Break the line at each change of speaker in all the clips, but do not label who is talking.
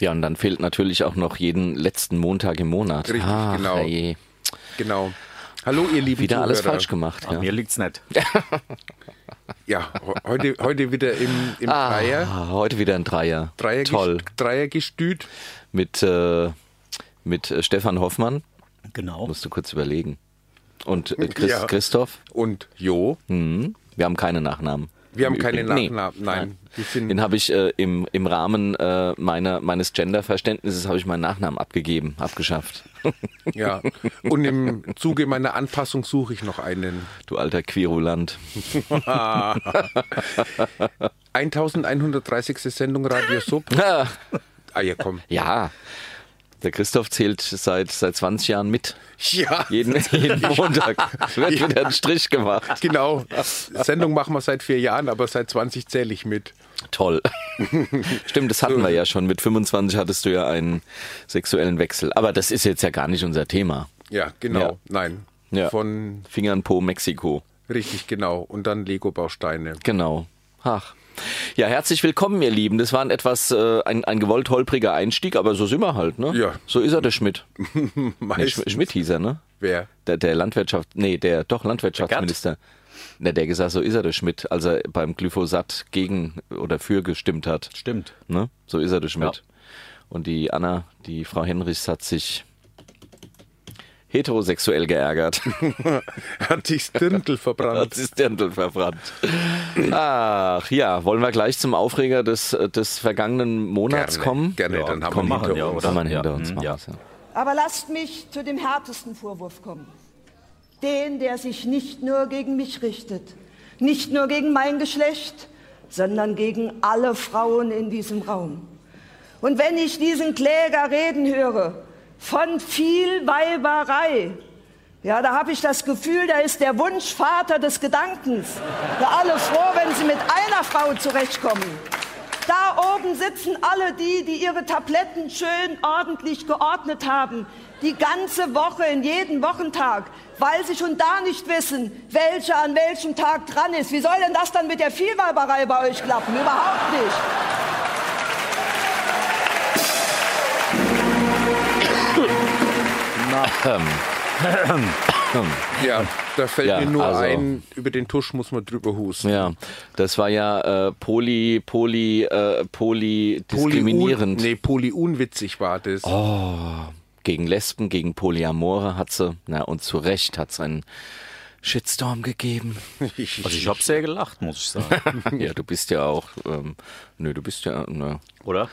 Ja, und dann fehlt natürlich auch noch jeden letzten Montag im Monat.
Richtig,
Ach,
genau.
herrje.
Genau. Hallo, ihr lieben
Wieder alles
Zuhörer.
falsch gemacht.
An
Ja.
mir liegt's nicht.
Ja, he- heute, heute wieder im, im Dreier.
Ah, heute wieder ein Dreier.
Dreier
Toll.
Dreiergestüt.
Mit, äh, mit äh, Stefan Hoffmann.
Genau.
Musst du kurz überlegen. Und äh, Chris,
Ja.
Christoph.
Und Jo.
Mhm. Wir haben keine Nachnamen.
Wir haben
Im
keine
Übrigen. Nee.
Nachnamen. Nein. Wir sind-
Den habe ich äh, im, im Rahmen äh, meiner, meines Genderverständnisses habe ich meinen Nachnamen abgegeben, abgeschafft.
Ja. Und im Zuge meiner Anpassung suche ich noch einen. Ah.
Du alter Quirulant.
1130. Sendung Radio Sub.
Ah,
Ah, ja, komm.
ja. Der Christoph zählt seit, seit 20 Jahren mit.
Ja,
Jeden, jeden Montag wird wieder ein Strich gemacht.
genau. Sendung machen wir seit vier Jahren, aber seit 20 zähle ich mit.
Toll. Stimmt, das hatten wir ja schon. Mit 25 hattest du ja einen sexuellen Wechsel. Aber das ist jetzt ja gar nicht unser Thema.
Ja, genau.
Ja.
Nein.
Ja.
Von
Fingern Po Mexiko.
richtig genau. Und dann Lego-Bausteine.
Genau. Ach. Ja, herzlich willkommen, ihr Lieben. Das war ein etwas, äh, ein, ein gewollt holpriger Einstieg, aber so sind wir halt, ne?
Ja.
So ist er, der Schmidt. Nee,
Meistens.
Sch Schmidt hieß er, ne?
Wer?
Der, der Landwirtschaft, nee, der doch Landwirtschaftsminister. Na, der gesagt, so ist er der Schmidt, als er beim Glyphosat gegen oder für gestimmt hat.
Stimmt.
Ne? So ist er der Schmidt.
Ja.
Und die Anna, die Frau Henrichs, hat sich heterosexuell geärgert.
Hat sich Dirndl verbrannt.
hat sich Dirndl verbrannt. Ach ja, wollen wir gleich zum Aufreger des, des vergangenen Monats
Gerne,
kommen?
gerne,
ja,
dann haben
komm,
wir
machen,
hinter
ja,
uns.
oder? Kann man hinter
Ja,
uns
mhm,
machen.
ja.
so.
Aber lasst mich zu dem härtesten Vorwurf kommen. Den, der sich nicht nur gegen mich richtet, nicht nur gegen mein Geschlecht, sondern gegen alle Frauen in diesem Raum. Und wenn ich diesen Kläger reden höre von viel Weiberei, ja, da habe ich das Gefühl, da ist der Wunschvater des Gedankens. Da alle froh, wenn sie mit einer Frau zurechtkommen. Da oben sitzen alle die, die ihre Tabletten schön ordentlich geordnet haben. Die ganze Woche, in jedem Wochentag, weil sie schon da nicht wissen, welcher an welchem Tag dran ist. Wie soll denn das dann mit der Vielweiberei bei euch klappen? Überhaupt nicht.
Ähm,
Ja, da fällt
Ja,
mir nur
also-
ein, über den Tusch muss man drüber husten.
Ja, das war ja äh, poly, poly, äh, poly diskriminierend. Oh,
Polyun- Nee, polyunwitzig war das.
Gegen Lesben, gegen Polyamore hat sie, na und zu Recht hat es einen Shitstorm gegeben.
Also ich habe sehr gelacht, muss ich sagen.
ja, du bist ja auch, ähm, nö, du bist ja, ne.
Oder?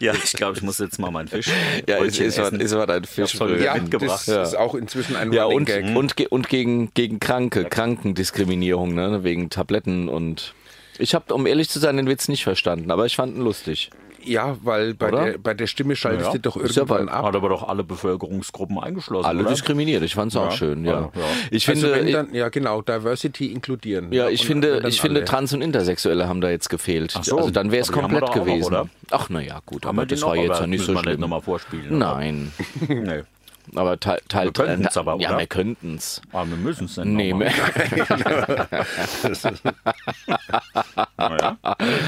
ja, ich glaube, ich muss jetzt mal meinen Fisch.
Ja, ist,
Brötchen
ist, halt- was,
essen.
ist was ein Fischbrötchen.
ja,
Ja, mitgebracht.
das ist auch inzwischen ein
Ja,
Running
und, Hm?
Gag.
und, ge- und gegen, gegen Kranke, Krankendiskriminierung, ne? wegen Tabletten und. Ich habe, um ehrlich zu sein, den Witz nicht verstanden, aber ich fand ihn lustig.
Ja, weil bei,
Oder?
der, bei der Stimme schaltest
Ja.
du doch
Ist ja
irgendwann
bei-
ab.
Hat aber doch alle Bevölkerungsgruppen eingeschlossen.
Alle
oder?
diskriminiert, ich fand es
Ja,
auch schön, ja.
also, ja.
Ich
Also
finde,
wenn dann, ja genau, Diversity inkludieren.
ja, ich
Und
finde,
dann
ich finde
alle.
Trans- und Intersexuelle haben da jetzt gefehlt.
so.
Also dann wäre es
Aber die haben wir
komplett
doch auch noch,
gewesen.
oder?
Ach, naja, gut,
Haben
aber
wir die
das
noch?
war jetzt
Aber
ja nicht so
müssen wir nicht
schlimm.
nochmal vorspielen, oder?
Nein,
Nee.
aber Teil. Teil
Wir könnten's aber,
Ja,
oder?
wir könnten's.
Aber Ah, wir müssen es nicht.
Nee,
nochmal. Naja,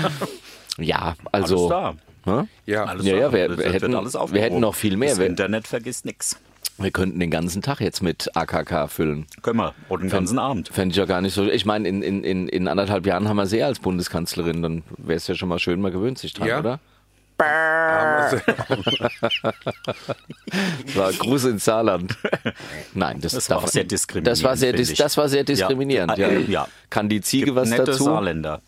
ja,
alles
also.
da.
Hä?
Ja,
Alles
Ja,
da.
ja, wir-
Das
wir
wird
hätten-
alles
wir
aufgehoben.
hätten noch viel mehr.
Das
Wir-
Internet vergisst nichts.
Wir könnten den ganzen Tag jetzt mit AKK füllen.
Können wir. Oder den ganzen Abend.
Fände ich ja gar nicht so. Ich meine, in, in, in, in anderthalb Jahren haben wir sie als Bundeskanzlerin. Dann wäre es ja schon mal schön, man gewöhnt sich dran,
Ja.
oder?
Also,
War Gruß ins Saarland. Nein, das,
Das
darf-
war auch sehr diskriminierend,
Das war sehr,
finde
dis
ich.
das war sehr diskriminierend. Ja.
Ja, äh, ja.
Kann die Ziege was
Nette
dazu?
Saarländer.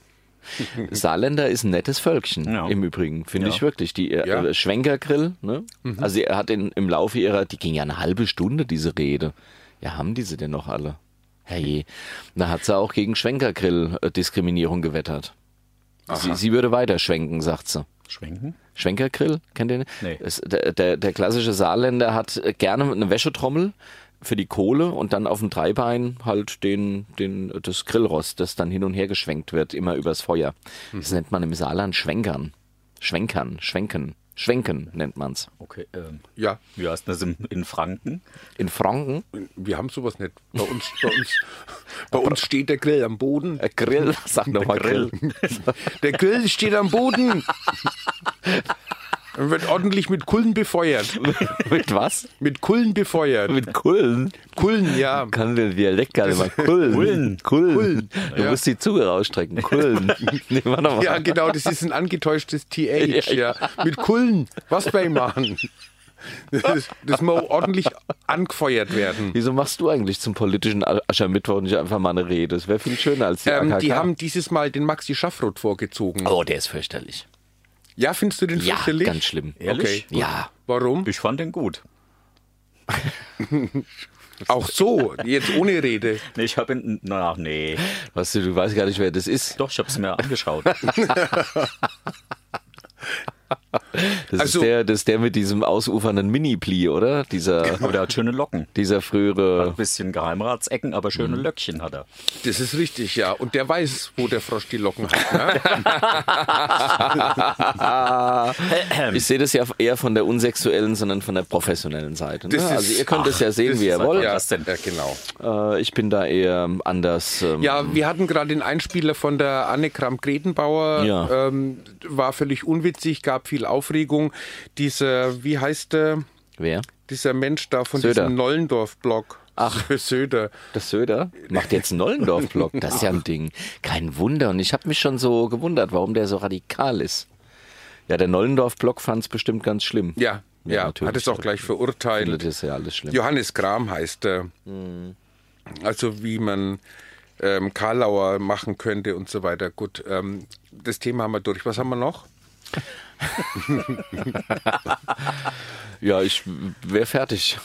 Saarländer ist ein nettes Völkchen
Ja.
im Übrigen, finde
Ja. Mhm.
ich wirklich. Die äh,
Ja.
äh, Schwenkergrill, ne? also er hat in, im Laufe ihrer, die ging ja eine halbe Stunde, diese Rede. Ja, haben diese denn noch alle? Herrje. Da hat sie auch gegen Schwenkergrill äh, Diskriminierung gewettert. Sie, sie würde weiter schwenken, sagt sie.
Schwenken?
Schwenkergrill, kennt ihr nicht?
Nee.
Es- der, der, der klassische Saarländer hat äh, gerne eine Wäschetrommel für die Kohle und dann auf dem Dreibein halt den, den, das Grillrost, das dann hin und her Mhm. geschwenkt wird, immer übers Feuer. Das nennt man im Saarland Schwenkern. Schwenkern, Schwenken. Schwenken nennt man's.
Okay, ähm,
Ja,
wie heißt das in, in Franken?
In Franken,
wir haben sowas nicht. Bei uns, bei uns, bei uns steht der Grill am Boden.
äh, Grill, sag nochmal Grill.
Der Grill steht am Boden. Und wird ordentlich mit Kullen befeuert.
Mit was?
Mit Kullen befeuert.
Mit Kullen?
Kullen, ja.
Kann den Dialekt gar nicht mal. Kullen.
Kullen.
Kullen. Du
Ja.
musst die Zunge rausstrecken. Kullen. nee, warte mal.
Ja, genau, das ist ein angetäuschtes TH, ja. Mit Kullen, was wir machen. Das, das muss ordentlich angefeuert werden.
Wieso machst du eigentlich zum politischen A- Aschermittwoch nicht einfach mal eine Rede? Das wäre viel schöner als die
Ähm,
AKK.
die haben dieses Mal den Maxi Schaffroth vorgezogen.
oh, der ist fürchterlich.
Ja, findest du den
Ja,
fürchterlich?
ganz schlimm.
Ehrlich?
Okay.
Ja.
Warum?
Ich fand den gut.
Auch so, jetzt ohne Rede.
Nee, ich habe ihn. Na, nee.
Was du, du weißt gar nicht, wer das ist.
Doch, ich habe es mir angeschaut.
Das,
Also-
ist, der, das ist der mit diesem ausufernden Mini-Pli, oder? Dieser,
Aber der hat schöne Locken.
dieser
Ein
frühere.
bisschen Geheimratsecken, aber schöne
Mhm.
Löckchen hat er.
Das ist richtig, ja. Und der weiß, wo der Frosch die Locken hat. Ne?
Ich sehe das ja eher von der unsexuellen, sondern von der professionellen Seite. Ne?
Das ist-
Also ihr könnt es ja sehen,
das
wie ihr
ist
wollt.
ja,
was denn?
ja, genau.
Äh, ich bin da eher anders. Ähm,
Ja, wir hatten gerade den Einspieler von der Anne Kramp-Gredenbauer.
Ja.
Ähm, war völlig unwitzig, gab viel Aufregung. Dieser, wie heißt der,
Wer?
dieser Mensch da von
Söder.
diesem Nollendorf-Block? Ach. Söder.
Das Söder macht jetzt einen Nollendorf-Blog. Das ist ja ein Ding. Kein Wunder. Und ich habe mich schon so gewundert, warum der so radikal ist. Ja, der Nollendorf-Blog fand es bestimmt ganz schlimm.
Ja, ja, hat es auch gleich verurteilt.
Das ist ja alles schlimm.
Johannes Gram heißt er.
Mhm.
Also wie man ähm, Karlauer machen könnte und so weiter. Gut, ähm, das Thema haben wir durch. Was haben wir noch?
Ja, ich wäre fertig.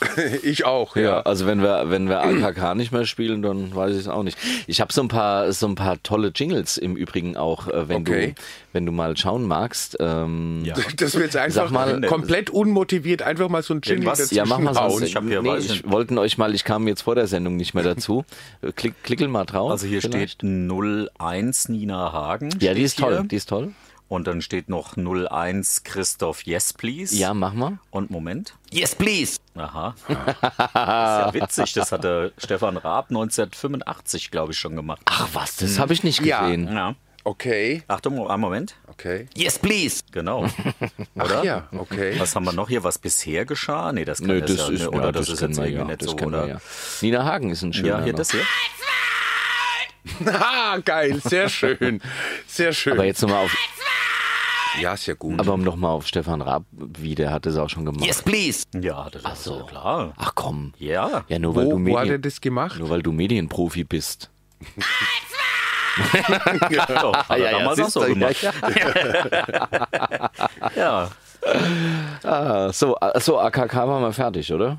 ich auch, ja.
Ja, also wenn wir, wenn wir AKK nicht mehr spielen, dann weiß ich es auch nicht. Ich habe so ein paar so ein paar tolle Jingles im Übrigen auch, äh, wenn
Okay.
du wenn du mal schauen magst. Ähm, ja.
Dass wir jetzt einfach
mal-
komplett unmotiviert einfach mal so ein Jingle
Irgendwas-
dazwischen
Ja, machen wir
hauen.
Und ich hab hier
nee,
weiß
ich
nicht.
wollten euch mal, ich kam jetzt vor der Sendung nicht mehr dazu. Äh, Klick, klickel mal drauf.
Also hier
vielleicht.
steht 01 Nina Hagen.
Ja, die
steht
ist toll,
hier.
die ist toll.
Und dann steht noch 01 Christoph Yes Please.
Ja, mach mal.
Und Moment.
Yes, please.
Aha. Das ist ja witzig. Das hatte Stefan Raab 1985, glaube ich, schon gemacht.
Ach was, das habe ich nicht
Ja.
gesehen.
Hm. Ja.
Okay,
Achtung, einen Moment.
okay.
Yes, please. Genau. Oder?
Ja, okay.
Was haben wir noch hier, was bisher geschah? Nee, das kann
Nö,
das,
das
ja,
ist,
nee, oder
ja,
das, ist
kennen
jetzt
wir,
irgendwie
ja,
nicht
das
so,
kennen
oder?
wir, ja. Nina Hagen ist ein schöner.
ja, hier
noch.
das hier.
Ah, geil, sehr schön. Sehr schön.
Aber jetzt nochmal auf,
ja, ist ja gut.
aber um nochmal auf Stefan Raab, wie der hat das auch schon gemacht.
please. Ja, das ist so. klar.
Ach komm.
Ja.
Ja, nur weil
wo,
du
wo hat er
Medien,
das gemacht?
nur weil du Medienprofi bist.
Doch, hat er damals auch so gemacht.
ja.
Ja.
Ah, so, ah, so, AKK waren wir fertig, oder?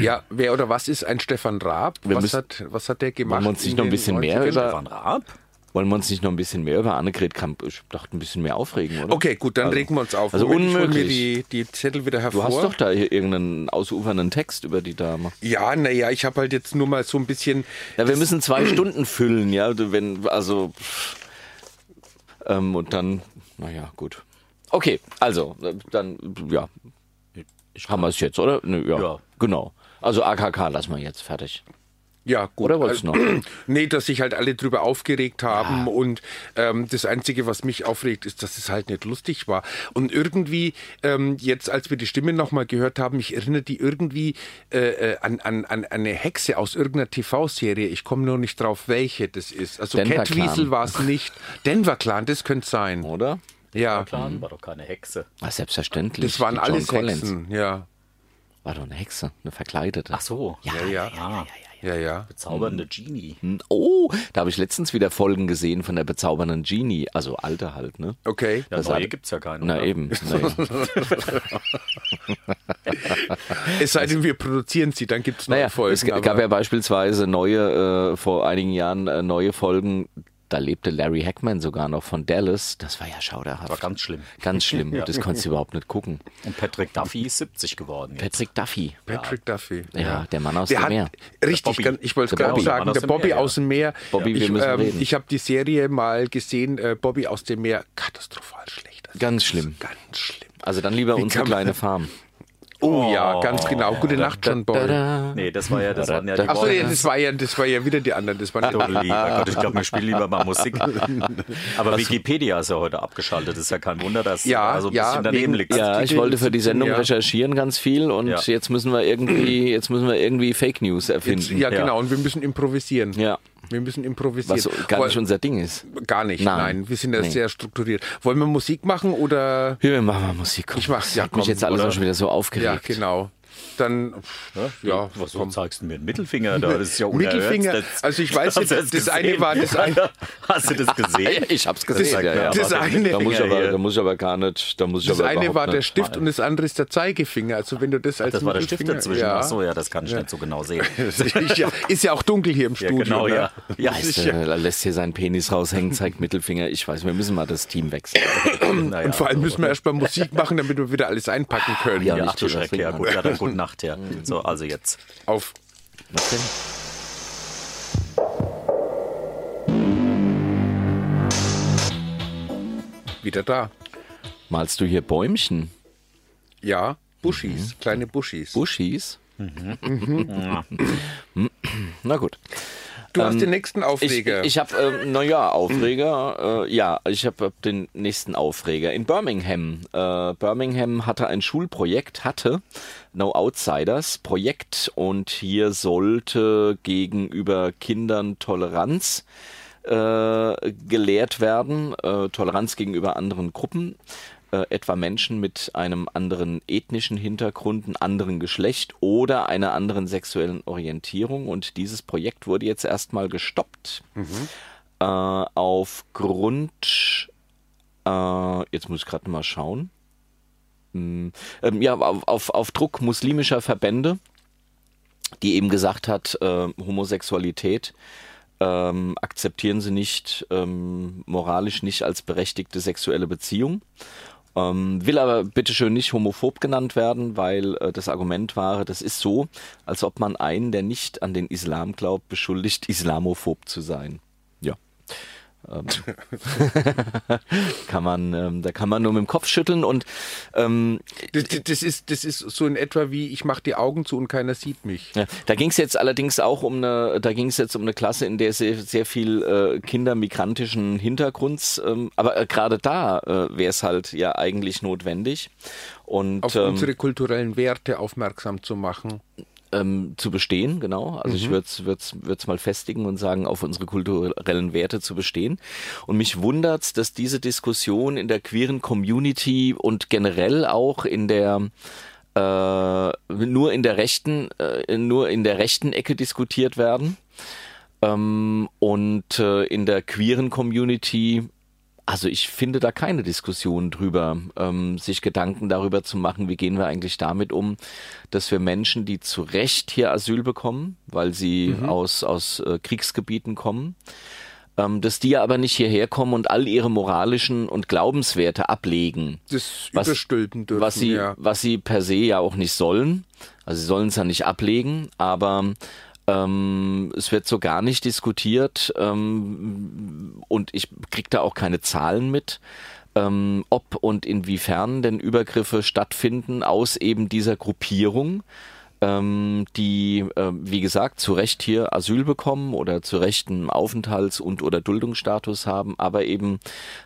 Ja, wer oder was ist ein Stefan Raab?
Wir
Was
müssen-
hat, was hat der gemacht?
Wollen wir uns nicht
in
noch ein
den
bisschen mehr
90ern?
über,
Stefan Raab?
wollen wir uns nicht noch ein bisschen mehr über Annegret Kamp, ich dachte, ein bisschen mehr aufregen, oder?
Okay, gut, dann regen wir uns auf.
also
Moment, ich hol
unmöglich.
mir die, die Zettel wieder hervor.
Du hast doch da hier irgendeinen ausufernden Text über die Dame.
Ja, naja, ich habe halt jetzt nur mal so ein bisschen.
Ja, wir müssen zwei Stunden füllen, ja, wenn, also, pff. ähm, und dann, naja, gut. Okay, also, äh, dann, ja, haben wir es jetzt, oder? Nö, ja,
Ja.
genau. Also AKK lassen wir jetzt, fertig.
Ja, gut. Also,
Oder wolltest du noch?
Nee, dass sich halt alle drüber aufgeregt haben und ähm, das Einzige, was mich aufregt, ist, dass es halt nicht lustig war. Und irgendwie, ähm, jetzt als wir die Stimme nochmal gehört haben, mich erinnert die irgendwie äh, äh, an, an, an eine Hexe aus irgendeiner TV-Serie. Ich komme nur nicht drauf, welche das ist. Also
Denver
Cat
Clan. Oh,
Weasel war es nicht. Denver Clan, das könnte sein.
Oder?
Ja,
Plan Hm. war doch keine Hexe.
Ah, selbstverständlich.
das waren
die
alles
Collins.
Hexen. Ja,
War doch eine Hexe, eine verkleidete.
Ach so.
ja, ja.
Ah,
Ja, ja.
bezaubernde Genie.
Oh, da habe ich letztens wieder Folgen gesehen von der bezaubernden Genie. Also alte halt, ne?
Okay.
Ja,
Das
neue
hat-
gibt es ja keine.
Na
oder?
eben. Nee.
Es sei denn, wir produzieren sie, dann gibt es neue
Naja,
Folgen.
es g-
aber-
gab Also ja beispielsweise neue, äh, vor einigen Jahren äh, neue Folgen. Da lebte Larry Hackman sogar noch von Dallas. Das war ja schauderhaft.
War ganz schlimm.
Ganz schlimm. Das konntest du überhaupt nicht gucken.
Und Patrick Duffy ist 70 geworden. Jetzt.
Patrick Duffy.
Patrick Duffy.
Ja, der Mann aus
der
dem
hat,
Meer.
Richtig,
Bobby.
ganz- ich wollte es
Der
gerade
Bobby.
sagen,
Mann aus
der
dem
Bobby
Meer, ja.
aus dem Meer.
Bobby,
ich, ähm,
wir müssen reden.
Ich habe die Serie mal gesehen, äh, Bobby aus dem Meer, katastrophal schlecht. Also
Ganz schlimm.
Ganz schlimm.
Also dann lieber
Wie
unsere
kann man-
kleine Farm.
Oh, ja, ganz genau. Gute Nacht, John Boyle.
Tada.
Nee, das war ja, das waren ja die
Achso, ja,
Boys.
das war ja, das war ja wieder die anderen. Das waren
Du lieber Gott, ich glaube, wir spielen lieber mal Musik. Aber Wikipedia ist ja heute abgeschaltet. Ist ja kein Wunder, dass
Ja,
also ein
ja,
bisschen daneben
wegen-
liegt.
Ja, ich wollte für die Sendung
Ja.
recherchieren ganz viel und
Ja.
jetzt müssen wir irgendwie, jetzt müssen wir irgendwie Fake News erfinden.
Jetzt, ja,
Ja.
genau. Und wir müssen improvisieren.
Ja.
Wir müssen improvisieren.
was gar nicht
Woll-
unser Ding ist.
gar nicht, nein.
Nein.
Wir sind ja
Nee.
sehr strukturiert. Wollen wir Musik machen oder?
Ja, wir machen mal Musik. Komm.
Ich mach's, ja,
Hat
komm,
mich jetzt alles
oder?
auch schon wieder so aufgeregt.
Ja, genau. Dann, pff, ja,
was
komm.
zeigst du mir? einen Mittelfinger? Da ist ja unerhört.
Mittelfinger.
Das-
Also ich weiß
Hast du
jetzt, das eine war- das eine-
Hast du das gesehen?
Ich hab's
Das-
gesehen. ja, ja,
das
warte.
eine-
da, muss ich
Ja,
aber,
ja.
da muss ich aber gar nicht. Da muss ich
Das
aber
eine
überhaupt
war der
nicht.
Stift und das andere ist der Zeigefinger. Also wenn du das als
Das war der Stift
Mittelfinger-
dazwischen.
Ja.
Ach so, ja, das kann ich nicht so genau sehen.
ist, ja, ist ja auch dunkel hier im
Ja,
Studio.
genau,
ne?
ja. ja
Weißt du, äh, er lässt hier seinen Penis raushängen, zeigt Mittelfinger. Ich weiß, wir müssen mal das Team wechseln.
naja,
ähm, Und vor allem müssen wir erstmal Musik machen, damit wir wieder alles einpacken können.
Ja.
also, Ja, ach du
Nicht
Schreck, ja,
übertrinken.
gut, ja, dann gute Nacht, ja. So, also jetzt.
Auf.
Was denn?
Wieder da.
Malst du hier Bäumchen?
Ja, Buschis,
Mhm.
kleine Buschis.
Buschis? Na gut.
du
ähm,
hast den nächsten
Ich,
Aufreger.
ich habe, äh, naja, Aufreger, äh, ja, ich habe hab den nächsten Aufreger. In Birmingham, äh, Birmingham hatte ein Schulprojekt, hatte No Outsiders Projekt und hier sollte gegenüber Kindern Toleranz äh, gelehrt werden, äh, Toleranz gegenüber anderen Gruppen, äh, etwa Menschen mit einem anderen ethnischen Hintergrund, einem anderen Geschlecht oder einer anderen sexuellen Orientierung. Und dieses Projekt wurde jetzt erstmal gestoppt äh, aufgrund, äh, jetzt muss ich gerade mal schauen, Mm, ähm, ja, auf, auf, auf Druck muslimischer Verbände, die eben gesagt hat, äh, Homosexualität ähm, akzeptieren sie nicht, ähm, moralisch nicht als berechtigte sexuelle Beziehung. Ähm, will aber bitteschön nicht homophob genannt werden, weil äh, das Argument war, das ist so, als ob man einen, der nicht an den Islam glaubt, beschuldigt, islamophob zu sein. Ja. Ähm, kann man, ähm, da kann man nur mit dem Kopf schütteln und ähm,
das, das- das, ist, das ist so in etwa wie, ich mache die Augen zu und keiner sieht mich.
Ja, da ging es jetzt allerdings auch um eine, da ging es jetzt um eine Klasse, in der sehr, sehr viel äh, Kinder migrantischen Hintergrunds, ähm, aber äh, gerade da äh, wäre es halt ja eigentlich notwendig und
Auf
ähm,
unsere kulturellen Werte aufmerksam zu machen.
ähm, zu bestehen, genau. Also
Mhm.
ich würde es würd's, würd's mal festigen und sagen, auf unsere kulturellen Werte zu bestehen. Und mich wundert's, dass diese Diskussion in der queeren Community und generell auch in der äh, nur in der rechten, äh, nur in der rechten Ecke diskutiert werden. Ähm, und äh, in der queeren Community, also ich finde da keine Diskussion drüber, ähm, sich Gedanken darüber zu machen, wie gehen wir eigentlich damit um, dass wir Menschen, die zu Recht hier Asyl bekommen, weil sie aus, aus äh, Kriegsgebieten kommen, ähm, dass die aber nicht hierher kommen und all ihre moralischen und Glaubenswerte ablegen
Das überstülpen dürfen.
was sie,
ja.
was sie per se ja auch nicht sollen. Also sie sollen es ja nicht ablegen, aber ähm, es wird so gar nicht diskutiert ähm, und ich kriege da auch keine Zahlen mit, ähm, ob und inwiefern denn Übergriffe stattfinden aus eben dieser Gruppierung. Ähm, die, äh, wie gesagt, zu Recht hier Asyl bekommen oder zu Recht einen Aufenthalts- und oder Duldungsstatus haben, aber eben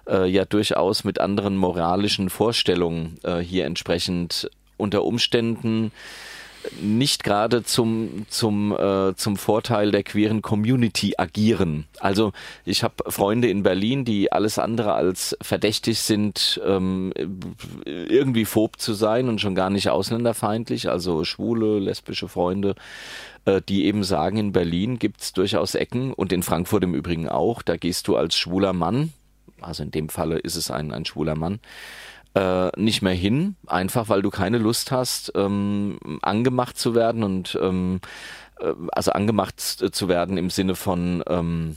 äh, ja durchaus mit anderen moralischen Vorstellungen äh, hier entsprechend unter Umständen nicht gerade zum zum äh, zum Vorteil der queeren Community agieren. Also ich habe Freunde in Berlin, die alles andere als verdächtig sind, ähm, irgendwie phob zu sein und schon gar nicht ausländerfeindlich. Also schwule, lesbische Freunde, äh, die eben sagen, in Berlin gibt's durchaus Ecken und in Frankfurt im Übrigen auch. Da gehst du als schwuler Mann, also in dem Falle ist es ein ein schwuler Mann, äh, nicht mehr hin, einfach weil du keine Lust hast, ähm, angemacht zu werden und ähm, äh, also angemacht z- zu werden im Sinne von ähm,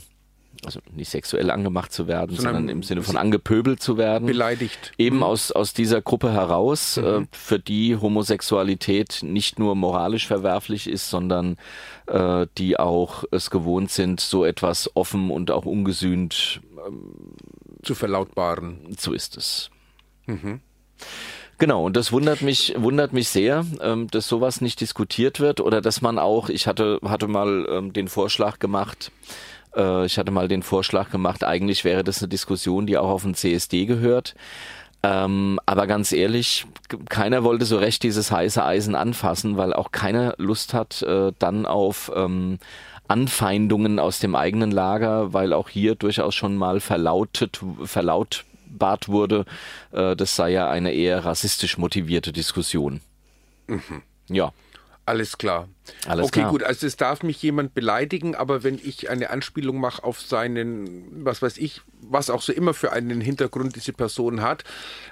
also nicht sexuell angemacht zu werden,
Sondern
sondern, im Sinne von angepöbelt zu werden.
Beleidigt.
Eben aus, aus dieser Gruppe heraus, äh, für die Homosexualität nicht nur moralisch verwerflich ist, sondern äh, die auch es gewohnt sind, so etwas offen und auch ungesühnt
zu verlautbaren.
so ist es. Genau, und das wundert mich, wundert mich sehr, ähm, dass sowas nicht diskutiert wird oder dass man auch, ich hatte, hatte mal ähm, den Vorschlag gemacht, äh, ich hatte mal den Vorschlag gemacht, eigentlich wäre das eine Diskussion, die auch auf den CSD gehört. Ähm, aber ganz ehrlich, keiner wollte so recht dieses heiße Eisen anfassen, weil auch keiner Lust hat, äh, dann auf ähm, Anfeindungen aus dem eigenen Lager, weil auch hier durchaus schon mal verlautet, verlautbart wurde, äh, das sei ja eine eher rassistisch motivierte Diskussion. Mhm. Ja.
Alles klar.
Alles
okay,
klar.
gut, also es darf mich jemand beleidigen, aber wenn ich eine Anspielung mache auf seinen, was weiß ich, was auch so immer für einen Hintergrund diese Person hat,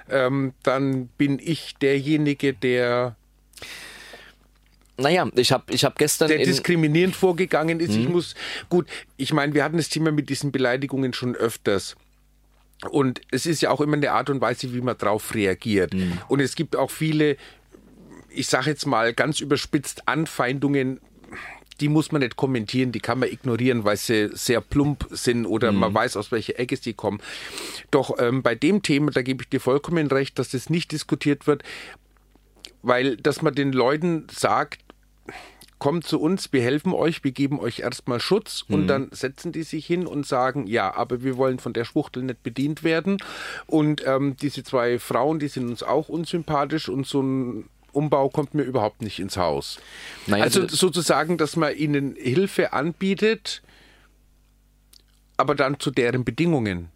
ähm, dann bin ich derjenige, der,
Naja, ich habe ich hab gestern.
der
in-
diskriminierend vorgegangen ist. Ich muss, gut, ich meine, wir hatten das Thema mit diesen Beleidigungen schon öfters. Und es ist ja auch immer eine Art und Weise, wie man drauf reagiert. Und es gibt auch viele, ich sage jetzt mal ganz überspitzt, Anfeindungen, die muss man nicht kommentieren, die kann man ignorieren, weil sie sehr plump sind oder man weiß, aus welcher Ecke sie kommen. Doch ähm, bei dem Thema, da gebe ich dir vollkommen recht, dass das nicht diskutiert wird, weil dass man den Leuten sagt, kommt zu uns, wir helfen euch, wir geben euch erstmal Schutz
Mhm.
und dann setzen die sich hin und sagen, ja, aber wir wollen von der Schwuchtel nicht bedient werden und ähm, diese zwei Frauen, die sind uns auch unsympathisch und so ein Umbau kommt mir überhaupt nicht ins Haus.
Naja,
also
d-
sozusagen, dass man ihnen Hilfe anbietet, aber dann zu deren Bedingungen.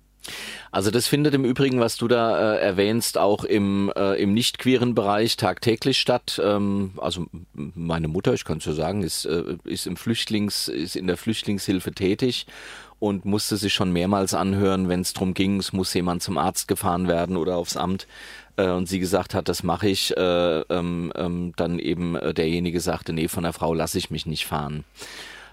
Also das findet im Übrigen, was du da äh, erwähnst, auch im, äh, im nicht queeren Bereich tagtäglich statt. Ähm, also m- meine Mutter, ich kann es so sagen, ist, äh, ist im Flüchtlings, ist in der Flüchtlingshilfe tätig und musste sich schon mehrmals anhören, wenn es darum ging, es muss jemand zum Arzt gefahren werden oder aufs Amt. Äh, und sie gesagt hat, das mache ich, äh, ähm, ähm, dann eben äh, derjenige sagte, nee, von der Frau lasse ich mich nicht fahren.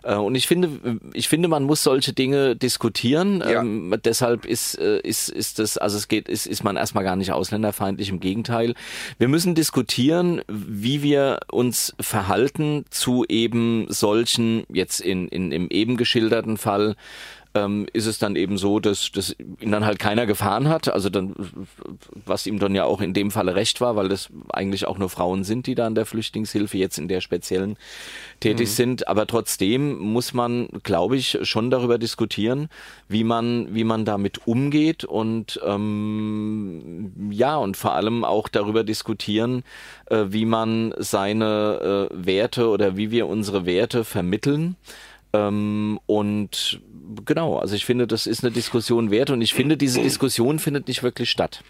Äh, Und ich finde, ich finde, man muss solche Dinge diskutieren.
Ja.
Ähm, deshalb ist, äh, ist, ist das, also es geht, ist, ist man erstmal gar nicht ausländerfeindlich, im Gegenteil. Wir müssen diskutieren, wie wir uns verhalten zu eben solchen, jetzt in, in im eben geschilderten Fall, ähm, ist es dann eben so, dass, dass ihn dann halt keiner gefahren hat, also dann, was ihm dann ja auch in dem Falle recht war, weil das eigentlich auch nur Frauen sind, die da an der Flüchtlingshilfe jetzt in der speziellen tätig sind. Aber trotzdem muss man, glaube ich, schon darüber diskutieren, wie man, wie man damit umgeht und ähm, ja, und vor allem auch darüber diskutieren, äh, wie man seine äh, Werte oder wie wir unsere Werte vermitteln. Ähm, und genau, also ich finde, das ist eine Diskussion wert und ich finde, diese Diskussion findet nicht wirklich statt.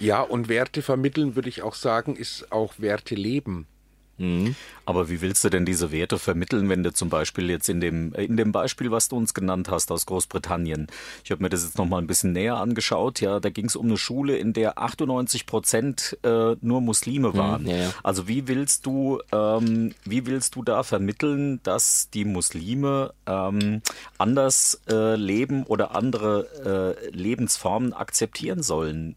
Ja, und Werte vermitteln, würde ich auch sagen, ist auch Werte leben.
Aber wie willst du denn diese Werte vermitteln, wenn du zum Beispiel jetzt in dem, äh, in dem Beispiel, was du uns genannt hast aus Großbritannien, ich habe mir das jetzt nochmal ein bisschen näher angeschaut, ja, da ging es um eine Schule, in der 98 Prozent äh, nur Muslime waren.
Mhm, ja, ja.
Also wie willst du, ähm, wie willst du da vermitteln, dass die Muslime ähm, anders äh, leben oder andere äh, Lebensformen akzeptieren sollen?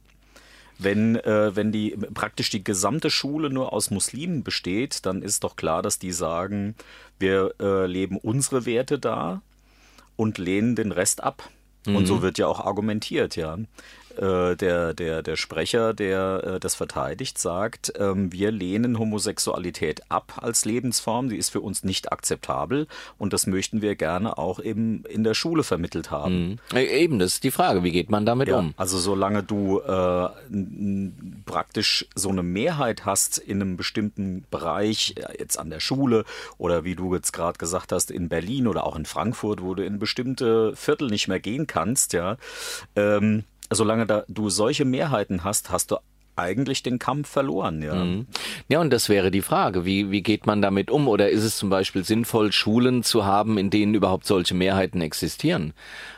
Wenn, äh, wenn die praktisch die gesamte Schule nur aus Muslimen besteht, dann ist doch klar, dass die sagen, wir äh, leben unsere Werte da und lehnen den Rest ab. Und so wird ja auch argumentiert, ja. Äh, der, der, der Sprecher, der äh, das verteidigt, sagt, ähm, wir lehnen Homosexualität ab als Lebensform, die ist für uns nicht akzeptabel und das möchten wir gerne auch eben in der Schule vermittelt haben.
Äh, Eben, das ist die Frage, wie geht man damit
Ja,
um?
also solange du äh, n- n- praktisch so eine Mehrheit hast in einem bestimmten Bereich, äh, jetzt an der Schule oder wie du jetzt gerade gesagt hast, in Berlin oder auch in Frankfurt, wo du in bestimmte Viertel nicht mehr gehen kannst, ja, ähm, solange da du solche Mehrheiten hast, hast du eigentlich den Kampf verloren, ja.
Mhm. Ja, und das wäre die Frage, wie, wie geht man damit um? Oder ist es zum Beispiel sinnvoll, Schulen zu haben, in denen überhaupt solche Mehrheiten existieren?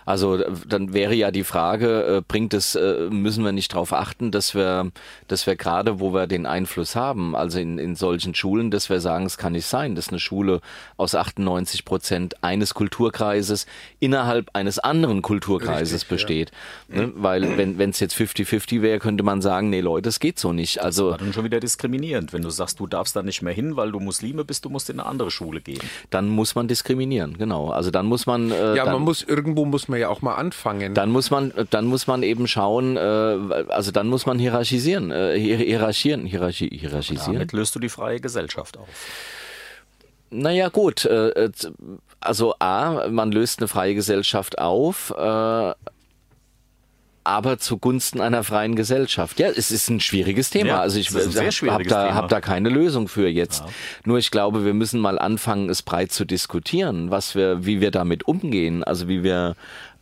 Also dann wäre ja die Frage, äh, bringt es, äh, müssen wir nicht darauf achten, dass wir, dass wir gerade, wo wir den Einfluss haben, also in, in solchen Schulen, dass wir sagen, es kann nicht sein, dass eine Schule aus 98 Prozent eines Kulturkreises innerhalb eines anderen Kulturkreises besteht. Ne? Weil wenn es jetzt 50-50 wäre, könnte man sagen, nee Leute, das geht so nicht. Also
War dann schon wieder diskriminierend, wenn du sagst, du darfst da nicht mehr hin, weil du Muslime bist, du musst in eine andere Schule gehen.
dann muss man diskriminieren, genau. Also dann muss man, äh,
Ja,
dann,
man muss irgendwo muss man ja auch mal anfangen.
dann muss man, dann muss man eben schauen, äh, also dann muss man hierarchisieren, äh, hier- hierarchieren, hierarchi hierarchisieren.
Damit löst du die freie Gesellschaft auf.
Naja, gut. äh, äh, z- Also A, man löst eine freie Gesellschaft auf, äh, aber zugunsten einer freien Gesellschaft. Ja, es ist ein schwieriges Thema.
Ja,
also ich
es ist ein sehr
habe
schwieriges
da,
Thema.
hab da keine Lösung für jetzt. Nur ich glaube, wir müssen mal anfangen, es breit zu diskutieren, was wir, wie wir damit umgehen, also wie wir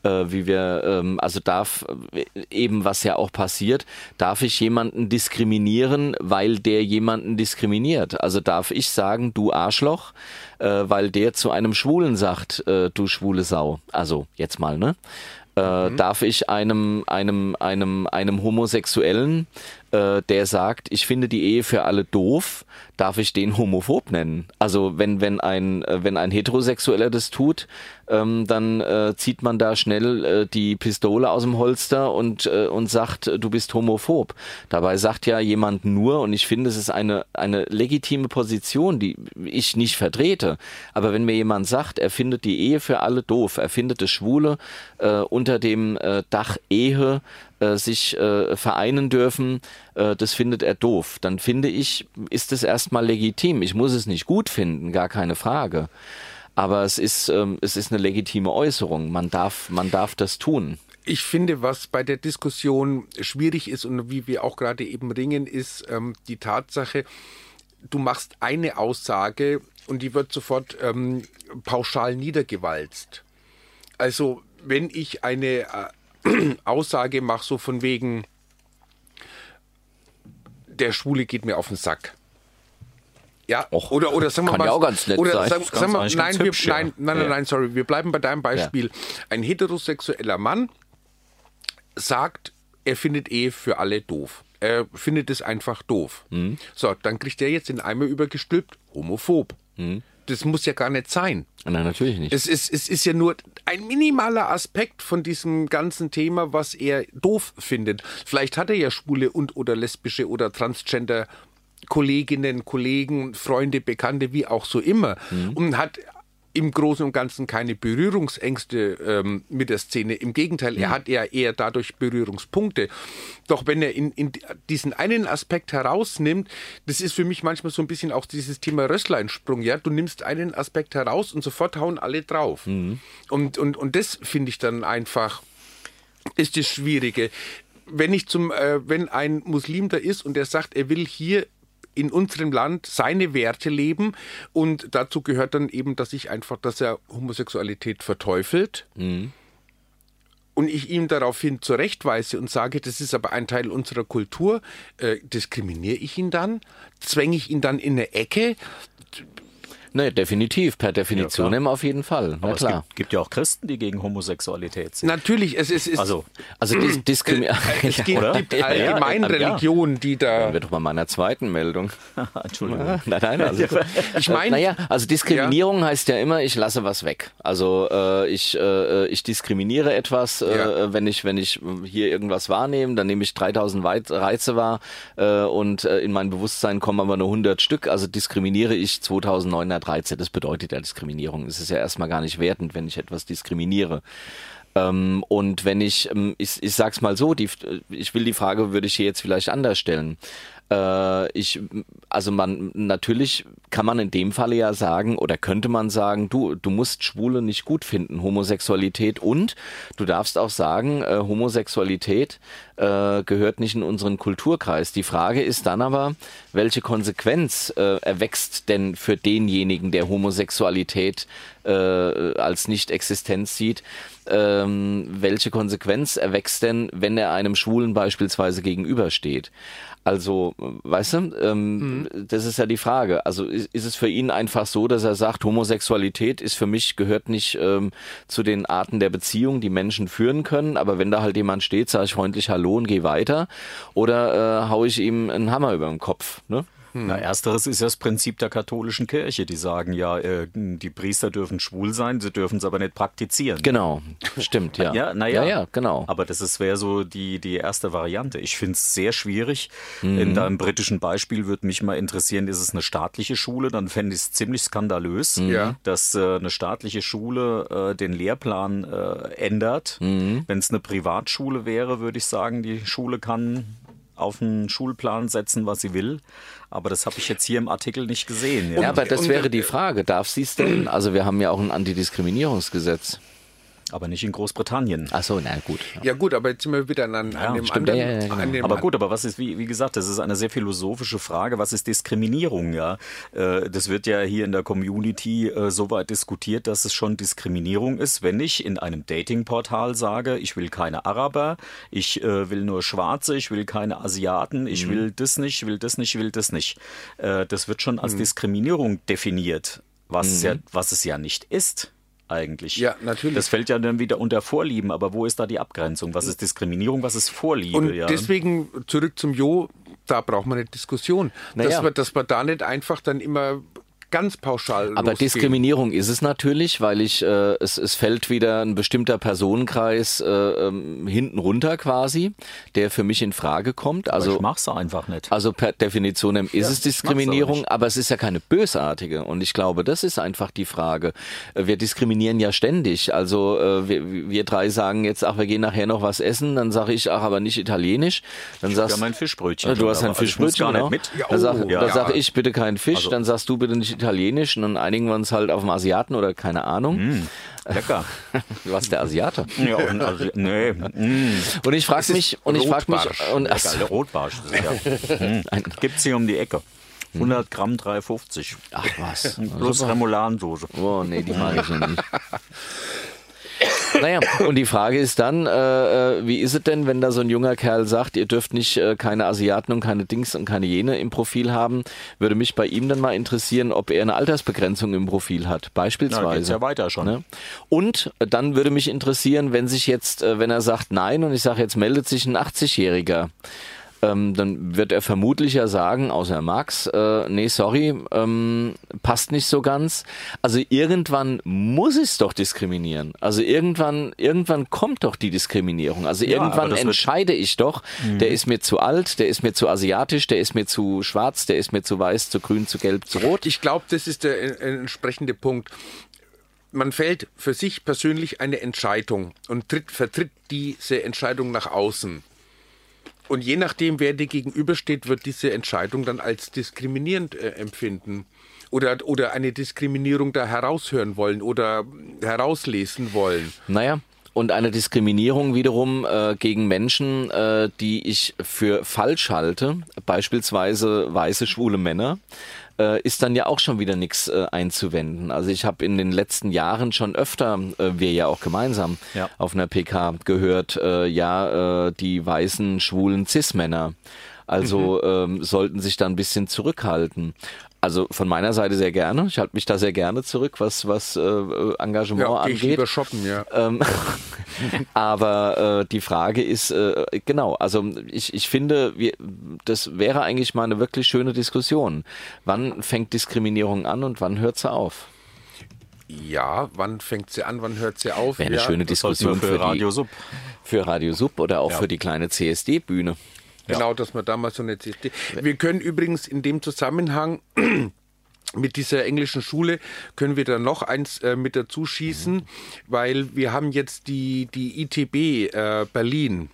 äh, wie wir, ähm, also darf äh, eben, was ja auch passiert, darf ich jemanden diskriminieren, weil der jemanden diskriminiert? Also darf ich sagen, du Arschloch, äh, weil der zu einem Schwulen sagt, äh, du schwule Sau. Also jetzt mal, ne? Äh, Darf ich einem, einem, einem, einem Homosexuellen, äh, der sagt, ich finde die Ehe für alle doof, darf ich den homophob nennen? Also wenn, wenn, ein, äh, wenn ein Heterosexueller das tut, ähm, dann äh, zieht man da schnell äh, die Pistole aus dem Holster und, äh, und sagt, äh, du bist homophob. Dabei sagt ja jemand nur, und ich finde, es ist eine, eine legitime Position, die ich nicht vertrete. Aber wenn mir jemand sagt, er findet die Ehe für alle doof, er findet es Schwule äh, unter dem äh, Dach Ehe äh, sich äh, vereinen dürfen, äh, das findet er doof. Dann finde ich, ist es erstmal legitim. Ich muss es nicht gut finden, gar keine Frage. Aber es ist, ähm, es ist eine legitime Äußerung. Man darf, man darf das tun.
ich finde, was bei der Diskussion schwierig ist und wie wir auch gerade eben ringen, ist ähm, die Tatsache, du machst eine Aussage und die wird sofort ähm, pauschal niedergewalzt. Also, wenn ich eine äh, Aussage mache, so von wegen, der Schwule geht mir auf den Sack. Ja,
Och,
oder, oder sagen wir
kann
mal.
ja auch ganz nett
oder
sein.
Sagen,
Ist
ganz
sagen wir,
eigentlich
nein,
ganz
wir,
hübsch, ja.
nein, nein, nein,
Ja.
nein, sorry, wir bleiben bei deinem Beispiel. Ein heterosexueller Mann sagt, er findet Ehe für alle doof. Er findet es einfach doof.
Mhm.
So, dann kriegt er jetzt den Eimer übergestülpt, homophob.
Mhm.
Das muss ja gar nicht sein.
Nein, natürlich nicht.
Es ist, es ist ja nur ein minimaler Aspekt von diesem ganzen Thema, was er doof findet. Vielleicht hat er ja schwule und oder lesbische oder transgender Kolleginnen, Kollegen, Freunde, Bekannte, wie auch so immer. Und hat im Großen und Ganzen keine Berührungsängste ähm, mit der Szene. Im Gegenteil, er hat ja eher dadurch Berührungspunkte. Doch wenn er in, in diesen einen Aspekt herausnimmt, das ist für mich manchmal so ein bisschen auch dieses Thema Rössleinsprung. Ja, du nimmst einen Aspekt heraus und sofort hauen alle drauf. Und, und, und das finde ich dann einfach ist das Schwierige. Wenn ich zum, äh, wenn ein Muslim da ist und der sagt, er will hier in unserem Land seine Werte leben und dazu gehört dann eben, dass ich einfach, dass er Homosexualität verteufelt
Mhm.
und ich ihm daraufhin zurechtweise und sage, das ist aber ein Teil unserer Kultur, äh, diskriminiere ich ihn dann, zwänge ich ihn dann in eine Ecke,
Nee, definitiv, per Definition
Ja, klar.
immer auf jeden Fall. Na
Aber es
klar.
gibt, gibt ja auch Christen, die gegen Homosexualität sind.
Natürlich, es ist, es, äh,
Also,
Also dis Diskriminierung.
es gibt,
Oder?
gibt
Ja, ja,
allgemein
ja.
Religionen, die da.
Wären wir doch bei meiner zweiten Meldung.
Entschuldigung.
nein, nein, also,
Ich meine-
naja, also Diskriminierung heißt ja immer, ich lasse was weg. Also äh, ich, äh, ich diskriminiere etwas, äh,
Ja.
wenn ich wenn ich hier irgendwas wahrnehme, dann nehme ich 3000 Wei- Reize wahr äh, und äh, in mein Bewusstsein kommen aber nur 100 Stück, also diskriminiere ich 2900 Reize. Das bedeutet ja Diskriminierung. Es ist ja erstmal gar nicht wertend, wenn ich etwas diskriminiere. Ähm, und wenn ich, ähm, ich, ich sag's mal so, die, ich will die Frage, würde ich hier jetzt vielleicht anders stellen. Äh, ich, also man, natürlich kann man in dem Falle ja sagen oder könnte man sagen, du, du musst Schwule nicht gut finden, Homosexualität und du darfst auch sagen, äh, Homosexualität äh, gehört nicht in unseren Kulturkreis. Die Frage ist dann aber, welche Konsequenz äh, erwächst denn für denjenigen, der Homosexualität äh, als Nicht-Existenz sieht, ähm, welche Konsequenz erwächst denn, wenn er einem Schwulen beispielsweise gegenübersteht? Also, äh, weißt du, ähm, das ist ja die Frage. Also ist, ist es für ihn einfach so, dass er sagt, Homosexualität ist für mich, gehört nicht ähm, zu den Arten der Beziehung, die Menschen führen können, aber wenn da halt jemand steht, sage ich freundlich Hallo und geh weiter oder äh, hau ich ihm einen Hammer über den Kopf, ne?
Na, ersteres ist ja das Prinzip der katholischen Kirche. Die sagen ja, äh, die Priester dürfen schwul sein, sie dürfen es aber nicht praktizieren.
Genau, stimmt, ja.
Ja, naja.
Ja, ja, genau.
Aber das wäre so die, die erste Variante. Ich finde es sehr schwierig.
Mhm.
In deinem britischen Beispiel würde mich mal interessieren, ist es eine staatliche Schule? Dann fände ich es ziemlich skandalös,
Mhm.
Ja.
dass äh, eine staatliche Schule äh, den Lehrplan äh, ändert.
Mhm.
Wenn es eine Privatschule wäre, würde ich sagen, die Schule kann auf den Schulplan setzen, was sie will. Aber das habe ich jetzt hier im Artikel nicht gesehen. Ja.
ja, aber das
und-
wäre die Frage. Darf sie es denn? Also wir haben ja auch ein Antidiskriminierungsgesetz.
aber nicht in Großbritannien.
Ach so, na gut.
Ja gut, aber jetzt sind wir wieder an, an dem
stimmt,
anderen.
ja, ja, ja, genau.
an dem
Aber gut, aber was ist, wie, wie gesagt, das ist eine sehr philosophische Frage. Was ist Diskriminierung? Ja, äh, das wird ja hier in der Community äh, so weit diskutiert, dass es schon Diskriminierung ist, wenn ich in einem Datingportal sage, ich will keine Araber, ich äh, will nur Schwarze, ich will keine Asiaten, ich
Mhm.
will das nicht, ich will das nicht, ich will das nicht. Äh, das wird schon
Mhm.
als Diskriminierung definiert, was, es ja, was es ja nicht ist. Eigentlich.
Ja, natürlich.
Das fällt ja dann wieder unter Vorlieben, aber wo ist da die Abgrenzung? Was ist Diskriminierung, was ist Vorliebe?
Und
ja?
deswegen zurück zum Jo, da braucht man eine Diskussion.
Naja.
Dass, man, dass man da nicht einfach dann immer ganz pauschal
Aber
losgehen.
Diskriminierung ist es natürlich, weil ich äh, es, es fällt wieder ein bestimmter Personenkreis äh, ähm, hinten runter quasi, der für mich in Frage kommt.
Also
Also
ich mach's einfach nicht.
Also per Definition ist es
mach's auch
Diskriminierung,
nicht.
aber es ist ja keine bösartige. Und ich glaube, das ist einfach die Frage. Äh, Wir diskriminieren ja ständig. Also äh, wir, wir drei sagen jetzt, ach, wir gehen nachher noch was essen. Dann sage ich, ach, aber nicht italienisch. Dann sagst
ja mein Fischbrötchen
Äh, Du
schon,
hast ein
aber- also ich muss gar
Fischbrötchen, genau.
nicht mit.
Ja,
Dann sage dann
oh, ja.
sag ich bitte keinen Fisch.
Also-
Dann sagst du bitte nicht italienisch. Und dann einigen wir uns halt auf dem Asiaten oder keine
Hm.
Ahnung.
Lecker.
Du warst der Asiate.
ja, und, also, nee, mm,
Und ich frage mich, und ich frage mich,
Rotbarsch.
und,
lecker, der Rotbarsch. das ist Ja. Mm. Gibt's hier um die Ecke. 100 Gramm 3,50.
ach was.
Plus Remouladensoße.
Oh, nee, die mag ich ja nicht. Naja, und die Frage ist dann, äh, äh, wie ist es denn, wenn da so ein junger Kerl sagt, ihr dürft nicht äh, keine Asiaten und keine Dings und keine jene im Profil haben? Würde mich bei ihm dann mal interessieren, ob er eine Altersbegrenzung im Profil hat, beispielsweise.
Ja, geht's ja weiter schon.
Ne? Und äh, dann würde mich interessieren, wenn sich jetzt, äh, wenn er sagt nein und ich sage, jetzt meldet sich ein 80-Jähriger. Ähm, dann wird er vermutlich ja sagen, außer Max, äh, nee, sorry, ähm, passt nicht so ganz. Also irgendwann muss es doch diskriminieren. Also irgendwann, irgendwann kommt doch die Diskriminierung. Also
aber
irgendwann
das wird- Mhm.
entscheide ich doch, der ist mir zu alt, der ist mir zu asiatisch, der ist mir zu schwarz, der ist mir zu weiß, zu grün, zu gelb, zu rot.
Ich glaube, das ist der äh, entsprechende Punkt. Man fällt für sich persönlich eine Entscheidung und tritt, vertritt diese Entscheidung nach außen. Und je nachdem, wer dir gegenübersteht, wird diese Entscheidung dann als diskriminierend äh, empfinden. Oder, oder eine Diskriminierung da heraushören wollen oder herauslesen wollen.
Naja. Und eine Diskriminierung wiederum äh, gegen Menschen, äh, die ich für falsch halte, beispielsweise weiße schwule Männer, äh, ist dann ja auch schon wieder nichts äh, einzuwenden. Also ich habe in den letzten Jahren schon öfter, äh, wir ja auch gemeinsam
Ja.
auf einer PK gehört, äh, ja, äh, die weißen schwulen Cis-Männer. Also ähm, sollten sich da ein bisschen zurückhalten. Also von meiner Seite sehr gerne. Ich halte mich da sehr gerne zurück, was, was äh, Engagement
Ja, geh ich
angeht.
lieber shoppen, ja.
Ähm, aber äh, die Frage ist, äh, genau, also ich, ich finde, wir, das wäre eigentlich mal eine wirklich schöne Diskussion. Wann fängt Diskriminierung an und wann hört sie auf?
Ja, wann fängt sie an, wann hört sie auf?
Wäre eine
ja.
schöne
Das sollten wir
Diskussion
für
für,
Radio
die,
Sub.
für Radio Sub oder auch für die kleine CSD-Bühne.
Genau, dass man da mal so eine CD. Wir können übrigens in dem Zusammenhang mit dieser englischen Schule können wir da noch eins äh, mit dazu schießen, weil wir haben jetzt die, die ITB äh, Berlin,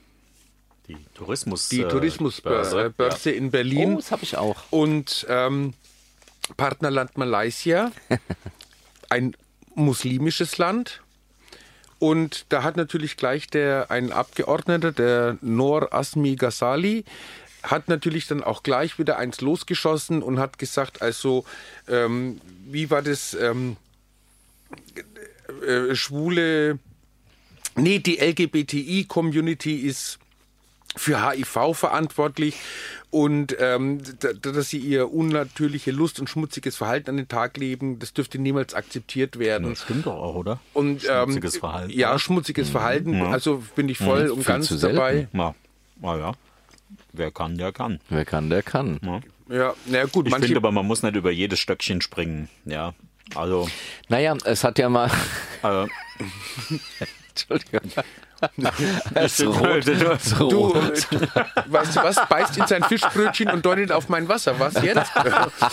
Die Tourismus.
die
äh,
Tourismusbörse äh, Börse in Berlin.
Oh, das habe ich auch.
Und ähm, Partnerland Malaysia, ein muslimisches Land. Und da hat natürlich gleich der ein Abgeordneter, der Nor Asmi Ghazali, hat natürlich dann auch gleich wieder eins losgeschossen und hat gesagt, also ähm, wie war das ähm, äh, schwule, nee, die LGBTI-Community ist für HIV verantwortlich und ähm, d- d- dass sie ihr unnatürliche Lust und schmutziges Verhalten an den Tag leben, das dürfte niemals akzeptiert werden.
Das stimmt doch auch, oder?
Und, ähm,
Schmutziges Verhalten. Mhm.
Ja, schmutziges Verhalten. Also bin ich voll und
Viel
ganz
zu
dabei.
Na, na ja. Wer kann, der kann.
Wer kann, der kann.
Ja, na ja, gut,
Ich
manche,
finde aber, man muss nicht über jedes Stöckchen springen. Ja, also,
Naja, es hat ja mal.
äh,
Entschuldigung. Es ist rot. Es
halt,
ist
du,
rot.
äh, du, weißt du was, beißt in sein Fischbrötchen und deutet auf mein Wasser. Was jetzt?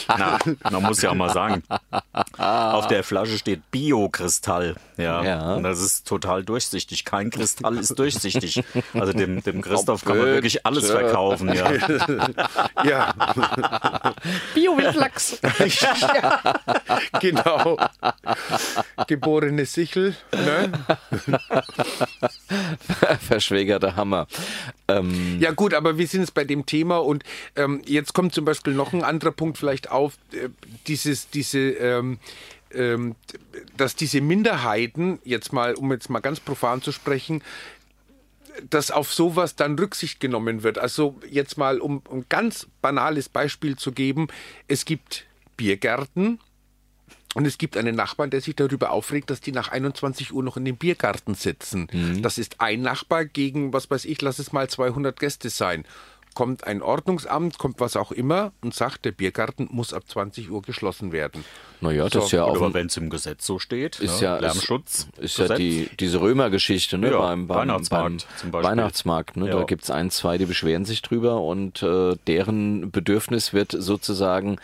na, man muss ja auch mal sagen, auf der Flasche steht Bio-Kristall. Ja,
Ja.
und das ist total durchsichtig. Kein Kristall ist durchsichtig. Also dem, dem Christoph kann man wirklich alles verkaufen. Ja.
ja,
Bio-Wildlachs.
genau. Geborene Sichel. Ne?
Verschwägerter Hammer. Ähm,
Ja gut, aber wir sind jetzt bei dem Thema und ähm, jetzt kommt zum Beispiel noch ein anderer Punkt vielleicht auf, äh, dieses, diese, ähm, ähm, dass diese Minderheiten, jetzt mal, um jetzt mal ganz profan zu sprechen, dass auf sowas dann Rücksicht genommen wird. Also jetzt mal, um um ein ganz banales Beispiel zu geben, es gibt Biergärten und es gibt einen Nachbarn, der sich darüber aufregt, dass die nach 21 Uhr noch in dem Biergarten sitzen.
Mhm.
Das ist ein Nachbar gegen, was weiß ich, lass es mal 200 Gäste sein. Kommt ein Ordnungsamt, kommt was auch immer und sagt, der Biergarten muss ab 20 Uhr geschlossen werden.
naja, das ist
So,
ja auch.
Aber
ein-
wenn es im Gesetz so steht,
Ist
ne?
ja,
Lärmschutz,
Ist, ist ja die, diese Römergeschichte, ne?
Ja,
beim, beim
Weihnachtsmarkt
beim
zum Beispiel.
Weihnachtsmarkt, ne? Da
Ja.
gibt's ein, zwei, die beschweren sich drüber und äh, deren Bedürfnis wird sozusagen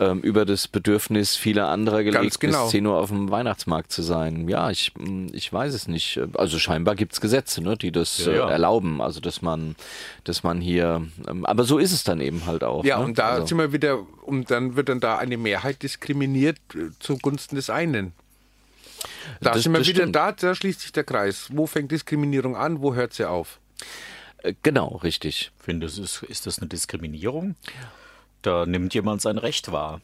ähm, über das Bedürfnis vieler anderer gelegt,
genau.
bis 10 Uhr auf dem Weihnachtsmarkt zu sein. Ja, ich, mh, ich weiß es nicht. Also scheinbar gibt's Gesetze, ne? die das
Ja,
äh,
ja.
erlauben. Also dass man, dass man hier ähm, aber so ist es dann eben halt auch.
Ja,
ne?
und da
also.
sind wir wieder, und dann wird dann da eine Mehrheit diskriminiert äh, zugunsten des einen. Da
Das-
sind wir
das
wieder
stimmt.
da, da schließt sich der Kreis. Wo fängt Diskriminierung an, wo hört sie auf?
Äh, Genau, richtig.
Finde, es ist, ist das eine Diskriminierung? Da nimmt jemand sein Recht wahr.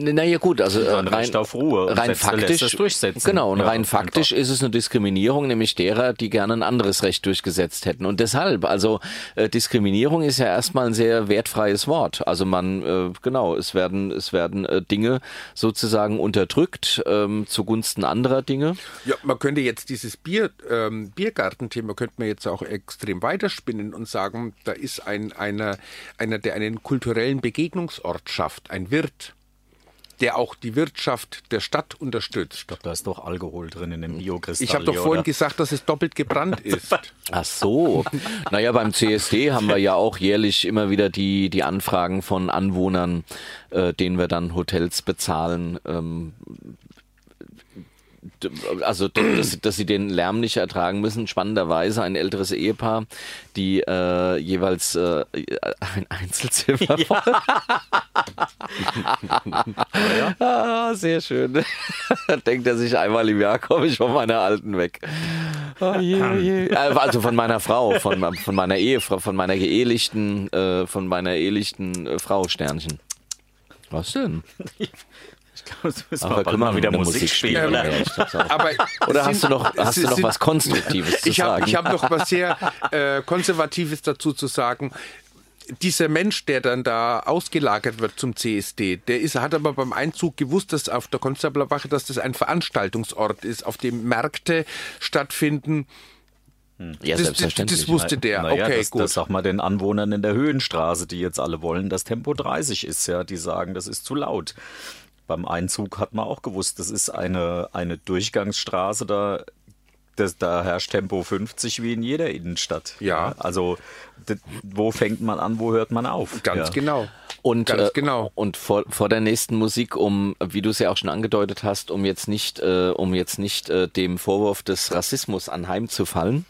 Naja gut, also äh,
Sein Recht auf Ruhe und
rein
setzt-
faktisch
lässt es durchsetzen.
Genau, und
Ja,
rein faktisch ist es eine Diskriminierung, nämlich derer, die gerne ein anderes Recht durchgesetzt hätten. Und deshalb, also äh, Diskriminierung ist ja erstmal ein sehr wertfreies Wort. Also man, äh, genau, es werden, es werden äh, Dinge sozusagen unterdrückt ähm, zugunsten anderer Dinge.
Ja, man könnte jetzt dieses Bier, ähm, Biergartenthema könnte man jetzt auch extrem weiterspinnen und sagen, da ist ein, einer, einer, der einen kulturellen Begegnungsort schafft, ein Wirt, der auch die Wirtschaft der Stadt unterstützt.
Da ist doch Alkohol drin in
Hm.
dem Biokristall.
Ich habe doch
hier,
vorhin
oder?
gesagt, dass es doppelt gebrannt ist.
Ach so. Naja, beim CSD haben wir ja auch jährlich immer wieder die, die Anfragen von Anwohnern, äh, denen wir dann Hotels bezahlen. Ähm, d- also, d- dass, dass sie den Lärm nicht ertragen müssen. Spannenderweise ein älteres Ehepaar, die äh, jeweils äh, ein Einzelzimmer. ah, sehr schön. Denkt er sich einmal im Jahr, komme ich von meiner Alten weg. Oh je, oh je. Äh, Also von meiner Frau, von, von meiner Ehefrau, von meiner geehelichten, äh, von meiner ehelichten äh, Frau Sternchen. Was denn?
Ich glaube, es müssen wir
Ach, wir
bald
können mal
mal wieder
eine
Musik
Musik
spielen.
spielen,
Oder?
ja, ich hab's auch.
Aber
Oder
sind-
hast du noch, hast du
es
noch
sind-
was Konstruktives zu
ich
sagen?
habe ich hab noch was sehr äh, Konservatives dazu zu sagen. Dieser Mensch, der dann da ausgelagert wird zum CSD, der ist, hat aber beim Einzug gewusst, dass auf der Konstablerwache, dass das ein Veranstaltungsort ist, auf dem Märkte stattfinden.
ja,
Das, das,
selbstverständlich.
das wusste der.
Naja,
okay,
das,
gut.
das sag mal den Anwohnern in der Höhenstraße, die jetzt alle wollen, dass Tempo 30 ist, ja, die sagen, das ist zu laut. Beim Einzug hat man auch gewusst, das ist eine, eine Durchgangsstraße, da, das, da herrscht Tempo 50 wie in jeder Innenstadt.
Ja.
Also, d- wo fängt man an, wo hört man auf?
Ganz
ja.
genau.
Und,
Ganz
äh,
genau.
und vor, vor der nächsten Musik, um, wie du es ja auch schon angedeutet hast, um jetzt nicht, äh, um jetzt nicht äh, dem Vorwurf des Rassismus anheimzufallen,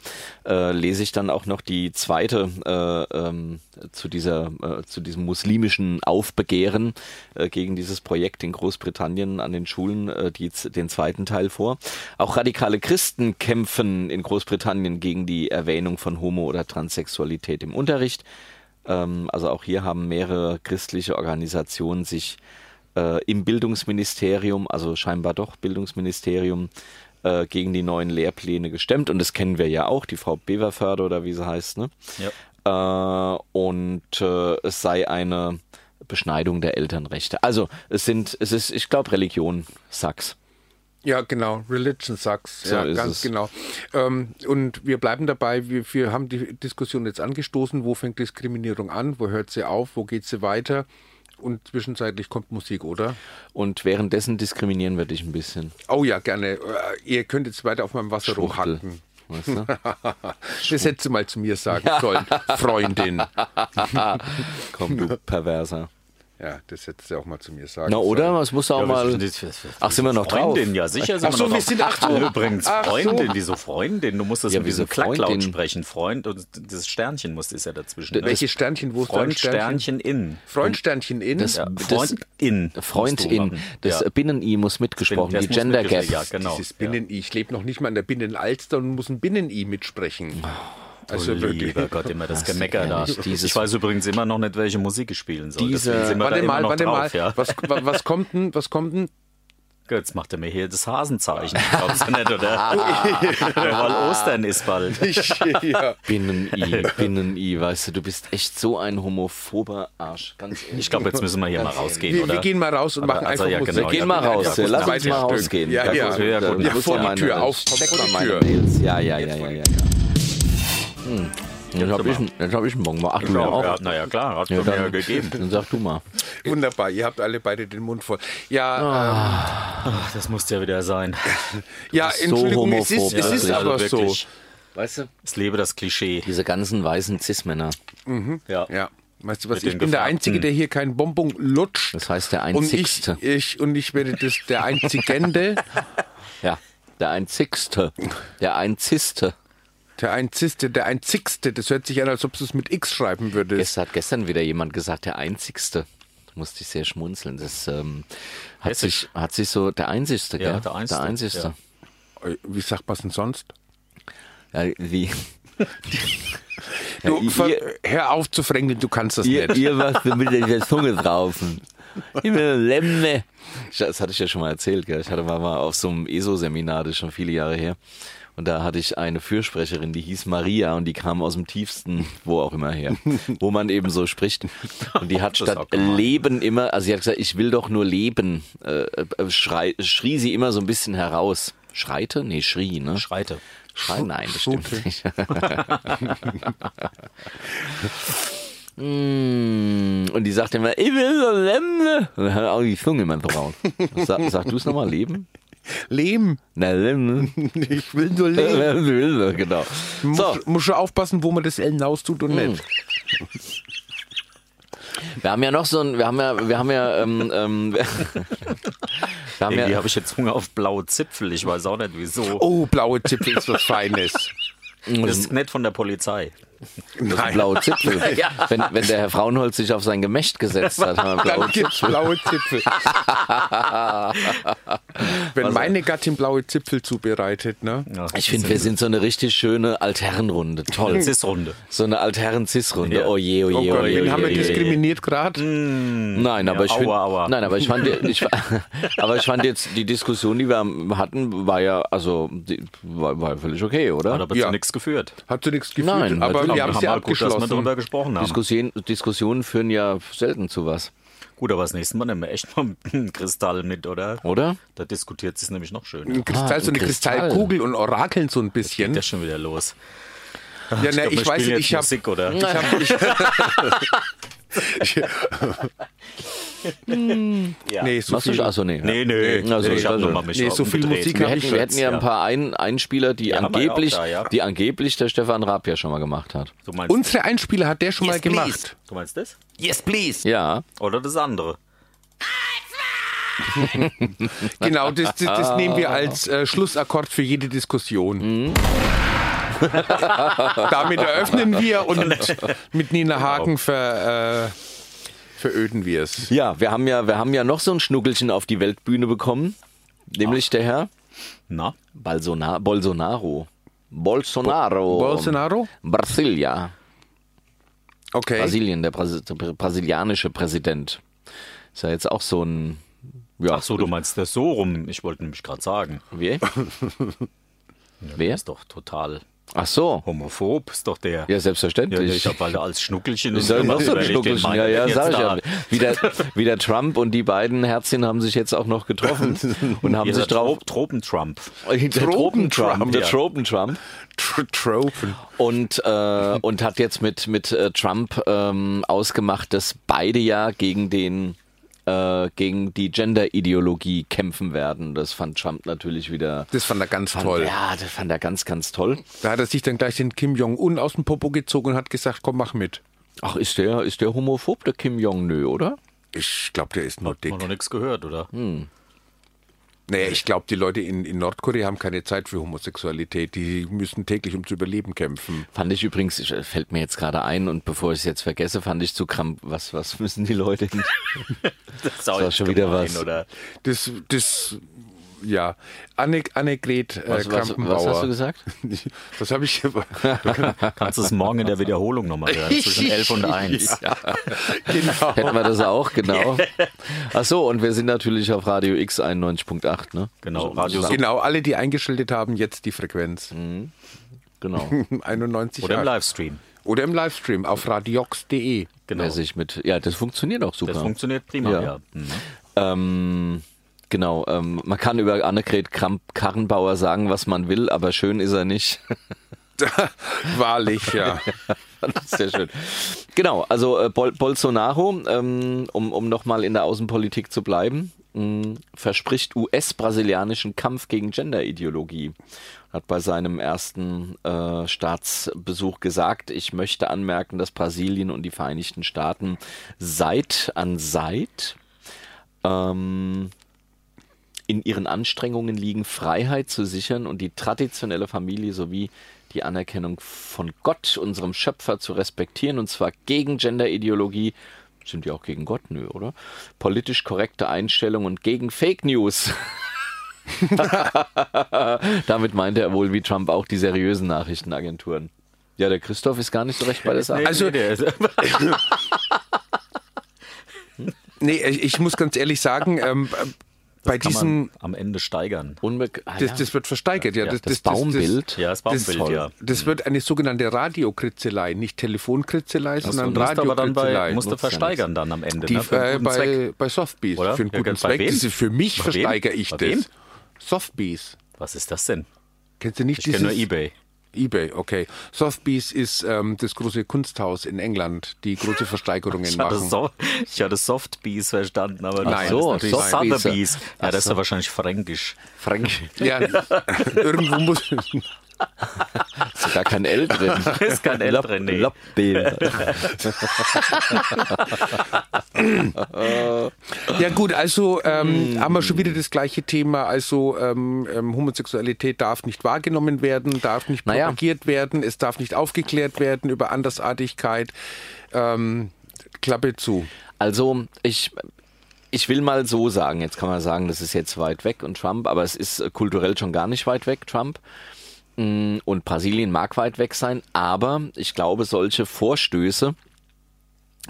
äh, lese ich dann auch noch die zweite äh, ähm, zu dieser, äh, zu diesem muslimischen Aufbegehren äh, gegen dieses Projekt in Großbritannien an den Schulen, äh, die, z- den zweiten Teil vor. Auch radikale Christen kämpfen in Großbritannien gegen die Erwähnung von Homo- oder Transsexualität im Unterricht. Ähm, also auch hier haben mehrere christliche Organisationen sich äh, im Bildungsministerium, also scheinbar doch Bildungsministerium, äh, gegen die neuen Lehrpläne gestemmt. Und das kennen wir ja auch, die Frau Beverförde oder wie sie heißt. Ne?
Ja.
Äh, und äh, es sei eine Beschneidung der Elternrechte. Also es sind, es ist, ich glaube, Religion, Sachs.
Ja, genau. Religion sucks.
So
ja,
ist
ganz
es.
genau. Ähm, und wir bleiben dabei. Wir, wir haben die Diskussion jetzt angestoßen. Wo fängt Diskriminierung an? Wo hört sie auf? Wo geht sie weiter? Und zwischenzeitlich kommt Musik, oder?
Und währenddessen diskriminieren wir dich ein bisschen.
Oh ja, gerne. Äh, Ihr könnt jetzt weiter auf meinem Wasser
Schwuchtel.
rumhacken.
Weißt du?
ne?
Das hättest du mal zu mir sagen sollen, Freundin.
Komm, du Perverser.
Ja, das hättest du auch mal zu mir sagen
Na,
sollen.
oder? Was muss auch mal. Ach, sind wir noch drauf?
Freundin, ja, sicher sind
Ach so,
noch
wir
drauf.
sind- ach so.
Übrigens,
Ach so.
Freundin, wieso Freundin? Du musst das
Ja,
mit
wieso
diesem Klacklaut
Freundin?
sprechen. Freund und das Sternchen muss, ist ja dazwischen. Ne?
Welches Sternchen? Wo ist dein
Freund, Sternchen,
Sternchen?
in.
Freundsternchen in?
Das-
Ja,
das-
Freundin. musst du
Freundin.
machen.
Das
ja.
Binnen-I muss mitgesprochen,
Das
die
muss
Gender Gap.
mitgesprochen, ja, genau.
Dieses Binnen-I. Ich lebe noch nicht mal in der Binnenalster und muss ein Binnen-I mitsprechen. Also wirklich.
Lieber Gott, Oh, immer das Gemecker da.
ehrlich, dieses-
Ich weiß übrigens immer noch nicht, welche Musik ich spielen soll.
Diese-
Deswegen sind wir
Warte
da
mal,
immer noch
warte
drauf,
mal.
Ja.
Was, wa- was kommt denn? Was kommt denn?
Gott, Jetzt macht er mir hier das Hasenzeichen. Glaubst du nicht, oder? Weil Ostern ist bald.
Ich, ja.
Binnen-I, Binnen-I, weißt du, du bist echt so ein homophober Arsch. Ganz ehrlich.
Ich glaube, jetzt müssen wir hier mal rausgehen,
wir,
oder?
wir gehen mal raus und
Aber
machen
also,
einfach
ja,
Musik.
genau,
Gehen mal
Ja,
raus,
das
ja,
ist
lass
ein
uns mal
zweites Stück.
rausgehen.
Ja, ja.
gut,
Ja, gut.
du
Ja,
musst
vor die
meine-
Tür, auf, komm,
Check
vor
mal
die
meine
Tür.
Mails. Ja, ja, ja, ja, ja. ja. Hm. Jetzt hab
mal.
ich einen- Jetzt habe ich einen Bonbon. Ach, du ja
Ja,
auch.
Genau, ja, naja, klar, hat
Ja,
mir ja
dann,
gegeben.
dann sag du mal.
Wunderbar, ihr habt alle beide den Mund voll.
Ah,
Ja,
Ach, das muss ja wieder sein.
ähm, ja
bist so
Entschuldigung, es ist,
homophob,
es
ja,
ist
also
aber so.
wirklich.
Weißt du?
Es lebe das Klischee.
Diese ganzen weißen Cis-Männer.
Ja.
Ja. Weißt du was,
Mit
ich
den
bin der
Gefragten.
Einzige, der hier keinen Bonbon lutscht.
Das heißt, der
und ich,
Einzigste.
ich, und ich werde das der Einzigende,
Ja, der Einzigste. Der Einziste.
der Einzigste, der Einzigste. Das hört sich an, als ob du es mit X schreiben würdest.
Gestern hat gestern wieder jemand gesagt, der Einzigste. Da musste ich sehr schmunzeln. Das ähm, hat,
Hessisch.
sich, hat sich so, der Einzigste,
Ja,
gell?
der Einzigste,
Der Einzigste.
Wie sagt man es denn sonst?
Ja. wie,
Du,
ihr-
ver- hör auf zu fränkeln, du kannst das
ihr,
nicht.
ihr macht mir mit der Zunge draufen. Immer Lemme. Ich- Das hatte ich ja schon mal erzählt. Gell? Ich hatte mal, mal auf so einem ESO-Seminar, das ist schon viele Jahre her. Und da hatte ich eine Fürsprecherin, die hieß Maria und die kam aus dem tiefsten, wo auch immer her, wo man eben so spricht. Und die hat
Das ist
statt
auch gemein.
Leben immer, also sie hat gesagt, ich will doch nur leben, äh, äh, schrei, schrie sie immer so ein bisschen heraus. Schreite? Nee, schrie, ne?
Schreite.
Schrei? Nein, das stimmt nicht. Mm, Und die sagt immer, ich will so Lemme. Und dann hat auch die Zunge immer drauf. Sag, sag du es nochmal, Leben?
Lehm.
Na, Lemme.
Ich will nur leben.
Lemme, genau. Äh, So, Hm.
Muss, muss schon aufpassen, wo man das L hinaus tut und nicht.
wir haben ja noch so ein, wir haben ja, wir haben ja, ähm, ähm, wir haben
Irgendwie
ja,
habe ich jetzt Hunger auf blaue Zipfel. Ich weiß auch nicht wieso.
Oh, blaue Zipfel ist was Feines.
Das ist nett von der Polizei.
Nein.
blaue Zipfel. Wenn, wenn der Herr Frauenholz sich auf sein Gemächt gesetzt hat, haben wir blaue
Dann gibt's
Zipfel.
blaue Zipfel. Wenn meine Gattin blaue Zipfel zubereitet, ne?
Ja,
Ich finde, wir sind so eine richtig schöne Altherrenrunde. Toll.
Das ist Runde.
So eine Altherren-Cis-Runde.
Ja.
Oh je, oh je,
Oh
oh je.
Gott,
oh
wen
je,
haben wir
oh je, oh je.
diskriminiert gerade?
Nein, aber ich
aua,
find,
aua.
nein, aber ich fand, ich, aber ich fand jetzt die Diskussion, die wir am- hatten, war ja, also die, war, war völlig okay,
Hat
oder?
aber
Ja.
zu nichts geführt.
Hat zu nichts gefühlt,
Nein,
aber
natürlich.
wir haben
wir gut,
Haben
sie
dass wir
abgeschlossen.
darüber gesprochen haben.
Diskussion, Diskussionen führen ja selten zu was,
Gut, aber das nächste Mal nehmen wir echt mal einen Kristall mit, oder?
oder?
Da diskutiert es nämlich noch
Ein
schöner.
Kristall,
Ah,
so eine
ein Kristall.
Kristallkugel und orakeln so ein bisschen.
Das ist schon wieder los.
Ja, ne,
glaub, wir
ich weiß
spielen jetzt
nicht, ich habe
Musik, oder?
Ich hab, ich nee, so
Machst du
viel,
schon? Achso, nee.
Nee, nee.
Na, so
nee ich habe
schade.
nochmal mich
also Nee, so viel
aufgedreht.
Musik
wir
hab
hätten,
ich
wir
jetzt,
hätten ja ein paar ein Einspieler, die
haben wir ja auch
angeblich,
da, ja.
die angeblich der Stefan Raab ja schon mal gemacht hat.
Du meinst,
unsere Einspieler hat der schon mal gemacht.
du meinst das?
Yes, please.
Ja.
Oder das andere?
Genau, das, das, das nehmen wir als äh, Schlussakkord für jede Diskussion. Damit eröffnen wir und mit Nina Hagen ver, äh, veröden wir es.
Ja, wir haben ja, wir haben ja noch so ein Schnuckelchen auf die Weltbühne bekommen, nämlich der Herr
Na?
Balsona Bolsonaro. Bolsonaro.
Bolsonaro?
Brasilia.
Okay.
Brasilien, der, Brasi der br- brasilianische Präsident. Ist ja jetzt auch so ein. Ja,
Ach so, du meinst das so rum. Ich wollte nämlich gerade sagen.
Wer? Wer?
Ist doch total
Ach so.
Homophob ist doch der.
Ja, selbstverständlich.
Ja, ich habe alle als Schnuckelchen
Ich sag
sowas
noch so ein
überlegt, den
Schnuckelchen.
meine
Ja, ja,
jetzt
sag ich
da.
ja. Wieder, wieder Trump und die beiden Herzchen haben sich jetzt auch noch getroffen und haben
Ja,
sich
der Tro-
drauf.
Tropentrump.
Der Tropen-Trump.
Tropen-Trump,
Der
ja.
Tropen-Trump.
Tr Tropen.
Und, äh, und hat jetzt mit, mit äh, Trump ähm, ausgemacht, dass beide ja gegen den äh, gegen die Gender-Ideologie kämpfen werden. Das fand Trump natürlich wieder.
Das fand er ganz
fand,
toll.
Ja, das fand er ganz, ganz toll.
Da hat er sich dann gleich den Kim Jong-un aus dem Popo gezogen und hat gesagt, komm, mach mit.
Ach, ist der, ist der homophob, der Kim Jong-nö, oder?
Ich glaube, der ist nur dick.
Haben wir noch nichts gehört, oder?
Hm.
Naja, ich glaube, die Leute in, in Nordkorea haben keine Zeit für Homosexualität. Die müssen täglich ums Überleben kämpfen.
Fand ich übrigens, ich, äh, fällt mir jetzt gerade ein und bevor ich es jetzt vergesse, fand ich zu kramp. Was, was müssen die Leute hin?
Das ist auch
war
jetzt
schon wieder
gemein,
was.
Oder?
Das, das, ja. Anne, Annegret äh,
Was, was,
Krampenbauer.
was hast du gesagt?
Was habe ich
Kannst du es morgen in der Wiederholung nochmal hören? Zwischen 11 und 1.
Ja, genau.
Hätten wir das auch, genau. Ach so, und wir sind natürlich auf Radio X 91.8, ne?
Genau, Radio Sau-
Genau, alle, die eingeschaltet haben, jetzt die Frequenz.
Genau.
Mhm.
91
Oder im
Hertz.
Livestream.
Oder im Livestream auf
Wer
radiox.de.
Genau.
sich mit, ja, das funktioniert auch super.
Das funktioniert prima,
Ja. Hm.
ja. Mhm.
Ähm, genau, ähm, man kann über Annegret Kramp-Karrenbauer sagen, was man will, aber schön ist er nicht.
Wahrlich, ja.
Das ist sehr schön. Genau, also äh, Bol Bolsonaro, ähm, um, um nochmal in der Außenpolitik zu bleiben, mh, verspricht US-brasilianischen Kampf gegen Genderideologie. Hat bei seinem ersten äh, Staatsbesuch gesagt, ich möchte anmerken, dass Brasilien und die Vereinigten Staaten Seit an Seit ähm, in ihren Anstrengungen liegen, Freiheit zu sichern und die traditionelle Familie sowie die Anerkennung von Gott, unserem Schöpfer, zu respektieren, und zwar gegen Genderideologie, stimmt ja auch gegen Gott, nö, oder? Politisch korrekte Einstellung und gegen Fake News. Damit meinte er wohl wie Trump auch die seriösen Nachrichtenagenturen. Ja, der Christoph ist gar nicht so recht bei der Sache.
Also-
der,
Nee, ich ich muss ganz ehrlich sagen, ähm, äh, bei
kann man
diesen.
am Ende steigern.
Unbe ah,
Das,
ja.
das wird versteigert, ja.
Ja,
Das,
das
das, das,
Baumbild.
Ja, das Mhm.
Das, das,
Baumbild, ja.
das wird eine sogenannte Radiokritzelei, nicht Telefonkritzelei,
Das
sondern
musst du aber dann bei,
Radiokritzelei.
musst du
Nutzt ja
versteigern dann am Ende.
Die,
ne, für einen
äh,
guten Zweck.
bei, bei Softbees
Oder?
für einen
Ja,
guten
ganz- bei
Zweck.
wem?
Das ist für mich
Bei wem?
versteigere ich
Bei
das.
wem?
Softbees.
Was ist das denn?
Kennst du nicht
Ich kenne nur
dieses-
Ebay.
eBay, okay. Sotheby's ist ähm, das große Kunsthaus in England, die große Versteigerungen
Ich hatte,
machen.
so, ich hatte Softbees verstanden, aber das
Nein,
so,
das ist natürlich
Softbees.
Sotheby's. Ja, das ist ja wahrscheinlich fränkisch.
Frank,
Ja, irgendwo muss.
ist gar kein L drin.
Da ist kein L drin, nee.
Lobbeer.
Ja gut, also
Hm.
ähm, haben wir schon wieder das gleiche Thema. Also ähm, ähm, Homosexualität darf nicht wahrgenommen werden, darf nicht
Naja.
propagiert werden, es darf nicht aufgeklärt werden über Andersartigkeit. Ähm, Klappe zu.
Also, ich, ich will mal so sagen, jetzt kann man sagen, das ist jetzt weit weg und Trump, aber es ist äh, kulturell schon gar nicht weit weg, Trump. Mm, Und Brasilien mag weit weg sein, aber ich glaube, solche Vorstöße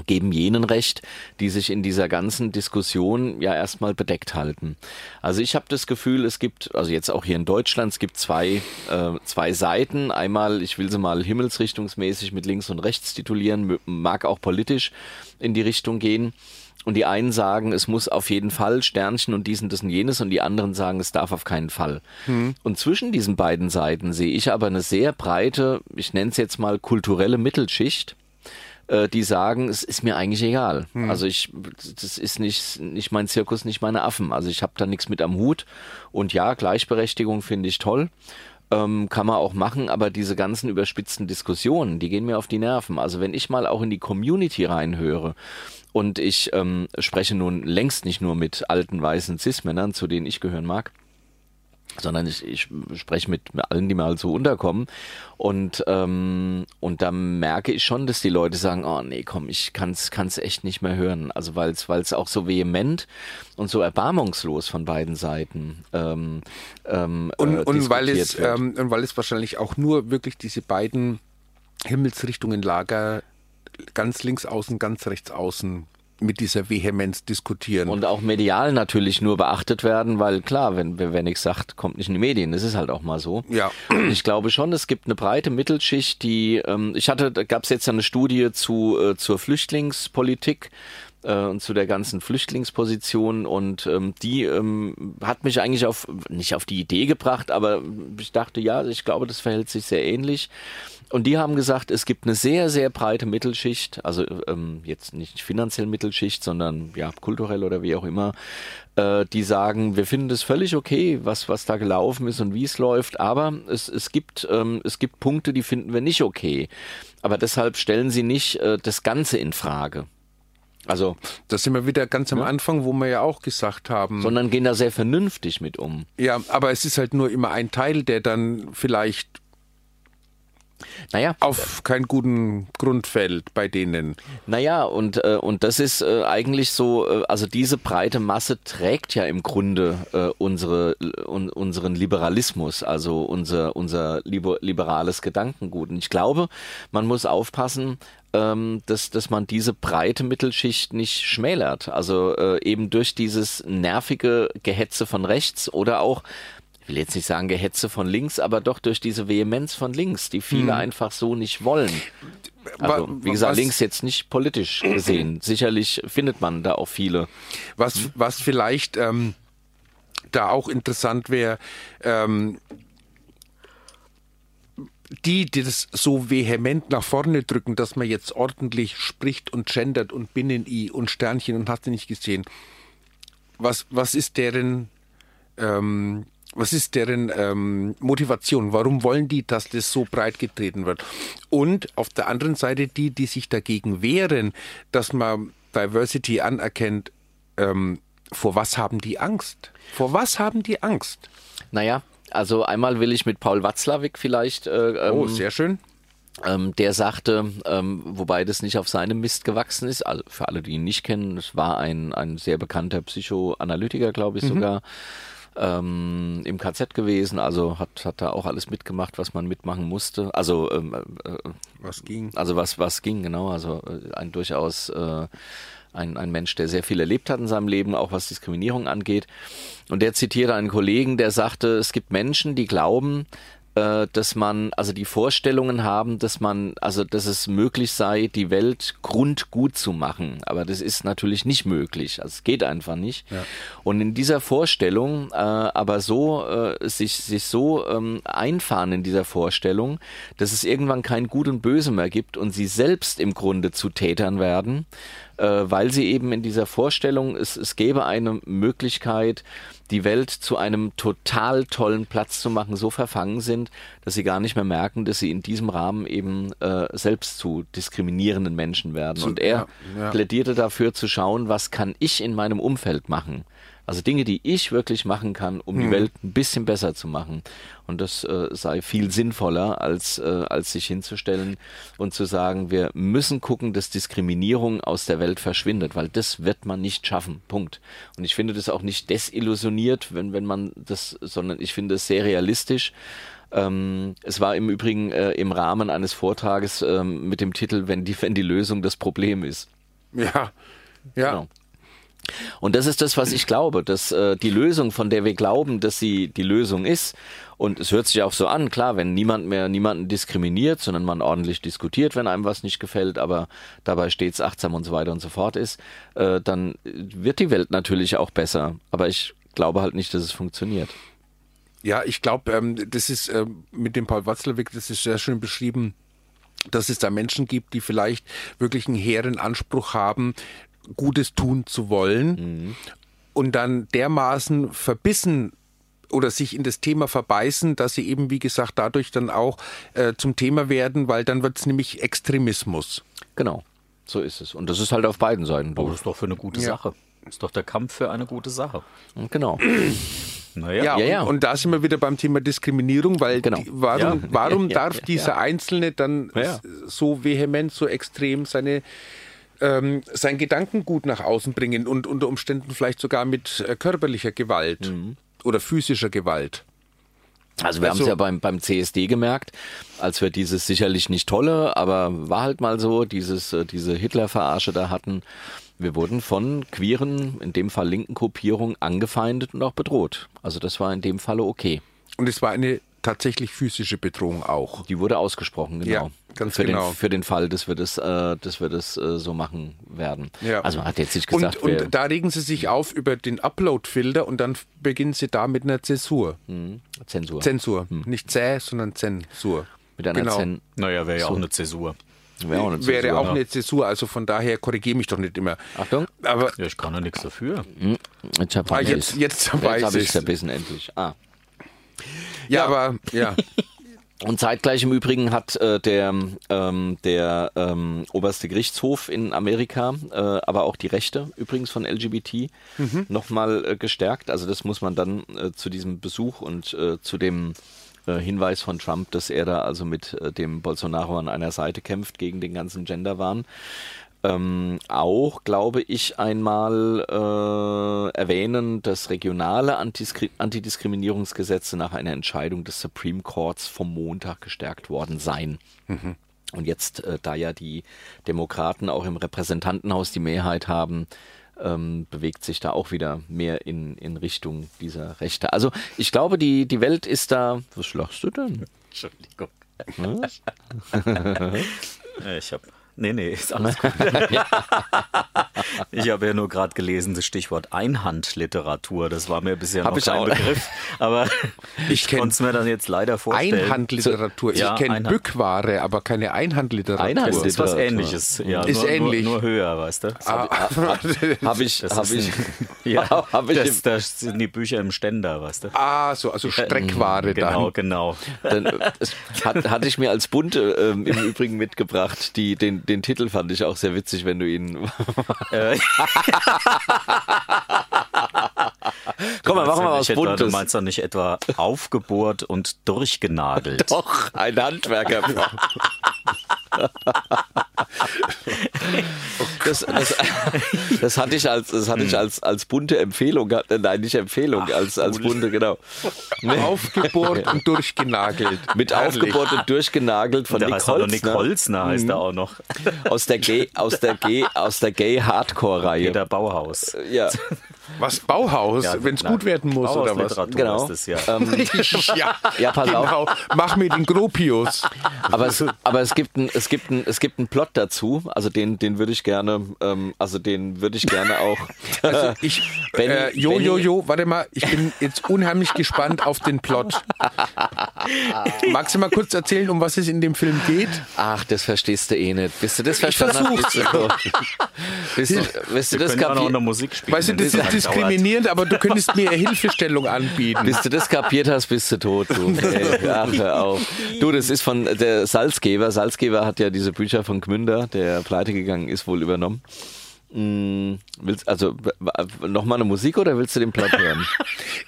geben jenen recht, die sich in dieser ganzen Diskussion ja erstmal bedeckt halten. Also ich habe das Gefühl, es gibt, also jetzt auch hier in Deutschland, es gibt zwei, äh, zwei Seiten. Einmal, ich will sie mal himmelsrichtungsmäßig mit links und rechts titulieren, m- mag auch politisch in die Richtung gehen. Und die einen sagen, es muss auf jeden Fall Sternchen und dies und das und jenes und die anderen sagen, es darf auf keinen Fall. Und zwischen diesen beiden Seiten sehe ich aber eine sehr breite, ich nenne es jetzt mal kulturelle Mittelschicht, äh, die sagen, es ist mir eigentlich egal. Also ich, das ist nicht, nicht mein Zirkus, nicht meine Affen. Also ich habe da nichts mit am Hut. Und ja, Gleichberechtigung finde ich toll. Ähm, kann man auch machen, aber diese ganzen überspitzten Diskussionen, die gehen mir auf die Nerven. Also wenn ich mal auch in die Community reinhöre und ich ähm, spreche nun längst nicht nur mit alten weißen Cis-Männern, zu denen ich gehören mag, sondern ich, ich spreche mit allen, die mal so unterkommen. Und, ähm, und da merke ich schon, dass die Leute sagen, oh nee, komm, ich kann's kann's echt nicht mehr hören. Also weil es auch so vehement und so erbarmungslos von beiden Seiten ähm, ähm,
Und,
äh,
und, weil
diskutiert
es,
wird.
ähm, und weil es wahrscheinlich auch nur wirklich diese beiden Himmelsrichtungen Lager ganz links außen, ganz rechts außen mit dieser Vehemenz diskutieren.
Und auch medial natürlich nur beachtet werden, weil klar, wenn wer nichts sagt, kommt nicht in die Medien. Das ist halt auch mal so.
Ja.
Und ich glaube schon, es gibt eine breite Mittelschicht, die ähm, ich hatte, da gab es jetzt ja eine Studie zu äh, zur Flüchtlingspolitik äh, und zu der ganzen Flüchtlingsposition und ähm, die ähm, hat mich eigentlich auf nicht auf die Idee gebracht, aber ich dachte, ja, ich glaube, das verhält sich sehr ähnlich. Und die haben gesagt, es gibt eine sehr, sehr breite Mittelschicht, also ähm, jetzt nicht finanziell Mittelschicht, sondern ja, kulturell oder wie auch immer, äh, die sagen, wir finden es völlig okay, was, was da gelaufen ist und wie es läuft, aber es, es, gibt, ähm, es gibt Punkte, die finden wir nicht okay. Aber deshalb stellen sie nicht äh, das Ganze in Frage. Also,
Das sind wir wieder ganz am Anfang, wo wir ja auch gesagt haben.
sondern gehen da sehr vernünftig mit um.
ja, aber es ist halt nur immer ein Teil, der dann vielleicht
Naja,
auf keinen guten Grund fällt bei denen.
Naja, und, äh, und das ist äh, eigentlich so, äh, also diese breite Masse trägt ja im Grunde äh, unsere, un, unseren Liberalismus, also unser, unser liber, liberales Gedankengut. Und ich glaube, man muss aufpassen, ähm, dass, dass man diese breite Mittelschicht nicht schmälert. Also äh, eben durch dieses nervige Gehetze von rechts oder auch ich will jetzt nicht sagen Gehetze von links, aber doch durch diese Vehemenz von links, die viele einfach so nicht wollen. Also,
Wa-
wie gesagt,
was-
links jetzt nicht politisch gesehen. Sicherlich findet man da auch viele.
Was, was vielleicht ähm, da auch interessant wäre, ähm, die, die das so vehement nach vorne drücken, dass man jetzt ordentlich spricht und gendert und Binnen-I und Sternchen und hast du nicht gesehen. Was, was ist deren, ähm, was ist deren ähm, Motivation? Warum wollen die, dass das so breit getreten wird? Und auf der anderen Seite die, die sich dagegen wehren, dass man Diversity anerkennt, ähm, vor was haben die Angst? Vor was haben die Angst?
Naja, also einmal will ich mit Paul Watzlawick vielleicht, äh,
Oh,
ähm,
sehr schön.
ähm, der sagte, ähm, wobei das nicht auf seinem Mist gewachsen ist, also für alle, die ihn nicht kennen, es war ein, ein sehr bekannter Psychoanalytiker,
Mhm.
glaube ich sogar, ähm, im KZ gewesen, also hat, hat da auch alles mitgemacht, was man mitmachen musste. Also ähm, äh,
Was ging?
Also was, was ging, genau. Also äh, ein durchaus äh, ein, ein Mensch, der sehr viel erlebt hat in seinem Leben, auch was Diskriminierung angeht. Und der zitierte einen Kollegen, der sagte, es gibt Menschen, die glauben, äh, dass man, also die Vorstellungen haben, dass man, also dass es möglich sei, die Welt grundgut zu machen. Aber das ist natürlich nicht möglich. Also es geht einfach nicht. Und in dieser Vorstellung, äh, aber so, äh, sich, sich so ähm, einfahren in dieser Vorstellung, dass es irgendwann kein Gut und Böse mehr gibt und sie selbst im Grunde zu Tätern werden, äh, weil sie eben in dieser Vorstellung, es, es gäbe eine Möglichkeit, die Welt zu einem total tollen Platz zu machen, so verfangen sind, dass sie gar nicht mehr merken, dass sie in diesem Rahmen eben äh, selbst zu diskriminierenden Menschen werden. und er
ja, ja.
plädierte dafür zu schauen, was kann ich in meinem Umfeld machen. Also Dinge, die ich wirklich machen kann, um die Welt ein bisschen besser zu machen. Und das äh, sei viel sinnvoller, als, äh, als sich hinzustellen und zu sagen, wir müssen gucken, dass Diskriminierung aus der Welt verschwindet, weil das wird man nicht schaffen. Punkt. Und ich finde das auch nicht desillusioniert, wenn, wenn man das, sondern ich finde es sehr realistisch. Ähm, es war im Übrigen äh, im Rahmen eines Vortrages ähm, mit dem Titel, wenn die, wenn die Lösung das Problem ist.
Ja, ja.
Genau. Und das ist das, was ich glaube, dass äh, die Lösung, von der wir glauben, dass sie die Lösung ist, und es hört sich auch so an, klar, wenn niemand mehr niemanden diskriminiert, sondern man ordentlich diskutiert, wenn einem was nicht gefällt, aber dabei stets achtsam und so weiter und so fort ist, äh, dann wird die Welt natürlich auch besser. Aber ich glaube halt nicht, dass es funktioniert.
Ja, ich glaube, ähm, das ist ähm, mit dem Paul Watzlawick, das ist sehr schön beschrieben, dass es da Menschen gibt, die vielleicht wirklich einen hehren Anspruch haben, Gutes tun zu wollen und dann dermaßen verbissen oder sich in das Thema verbeißen, dass sie eben, wie gesagt, dadurch dann auch äh, zum Thema werden, weil dann wird es nämlich Extremismus.
Genau, so ist es. Und das ist halt auf beiden Seiten
Aber
doof.
das ist doch für eine gute
Ja.
Sache. Das ist doch der Kampf für eine gute Sache.
Genau.
Naja,
Ja,
Ja,
und,
ja.
und da sind wir wieder beim Thema Diskriminierung, weil
Genau.
die, warum,
Ja.
warum
Ja,
darf
ja,
dieser Einzelne dann
Ja.
s- so vehement, so extrem seine ähm, sein Gedankengut nach außen bringen und unter Umständen vielleicht sogar mit äh, körperlicher Gewalt
Mhm.
oder physischer Gewalt.
Also wir
Also-
haben es ja beim, beim CSD gemerkt, als wir dieses sicherlich nicht tolle, aber war halt mal so, dieses, äh, diese Hitler-Verarsche da hatten, Wir wurden von queeren, in dem Fall linken Gruppierungen, angefeindet und auch bedroht. Also das war in dem Falle okay.
Und es war eine tatsächlich physische Bedrohung auch.
Die wurde ausgesprochen, genau.
Ja, ganz
für
genau.
Den, für den Fall, dass wir das, äh, dass wir das äh, so machen werden.
Ja.
Also man hat jetzt nicht gesagt,
und,
wir,
und da regen sie sich auf über den Upload-Filter und dann beginnen sie da mit einer Zäsur.
Hm. Zensur.
Zensur. Nicht Zäh, sondern Zensur.
Hm. mit einer
genau.
Zen
Naja, wäre ja auch eine Zäsur.
wäre auch eine Zensur.
Wäre auch eine Zäsur, also von daher korrigiere mich doch nicht immer.
Achtung.
Aber
Ja, ich kann ja nichts dafür.
Jetzt hab
Ah,
ich
jetzt-
es.
jetzt
jetzt
weiß
habe ich
ich's.
es ein bisschen endlich. Ah.
ja, aber ja.
Und zeitgleich im Übrigen hat äh, der, ähm, der ähm, oberste Gerichtshof in Amerika, äh, aber auch die Rechte übrigens von LGBT nochmal äh, gestärkt. Also das muss man dann äh, zu diesem Besuch und äh, zu dem äh, Hinweis von Trump, dass er da also mit äh, dem Bolsonaro an einer Seite kämpft gegen den ganzen Genderwahn. Ähm, auch, glaube ich, einmal äh, erwähnen, dass regionale Antiskri Antidiskriminierungsgesetze nach einer Entscheidung des Supreme Courts vom Montag gestärkt worden seien. Und jetzt, äh, da ja die Demokraten auch im Repräsentantenhaus die Mehrheit haben, ähm, bewegt sich da auch wieder mehr in, in Richtung dieser Rechte. Also ich glaube, die, die Welt ist da. Was lachst du denn?
Entschuldigung. ich habe. Nee, nee, ist alles gut. ich habe ja nur gerade gelesen, das Stichwort Einhandliteratur. Das war mir bisher
Hab
noch
ich
kein
auch.
Begriff. Aber
Ich
ich
kenn-
konnte es mir dann jetzt leider vorstellen.
Einhandliteratur. Ich
Ja,
kenne
Einhand-
Bückware, aber keine Einhandliteratur.
Das ist was
Literatur.
Ähnliches. Ja,
Ist
nur,
ähnlich.
Nur, nur höher, weißt du?
Ah,
Habe ich,
Das
habe
ist
ich,
ja,
hab ich
das, das sind die Bücher im Ständer, weißt du?
ah, so, also Streckware
Genau,
dann.
genau.
dann, äh, es hat, hatte ich mir als bunte ähm, im Übrigen mitgebracht. Die, den, den Titel fand ich auch sehr witzig, wenn du ihn.
Äh,
Komm mal, machen wir mal was
Ich hätte- Du
Buntes.
meinst doch nicht etwa aufgebohrt und durchgenagelt.
Doch, ein Handwerker. Das, das, das hatte ich als, das hatte ich
Hm.
als, als bunte Empfehlung, äh, nein, nicht Empfehlung, als, als bunte, genau.
Aufgebohrt und durchgenagelt.
Mit
Herrlich.
aufgebohrt und durchgenagelt von
Da
Nick ne?
heißt er doch
Holzner, Mhm.
Nick Holzner, heißt er auch noch.
aus der Gay, aus der Gay, aus der Gay Hardcore-Reihe.
Peter Bauhaus.
Ja,
Was Bauhaus,
Ja,
wenn es
nein.
gut werden muss oder was?
Bauhausliteratur
Genau.
Ist das, ja.
ja,
Ja, pass auf.
genau. Mach mir den Gropius.
aber es, aber es gibt ein, es gibt ein, es gibt einen Plot dazu. Also den, den würde ich gerne, ähm, also den würde ich gerne auch.
Also ich,
Benny-
äh, jo,
Benny-
jo, jo, warte mal, ich bin jetzt unheimlich gespannt auf den Plot. Magst du mal kurz erzählen, um was es in dem Film geht?
Ach, das verstehst du eh nicht. Bist du das verstanden? hast, Bist du, bist du, bist du
Wir
das
können auch noch eine
kapiert?
Musik spielen.
Weißt du,
wenn
das
es
ist
lang
diskriminierend, aber du könntest mir Hilfestellung anbieten.
Bis du das kapiert hast, bist du tot. Du. Nee, ach, hör auf. du, das ist von äh, der Salzgeber. Salzgeber hat ja diese Bücher von Gmünder, der pleite gegangen ist, wohl übernommen. Hm, willst, also nochmal eine Musik oder willst du den Plot hören?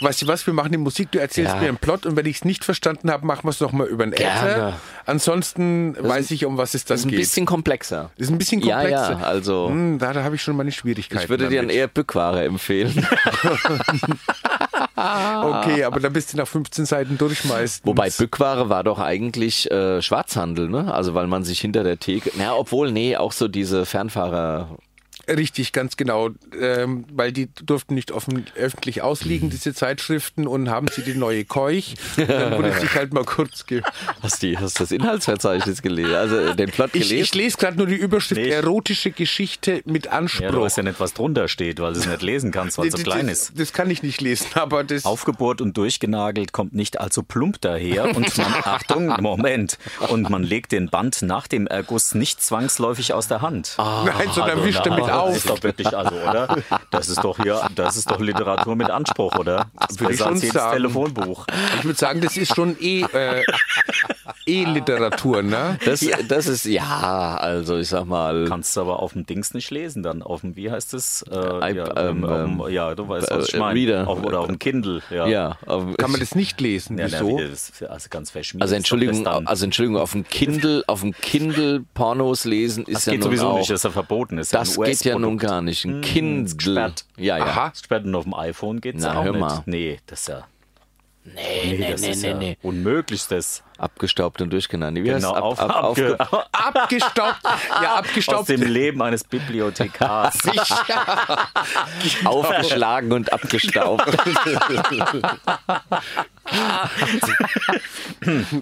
Weißt du was, wir machen die Musik, du erzählst
Ja.
mir einen Plot und wenn ich es nicht verstanden habe, machen wir es nochmal über den Äther.
Gerne.
Ansonsten weiß ich, um was es dann
Das ist ein
geht.
bisschen komplexer.
ist ein bisschen komplexer.
Ja, ja, also.
Hm, da da habe ich schon meine Schwierigkeiten
Ich würde dir E- dann
damit.
eher Bückware empfehlen.
Okay, aber dann bist du nach 15 Seiten durch meistens.
Ah. Wobei Bückware war doch eigentlich äh, Schwarzhandel, ne? Also weil man sich hinter der Theke. Na, obwohl, nee, auch so diese Fernfahrer.
Richtig, ganz genau. Ähm, weil die durften nicht offen, öffentlich
Mhm.
ausliegen, diese Zeitschriften, und haben sie die neue Keuch. Und Dann wurde sich halt mal kurz ge
Hast du hast das Inhaltsverzeichnis gelesen? Also äh, den Plot
Ich, ich
gelesen?
lese gerade nur die Überschrift
Nee, ich-
erotische Geschichte mit Anspruch.
Ja, du weißt ja nicht, was drunter steht, weil du es nicht lesen kannst, weil es so
Das-
klein
das,
ist.
das kann ich nicht lesen, aber das.
Aufgebohrt und durchgenagelt kommt nicht allzu plump daher und man, Achtung, Moment, und man legt den Band nach dem Erguss nicht zwangsläufig aus der Hand.
nein, sondern wischt damit
Ah, na, Das
auf.
ist doch wirklich, also, oder? Das ist doch hier, das ist doch Literatur mit Anspruch, oder? Das
Würde ich
besser
schon
als jedes
sagen.
Telefonbuch.
Ich würde sagen, das ist schon eh, äh, E-Literatur, ne?
Das, das ist, ja, also ich sag mal.
Kannst du aber auf dem Dings nicht lesen, dann auf dem, wie heißt es? Äh,
Äh,
ja,
ähm,
auf dem-
ähm,
ja, du weißt, was ich
äh,
meine.
Reader.
Auf, oder auf dem Kindle, ja.
ja, aber-
Kann man das nicht lesen?
Ja, na,
Wieso?
wie das ist also ganz verschmiert.
also
ist doch
Entschuldigung,
das dann.
also Entschuldigung, auf dem Kindle, auf dem Kindle Pornos lesen ist
das
ja
geht
nun
sowieso
auch,
nicht, das ist ja verboten. Das, ist
Das
ein
geht ja nun
US-Produkt.
gar nicht. Ein Kindle.
gesperrt.
Ja, ja.
Aha.
Später auf dem iPhone geht es
Na,
auch
hör
nicht.
mal.
Nee, das ist ja.
Nee, nee, nee,
das
nee,
ist
nee,
ja unmöglich, das.
Abgestaubt und durchgenannt. Wie heißt
Genau,
ab,
auf,
ab,
abge-
aufge-
Abgestaubt. Ja,
aus
abgestaubt.
dem Leben eines Bibliothekars.
aufgeschlagen und abgestaubt.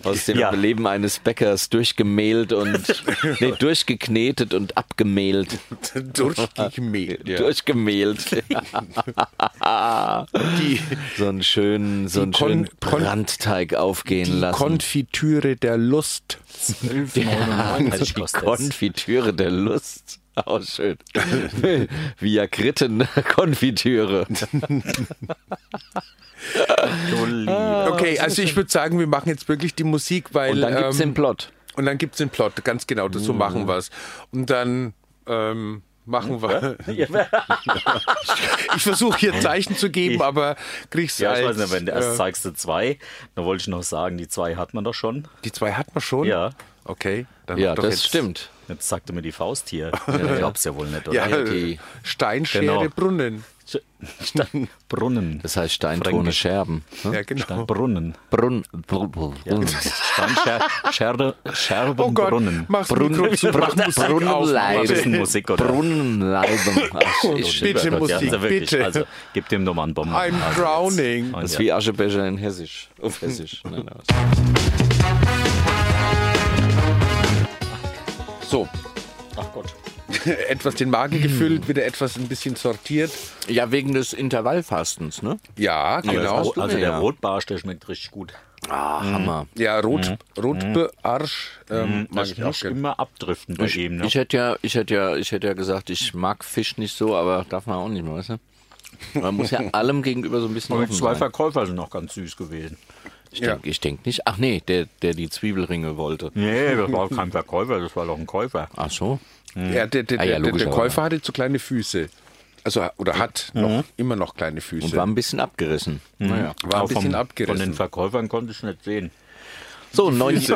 Aus dem
Ja.
Leben eines Bäckers durchgemehlt und nee, durchgeknetet und abgemehlt.
Durchgemäht. Ja.
Durchgemehlt.
Die,
So einen schönen, so
Die
einen
Kon-
schönen
Kon-
Brandteig aufgehen
die
lassen.
Konfitüre der Lust.
Also die Konfitüre der Lust. Auch schön. Via Kritten Konfitüre.
Okay, also ich würde sagen, wir machen jetzt wirklich die Musik, weil.
Und dann gibt's
ähm,
den Plot.
Und dann gibt's den Plot, ganz genau, das so machen wir's. Und dann ähm, machen wir. ich versuche hier Zeichen zu geben, aber kriegst
Ja, ich
als,
weiß nicht, wenn du erst
äh,
zeigst du zwei, dann wollte ich noch sagen, die zwei hat man doch schon.
Die zwei hat man schon.
Ja.
Okay. Dann
Ja,
mach doch
das
jetzt-
stimmt.
Jetzt sagte mir die Faust hier. Ja, glaubst ja wohl nicht,
Ja,
oder?
die-
Steinschere
Genau.
Brunnen.
Stein- Brunnen.
Das heißt Steintone
Fränkisch.
Scherben.
Ja, genau.
Brunnen.
Brunn, brun, brun, brun.
Steinscher, Scher,
Oh Gott,
Scherbenbrunnen.
mach's Mikro zu, mach Musik auf.
Ein bisschen
Brunnenleiben.
Musik, oder?
Brunnenleiben. Ach, ich-
Bitte
Gott,
Musik,
also wirklich,
bitte.
Also, gib dem nochmal einen Bonbon.
I'm
also,
drowning.
Das ist
Also,
wie Aschebecher in Hessisch. Auf Hessisch. Nein, nein, was-
So,
ach Gott.
etwas den Magen gefüllt, wieder etwas ein bisschen sortiert.
Ja, wegen des Intervallfastens, ne?
Ja, genau.
hast du
Also
mir
der
ja.
Rotbarsch, der schmeckt richtig gut.
Ah,
Mhm.
Hammer.
Ja, Rot,
Mhm.
Rotbearsch ähm, mag
Ich
ich auch
muss
gerne.
immer abdriften bei ihm. Ne?
Ich hätte ja, ich hätte ja, ich hätte ja gesagt, ich mag Fisch nicht so, aber darf man auch nicht mehr, weißt du? Man muss ja allem gegenüber so ein bisschen
Und
offen
zwei
sein.
Verkäufer sind noch ganz süß gewesen.
Ich denke denk nicht. Ach nee, der, der die Zwiebelringe wollte.
Hm.
Nee, das war kein Verkäufer, das war doch ein Käufer.
Ach so.
Ja, der, der,
Ah, ja,
der, der, der
logischerweise. Mhm.
Käufer hatte zu kleine Füße. Also, oder hat noch, immer noch kleine Füße.
Und war ein bisschen abgerissen.
Hm.
Naja.
War ein
Aber vom-
bisschen
Von den
abgerissen.
Verkäufern konnte ich nicht sehen.
So, neun.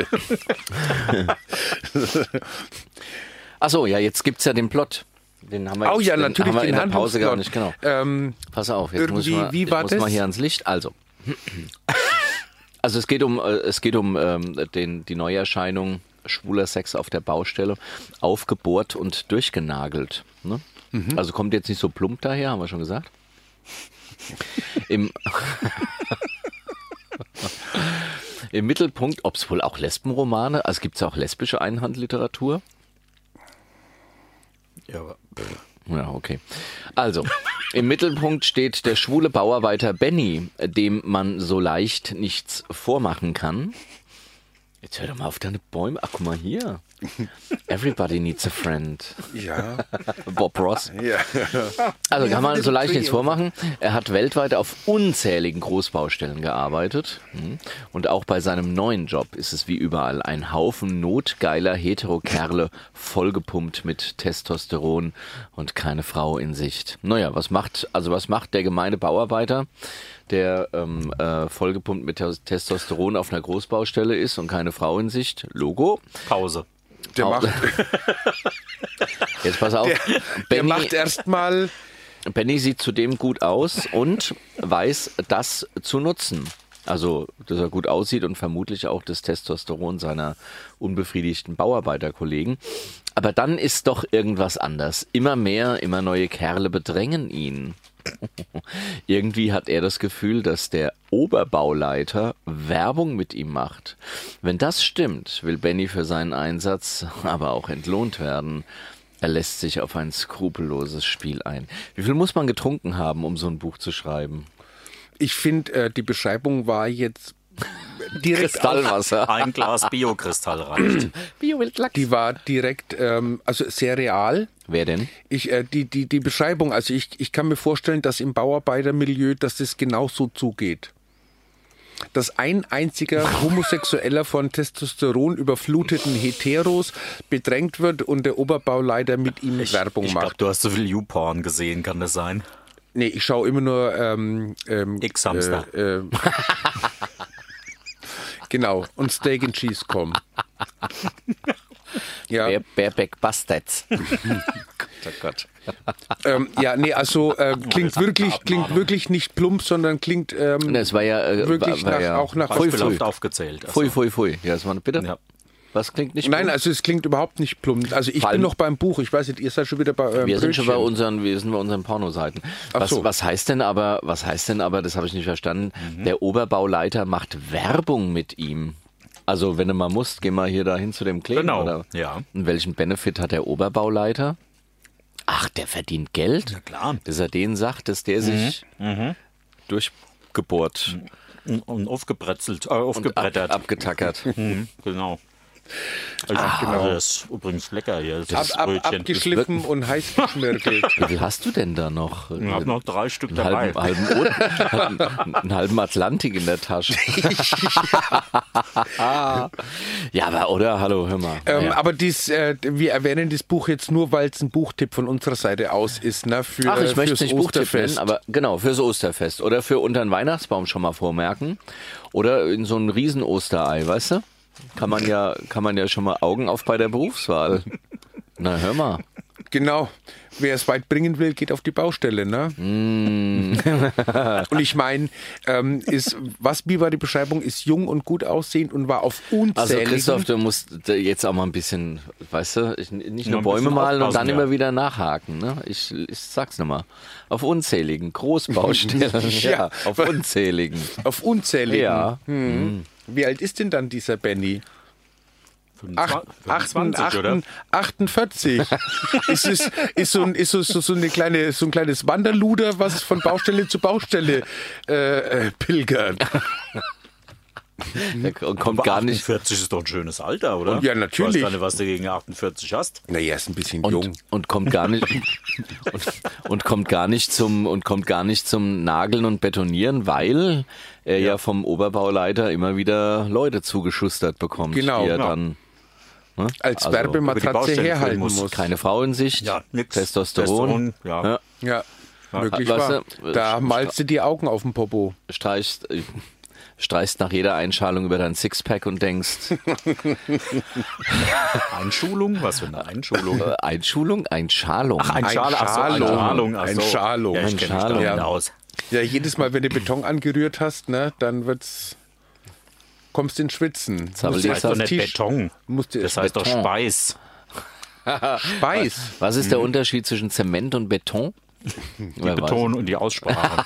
Ach so, ja, jetzt gibt's ja den Plot. Den haben wir,
Oh
jetzt,
ja,
den
natürlich,
haben wir in
den
der Pause gar
Handlungsplot.
nicht, genau.
Ähm,
Pass auf, jetzt muss ich
Irgendwie,
mal,
wie
ich
war
muss
das?
mal hier ans Licht. Also, also es geht um, äh, es geht um ähm, den, die Neuerscheinung schwuler Sex auf der Baustelle, aufgebohrt und durchgenagelt. Ne?
Mhm.
Also kommt jetzt nicht so plump daher, haben wir schon gesagt. Im, Im Mittelpunkt, ob es wohl auch Lesbenromane, also gibt es auch lesbische Einhandliteratur.
Ja,
Ja, okay. Also, im Mittelpunkt steht der schwule Bauarbeiter Benny, dem man so leicht nichts vormachen kann. Jetzt hör doch mal auf deine Bäume. Ach, guck mal hier. Everybody needs a friend.
ja,
Bob Ross.
ja.
Also kann man so leicht nichts vormachen. Er hat weltweit auf unzähligen Großbaustellen gearbeitet. Hm. Und auch bei seinem neuen Job ist es wie überall ein Haufen notgeiler Heterokerle, vollgepumpt mit Testosteron und keine Frau in Sicht. Naja, was macht, also was macht der gemeine Bauarbeiter, der ähm, äh, vollgepumpt mit Tes- Testosteron auf einer Großbaustelle ist und keine Frau in Sicht? Logo.
Pause.
Der
Au-
macht,
Jetzt pass auf.
der
Benny-
macht erstmal.
Benny sieht zudem gut aus und weiß das zu nutzen. Also, dass er gut aussieht und vermutlich auch das Testosteron seiner unbefriedigten Bauarbeiterkollegen. Aber dann ist doch irgendwas anders. Immer mehr, immer neue Kerle bedrängen ihn. Irgendwie hat er das Gefühl, dass der Oberbauleiter Werbung mit ihm macht. Wenn das stimmt, will Benny für seinen Einsatz aber auch entlohnt werden. Er lässt sich auf ein skrupelloses Spiel ein. Wie viel muss man getrunken haben, um so ein Buch zu schreiben?
Ich finde, äh, die Beschreibung war jetzt direkt.
Kristallwasser.
Ein Glas Biokristall reicht.
Die war direkt, ähm, also sehr real.
Wer denn?
Ich, äh, die, die, die Beschreibung, also ich, ich kann mir vorstellen, dass im Bauarbeitermilieu, dass es genau so zugeht. Dass ein einziger Homosexueller von Testosteron überfluteten Heteros bedrängt wird und der Oberbauleiter mit ihm Werbung
ich glaube,
macht.
du hast so viel YouPorn gesehen, kann das sein?
Nee, ich schaue immer nur ähm, ähm,
X-Hamster.
Äh, äh, genau, und Steak and Cheese kommen. Ja,
Bareback Bastards. oh Gott.
Ähm, ja, nee, also äh, klingt wirklich, klingt wirklich nicht plump, sondern klingt ähm,
Na, Es war ja äh,
wirklich
war, war
nach,
ja,
auch nach was
Pfui,
Beispielhaft
pfui,
aufgezählt. Also,
pfui, pfui, pfui. Ja, das war eine Bitte.
Ja.
Was klingt nicht
Nein,
gut?
also es klingt überhaupt nicht plump. Also ich
Vor
bin
allem-
noch beim Buch. Ich weiß nicht, ihr seid schon wieder bei eurem
Wir sind schon bei
Brötchen.
unseren, wir sind bei unseren Pornoseiten.
Ach
Was,
so.
was heißt denn aber, was heißt denn aber, das habe ich nicht verstanden, der Oberbauleiter macht Werbung mit ihm. Also wenn du mal musst, geh mal hier dahin zu dem Kleber.
Genau,
Oder?
ja.
Und welchen Benefit hat der Oberbauleiter? Ach, der verdient Geld? Na
klar.
Dass er denen sagt, dass der sich durchgebohrt
Und, und aufgebrezelt, äh,
und ab,
aufgebrettert.
abgetackert.
Mhm, genau. Also, Das ist übrigens lecker hier. Das
genau. ab, ab,
Brötchen.
abgeschliffen und heiß geschmirgelt.
Wie viel hast du denn da noch?
Ich habe noch drei Stück
einen
dabei.
halben, halben, einen, einen halben Atlantik in der Tasche. ja, aber oder? Hallo, hör mal.
Ähm,
ja.
Aber dies, äh, wir erwähnen das Buch jetzt nur, weil es ein Buchtipp von unserer Seite aus ist. Ne? Für,
Ach, ich möchte es
fürs
nicht Buchtipp nennen,
Osterfest.
aber genau, fürs Osterfest. Oder für unter den Weihnachtsbaum schon mal vormerken. Oder in so ein Riesen-Osterei, weißt du? Kann man ja, kann man ja schon mal Augen auf bei der Berufswahl. Na, hör mal.
Genau. Wer es weit bringen will, geht auf die Baustelle, ne?
Mm.
und ich meine, ähm, ist, was, wie war die Beschreibung, ist jung und gut aussehend und war auf
Also
unzähligen...
Christoph, du musst da jetzt auch mal ein bisschen, weißt du, ich, nicht
Nur
nur
ein
Bäume
bisschen
malen und
aufpassen,
dann
ja.
immer wieder nachhaken. Ne? Ich, ich sag's nochmal. Auf unzähligen Großbaustellen. ja,
Ja.
auf unzähligen.
auf unzähligen.
Ja.
Hm. Wie alt ist denn dann dieser Benny? Acht-
28,
achten-
oder?
achten- 48. ist, es, ist, so ein, ist so, so, so, eine kleine, so ein kleines Wanderluder, was von Baustelle zu Baustelle äh, äh, pilgert.
Der kommt
Aber
gar nicht.
48 ist doch ein schönes Alter, oder?
Ja,
Ich
natürlich.
weiß gar nicht, was du gegen 48 hast.
Naja, ist ein bisschen jung.
Und, und kommt gar nicht und, und kommt gar nicht zum und kommt gar nicht zum Nageln und Betonieren, weil er ja, vom Oberbauleiter immer wieder Leute zugeschustert bekommt,
Genau,
die er
genau.
dann
Als
also,
über die
Werbematratze
Baustelle
herhalten
filmen muss.
muss.
keine Frau in Sicht,
Ja, nix.
Testosteron,
Testosteron, ja.
Ja, wirklich
weißt
wahr.
du, äh,
Da
sch-
malst du die Augen auf den Popo.
streichst, äh, streichst nach jeder Einschalung über dein Sixpack und denkst,
Einschulung? Was für eine Einschulung?
äh, Einschulung, Einschalung.
Einschale, ach so, Einschalung,
ach so.
Einschalung.
Ja, ich kenne mich da
Einschalung.
nicht aus.
Ja, jedes Mal, wenn du Beton angerührt hast, ne, dann wird's kommst ins Schwitzen.
aber
Musst
die
du
Das
heißt Das
erst
ist
aufs
doch nicht
T-Shirt-
Beton.
Musst du
Das
erst
heißt doch
Beton.
Speis.
Speis.
Was ist der Unterschied zwischen Zement und Beton? Wer weiß.
Beton und die Aussprache.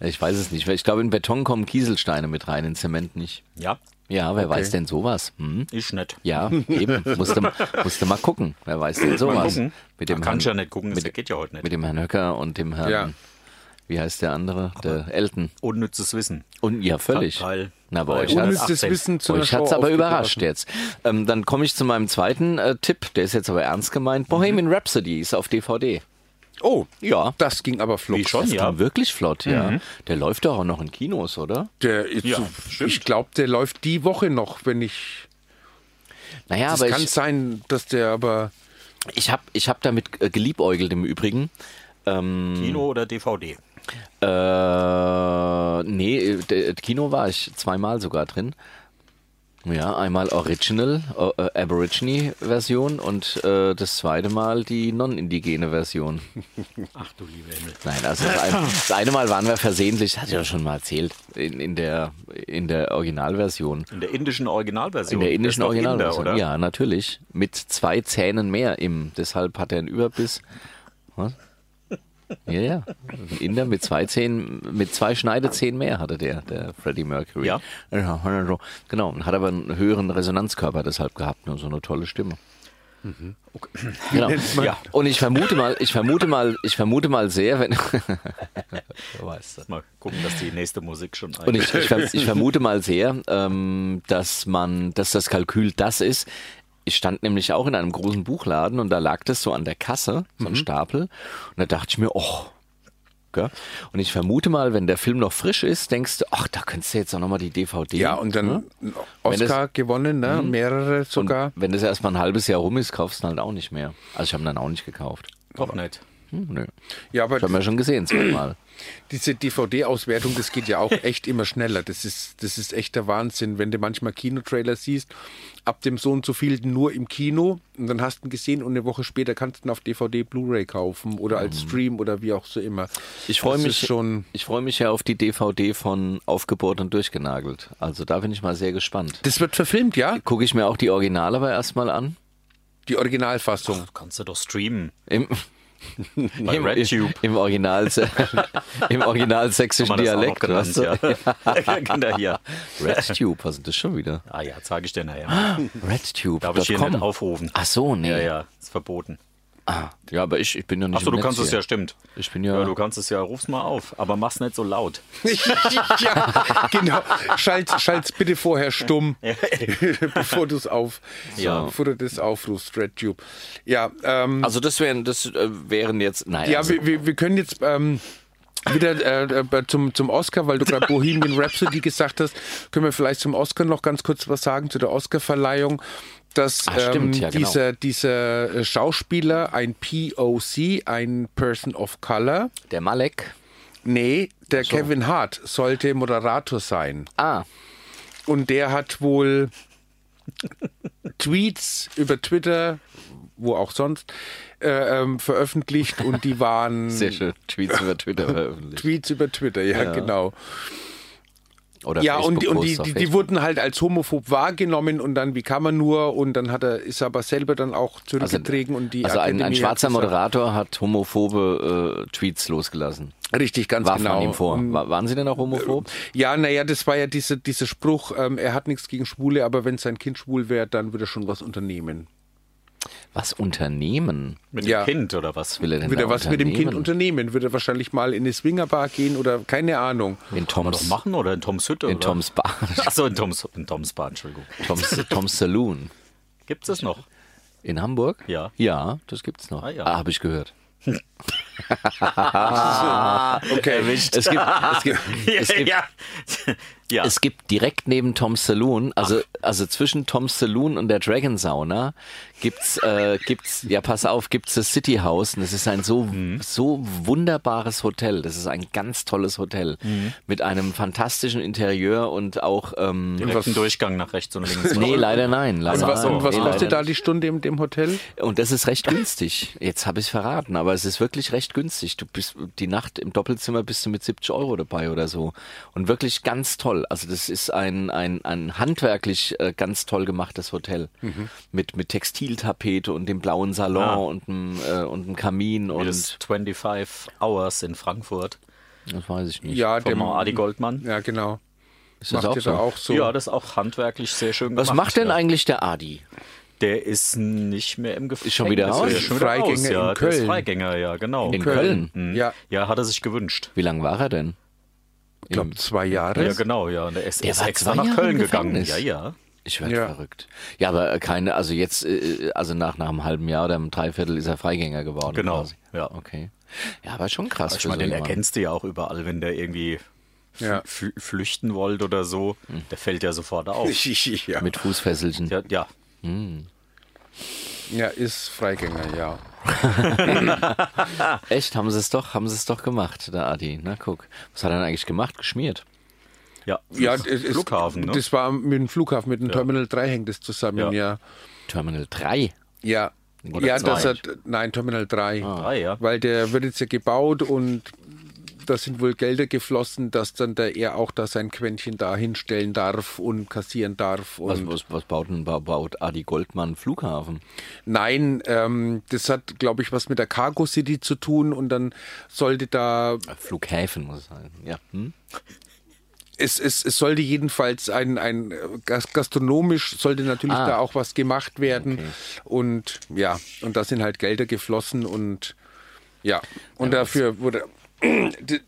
Ich weiß es nicht. Ich glaube, in Beton kommen Kieselsteine mit rein, in Zement nicht.
ja,
Ja, wer weiß denn sowas? Hm?
ich nicht.
Ja, eben. Musste, musste mal gucken. Wer weiß denn sowas? Mit dem,
Kann
Herrn,
ich ja nicht gucken, das geht ja heute
mit
nicht.
dem Herrn Höcker und dem Herrn,
Ja.
wie heißt der andere? Der Elton.
Unnützes Wissen.
Und ja, völlig.
Teil-
Na, bei
Teil
euch hat's,
118.
Unnützes Wissen zu einer
euch Oh, hat's
Show
aber überrascht
aufgeblasen.
jetzt. Ähm, dann komme ich zu meinem zweiten äh, Tipp, der ist jetzt aber ernst gemeint. Bohemian
Mhm.
Rhapsody ist auf DVD.
Oh,
Ja.
das ging aber flugs.
Wie schon,
Das
ja.
kam wirklich flott, ja.
Mhm.
Der läuft doch auch noch in Kinos, oder?
Der, ich
Ja,
ich glaube, der läuft die Woche noch, wenn ich.
Naja,
Es
aber
kann
ich,
sein, dass der aber.
ich habe ich hab damit äh, geliebäugelt im Übrigen. Ähm, Hm.
Kino oder DVD?
Äh, nee, d- Kino war ich zweimal sogar drin. Ja, einmal Original, äh, äh, Aborigine-Version und äh, das zweite Mal die non-indigene Version.
Ach du lieber Himmel.
Nein, also das eine, das eine Mal waren wir versehentlich, hatte ich ja schon mal erzählt, in, in, der, in der Originalversion.
In der indischen Originalversion.
In der
Der ist
indischen
doch Inder,
Originalversion.
oder?
ja, natürlich. Mit zwei Zähnen mehr im. Deshalb hat er einen Überbiss. Was? Ja, ja. Ein Inder mit zwei Zähnen, mit zwei Schneidezähnen mehr hatte der, der Freddie Mercury.
Ja.
Ja, so. Genau. Und hat aber einen höheren Resonanzkörper deshalb gehabt. Nur so eine tolle Stimme.
Mhm.
Genau. Ja. Und ich vermute mal, ich vermute mal, ich vermute mal sehr, wenn,
Mal gucken, dass die nächste Musik schon
Und ich, ich, ver- ich vermute mal sehr, ähm, dass man, dass das Kalkül das ist. Ich stand nämlich auch in einem großen Buchladen und da lag das so an der Kasse, so
Mhm.
ein Stapel. Und da dachte ich mir, oh. Gell? Und ich vermute mal, wenn der Film noch frisch ist, denkst du, ach, da könntest du jetzt auch nochmal die DVD.
Ja, und hm,
ne?
dann Oscar gewonnen, ne? mehrere sogar.
Wenn das erstmal ein halbes Jahr rum ist, kaufst du ihn halt auch nicht mehr. Also ich habe ihn dann auch nicht gekauft.
Doch nicht.
Hm, nö.
Ja, aber
Das haben wir schon gesehen, zweimal.
diese DVD-Auswertung, das geht ja auch echt immer schneller. Das ist, das ist echt der Wahnsinn, wenn du manchmal Kinotrailer siehst, ab dem so und so viel nur im Kino und dann hast du ihn gesehen und eine Woche später kannst du ihn auf DVD, Blu-ray kaufen oder als Stream oder wie auch so immer.
Ich freue
Das
mich
ist schon.
Ich freue mich ja auf die DVD von Aufgebohrt und Durchgenagelt. Also da bin ich mal sehr gespannt.
Das wird verfilmt, ja?
Gucke ich mir auch die Originale aber erstmal an.
Die Originalfassung.
Kannst du doch streamen.
Im,
Bei
im, im,
RedTube.
im Original, im Original sächsischen Dialekt. weißt du?
ja. Kinder hier.
RedTube, was ist das schon wieder?
Ah ja, zeige ich dir nachher.
RedTube.
Darf ich hier nicht aufrufen.
Ach so, nee.
Ja, ja, ist verboten.
Ah, ja, aber ich, ich bin ja nicht
Achso,
im
du
Netz
kannst es
hier.
ja, stimmt.
Ich bin ja-
Du kannst es ja, ruf's mal auf, aber mach's nicht so laut.
ja, genau. Schalt, schalt's bitte vorher stumm, bevor du es auf,
Ja.
bevor du das aufrufst, RedTube. Ja, ähm,
Also das wären, das äh, wären jetzt, nein,
ja,
also,
wir, wir, wir können jetzt ähm, wieder äh, äh, zum, zum Oscar, weil du gerade Bohemian Rhapsody gesagt hast, können wir vielleicht zum Oscar noch ganz kurz was sagen, zu der Oscar-Verleihung. Dass
Ah, stimmt,
ähm,
ja, genau.
dieser, dieser äh, Schauspieler, ein POC, ein Person of Color,
der Malek.
nee, der Kevin Hart sollte Moderator sein.
Ah,
Und der hat wohl Tweets über Twitter, wo auch sonst, äh, ähm, veröffentlicht und die waren
sehr schön. Tweets über Twitter veröffentlicht.
Tweets über Twitter, ja, genau.
Oder
Ja, und, die- und die,
Facebook-Posts auf
die, die
Facebook.
wurden halt als homophob wahrgenommen und dann, wie kann man nur, und dann hat er, ist er aber selber dann auch zurückgetreten und die
Also ein, ein
Akademie hat
schwarzer
gesagt-
Moderator hat homophobe äh, Tweets losgelassen.
Richtig, ganz
Warf
genau. Äh,
man ihm vor. Wa- waren sie denn auch homophob?
Ja, naja, das war ja diese, dieser Spruch, ähm, er hat nichts gegen Schwule, aber wenn sein Kind schwul wäre, dann würde er schon was unternehmen.
Was unternehmen?
Mit
Ja.
dem Kind oder was?
Will er denn
Würde
da
er was mit dem Kind
unternehmen?
unternehmen? Würde er wahrscheinlich mal in eine Swingerbar gehen oder keine Ahnung.
In
Doch
Toms,
machen oder in Toms Hütte?
in
oder?
Toms Bar,
Achso, in Toms, in Toms Bar, Entschuldigung.
Toms, Toms Saloon
Gibt es noch?
in Hamburg?
Ja.
Ja, das gibt's noch.
Ah, ja.
habe ich gehört.
Okay,
Es gibt, es gibt, es gibt,
ja. ja.
es gibt direkt neben Tom's Saloon, also, also zwischen Tom's Saloon und der Dragon Sauna, gibt's, äh, gibt's, ja, pass auf, gibt's das City House und es ist ein so, so wunderbares Hotel. Das ist ein ganz tolles Hotel mit einem fantastischen Interieur und auch, ähm,
Direkt ein Durchgang nach rechts und links.
nee, leider nein, leider
und was,
nein.
und was
nee, leider
kostet da die Stunde in dem Hotel?
Und das ist recht günstig. Jetzt habe ich es verraten, aber es ist wirklich recht günstig. Du bist die Nacht im Doppelzimmer bist du mit 70 Euro dabei oder so. Und wirklich ganz toll. Also das ist ein, ein, ein handwerklich äh, ganz toll gemachtes Hotel.
Mhm.
Mit, mit Textiltapete und dem blauen Salon
Ah.
und einem äh, und einem Kamin und
Das 25 Hours in Frankfurt.
das weiß ich nicht.
Ja,
Vom
dem,
Adi Goldmann.
ja genau.
ist das
Macht
auch
ihr da
so?
auch so?
Ja, das ist auch handwerklich sehr schön gemacht.
Was macht denn
ja.
eigentlich der Adi?
Der ist nicht mehr im Gefängnis.
schon wieder raus?
Der ist schon wieder raus,
Freigänger
ja. Der
in
ist
Köln.
Freigänger, ja, genau.
In Köln.
Köln. Mhm. Ja,
Ja, hat er sich gewünscht.
Wie lange war er denn?
ich glaube zwei Jahre.
Ja, genau, ja. Und er ist,
Der
er ist
war
extra
zwei
nach
Jahre
Köln
im
gegangen.
Gefängnis.
Ja, ja.
Ich werde
Ja.
verrückt. Ja, aber äh, keine, also jetzt, äh, also nach, nach einem halben Jahr oder einem Dreiviertel ist er Freigänger geworden.
Genau,
quasi.
ja.
Okay. Ja, aber schon krass.
Ich
für
meine,
so
den
jemanden.
erkennst du Also ja auch überall, wenn der irgendwie fl-
Ja.
fl flüchten wollte oder so.
Hm.
Der fällt ja sofort auf.
ja.
Mit Fußfesselchen.
Ja, ja.
ja, ist Freigänger, ja.
Echt, haben sie es doch, haben sie es doch gemacht, der Adi. Na guck. Was hat er denn eigentlich gemacht? Geschmiert.
ja.
Ja,
Fl-
es ist-
Flughafen, ne?
Das war mit dem Flughafen, mit dem Terminal 3 hängt das zusammen,
Ja.
ja.
Terminal 3.
Ja.
Oder
ja,
zwei. Ah.
das hat, nein, Terminal 3.
Drei, ja.
Weil der wird jetzt ja gebaut und da sind wohl Gelder geflossen, dass dann der er auch da sein Quäntchen da hinstellen darf und kassieren darf.
Was,
Und
was, was baut denn ba- baut Adi Goldmann Flughafen?
Nein, ähm, das hat, glaube ich, was mit der Cargo City zu tun und dann sollte da
Äh, Flughäfen muss es sein. Ja. Hm?
es, es, es sollte jedenfalls ein, ein gas- gastronomisch sollte natürlich
Ah.
da auch was gemacht werden und ja und da sind halt Gelder geflossen und ja und dafür wurde d-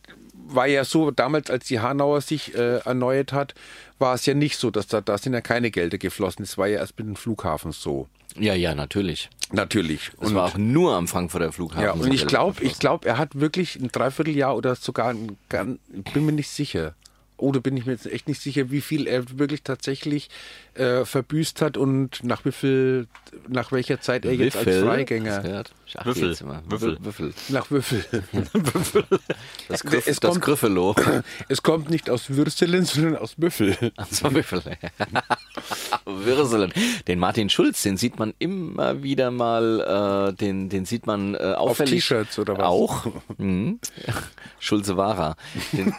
war ja so damals als die Hanauer sich äh, erneuert hat war es ja nicht so dass da da sind ja keine Gelder geflossen es war ja erst mit dem Flughafen so
Ja, ja, natürlich.
natürlich
Es
und
war auch nur am Frankfurter Flughafen.
ja, und ich
sind
glaube,
Gelder
ich glaube, er hat wirklich ein Dreivierteljahr oder sogar ein gan- ich bin mir nicht sicher. Oder bin ich mir jetzt echt nicht sicher, wie viel er wirklich tatsächlich äh, verbüßt hat und nach wie viel, nach welcher Zeit er
geflossen.
jetzt als
Wiffel,
Freigänger.
hast du gehört? Schach
Würfel.
geht's immer.
Würfel.
Würfel.
Nach Würfel.
Das, Griff,
es
das
kommt-
Griffelo.
Es kommt nicht aus Würstelen, sondern aus Büffel.
Also Würfel. Würseln. Den Martin Schulz, den sieht man immer wieder mal, äh, den, den sieht man äh, auffällig.
T-Shirts oder was?
Auch. Mhm. Schulze Wara. Den,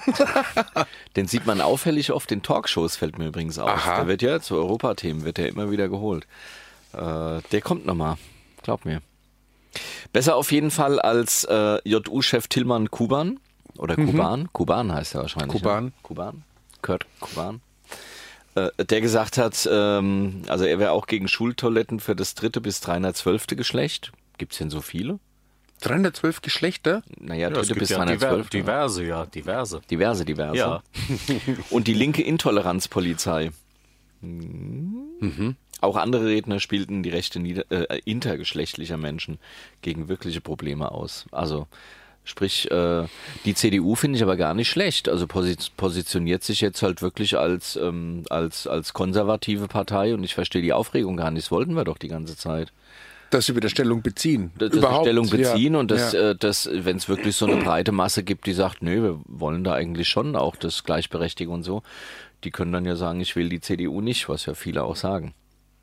den sieht man auffällig oft in Talkshows, fällt mir übrigens auf.
Aha.
Der wird ja zu Europathemen, wird der immer wieder geholt. Äh, der kommt nochmal, glaub mir. Besser auf jeden Fall als äh, JU-Chef Tillmann Kuban. Oder
Mhm.
Kuban. Kuban heißt er wahrscheinlich.
Kuban.
Ne? Kuban. Kurt Kuban. Äh, der gesagt hat, ähm, also er wäre auch gegen Schultoiletten für das dritte bis 312. Geschlecht. Gibt's denn so viele?
312 Geschlechter?
Ja,
Naja,
es
dritte
gibt
bis
ja diver
312. ne?
diverse, ja, diverse.
diverse, diverse.
Ja.
Und die linke Intoleranzpolizei. Auch andere Redner spielten die Rechte nieder, äh, intergeschlechtlicher Menschen gegen wirkliche Probleme aus. Also sprich, äh, die CDU finde ich aber gar nicht schlecht. Also posi positioniert sich jetzt halt wirklich als, ähm, als, als konservative Partei und ich verstehe die Aufregung gar nicht. Das wollten wir doch die ganze Zeit
Dass sie wieder Stellung beziehen.
dass sie Stellung
ja.
beziehen und dass,
Ja.
äh, dass wenn es wirklich so eine breite Masse gibt, die sagt, nö, wir wollen da eigentlich schon auch das Gleichberechtigung und so, die können dann ja sagen, ich will die CDU nicht, was ja viele auch sagen.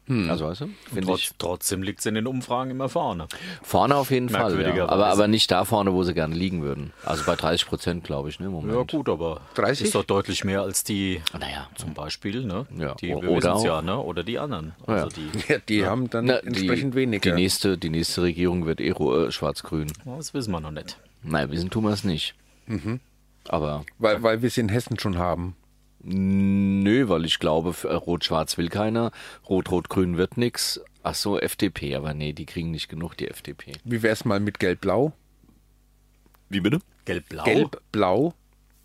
Hm.
Also weißt du, finde ich
Trotz, trotzdem liegt es in den Umfragen immer vorne.
vorne auf jeden Fall, ja.
Merkwürdigerweise.
aber, aber nicht da vorne, wo sie gerne liegen würden. Also bei 30 Prozent, glaube ich, ne, im Moment.
Ja, gut, aber
30?
ist doch deutlich mehr als die,
Naja.
zum Beispiel, ne?
Ja,
Die,
o-
wir
oder
wissen's
auch.
ja, ne? Oder die anderen. Also die,
ja, die haben dann
Na,
entsprechend
die,
weniger.
Die nächste, die nächste Regierung wird eh ro- äh, schwarz-grün.
das wissen wir noch nicht.
Nein, wissen tun wir es nicht.
Mhm.
Aber
weil, weil wir sie in Hessen schon haben.
Nö, weil ich glaube, f- äh, Rot-Schwarz will keiner, Rot-Rot-Grün wird nix. Ach so, FDP, aber nee, die kriegen nicht genug, die FDP.
Wie wär's mal mit Gelb-Blau?
Wie bitte?
Gelb-blau?
Gelb-Blau?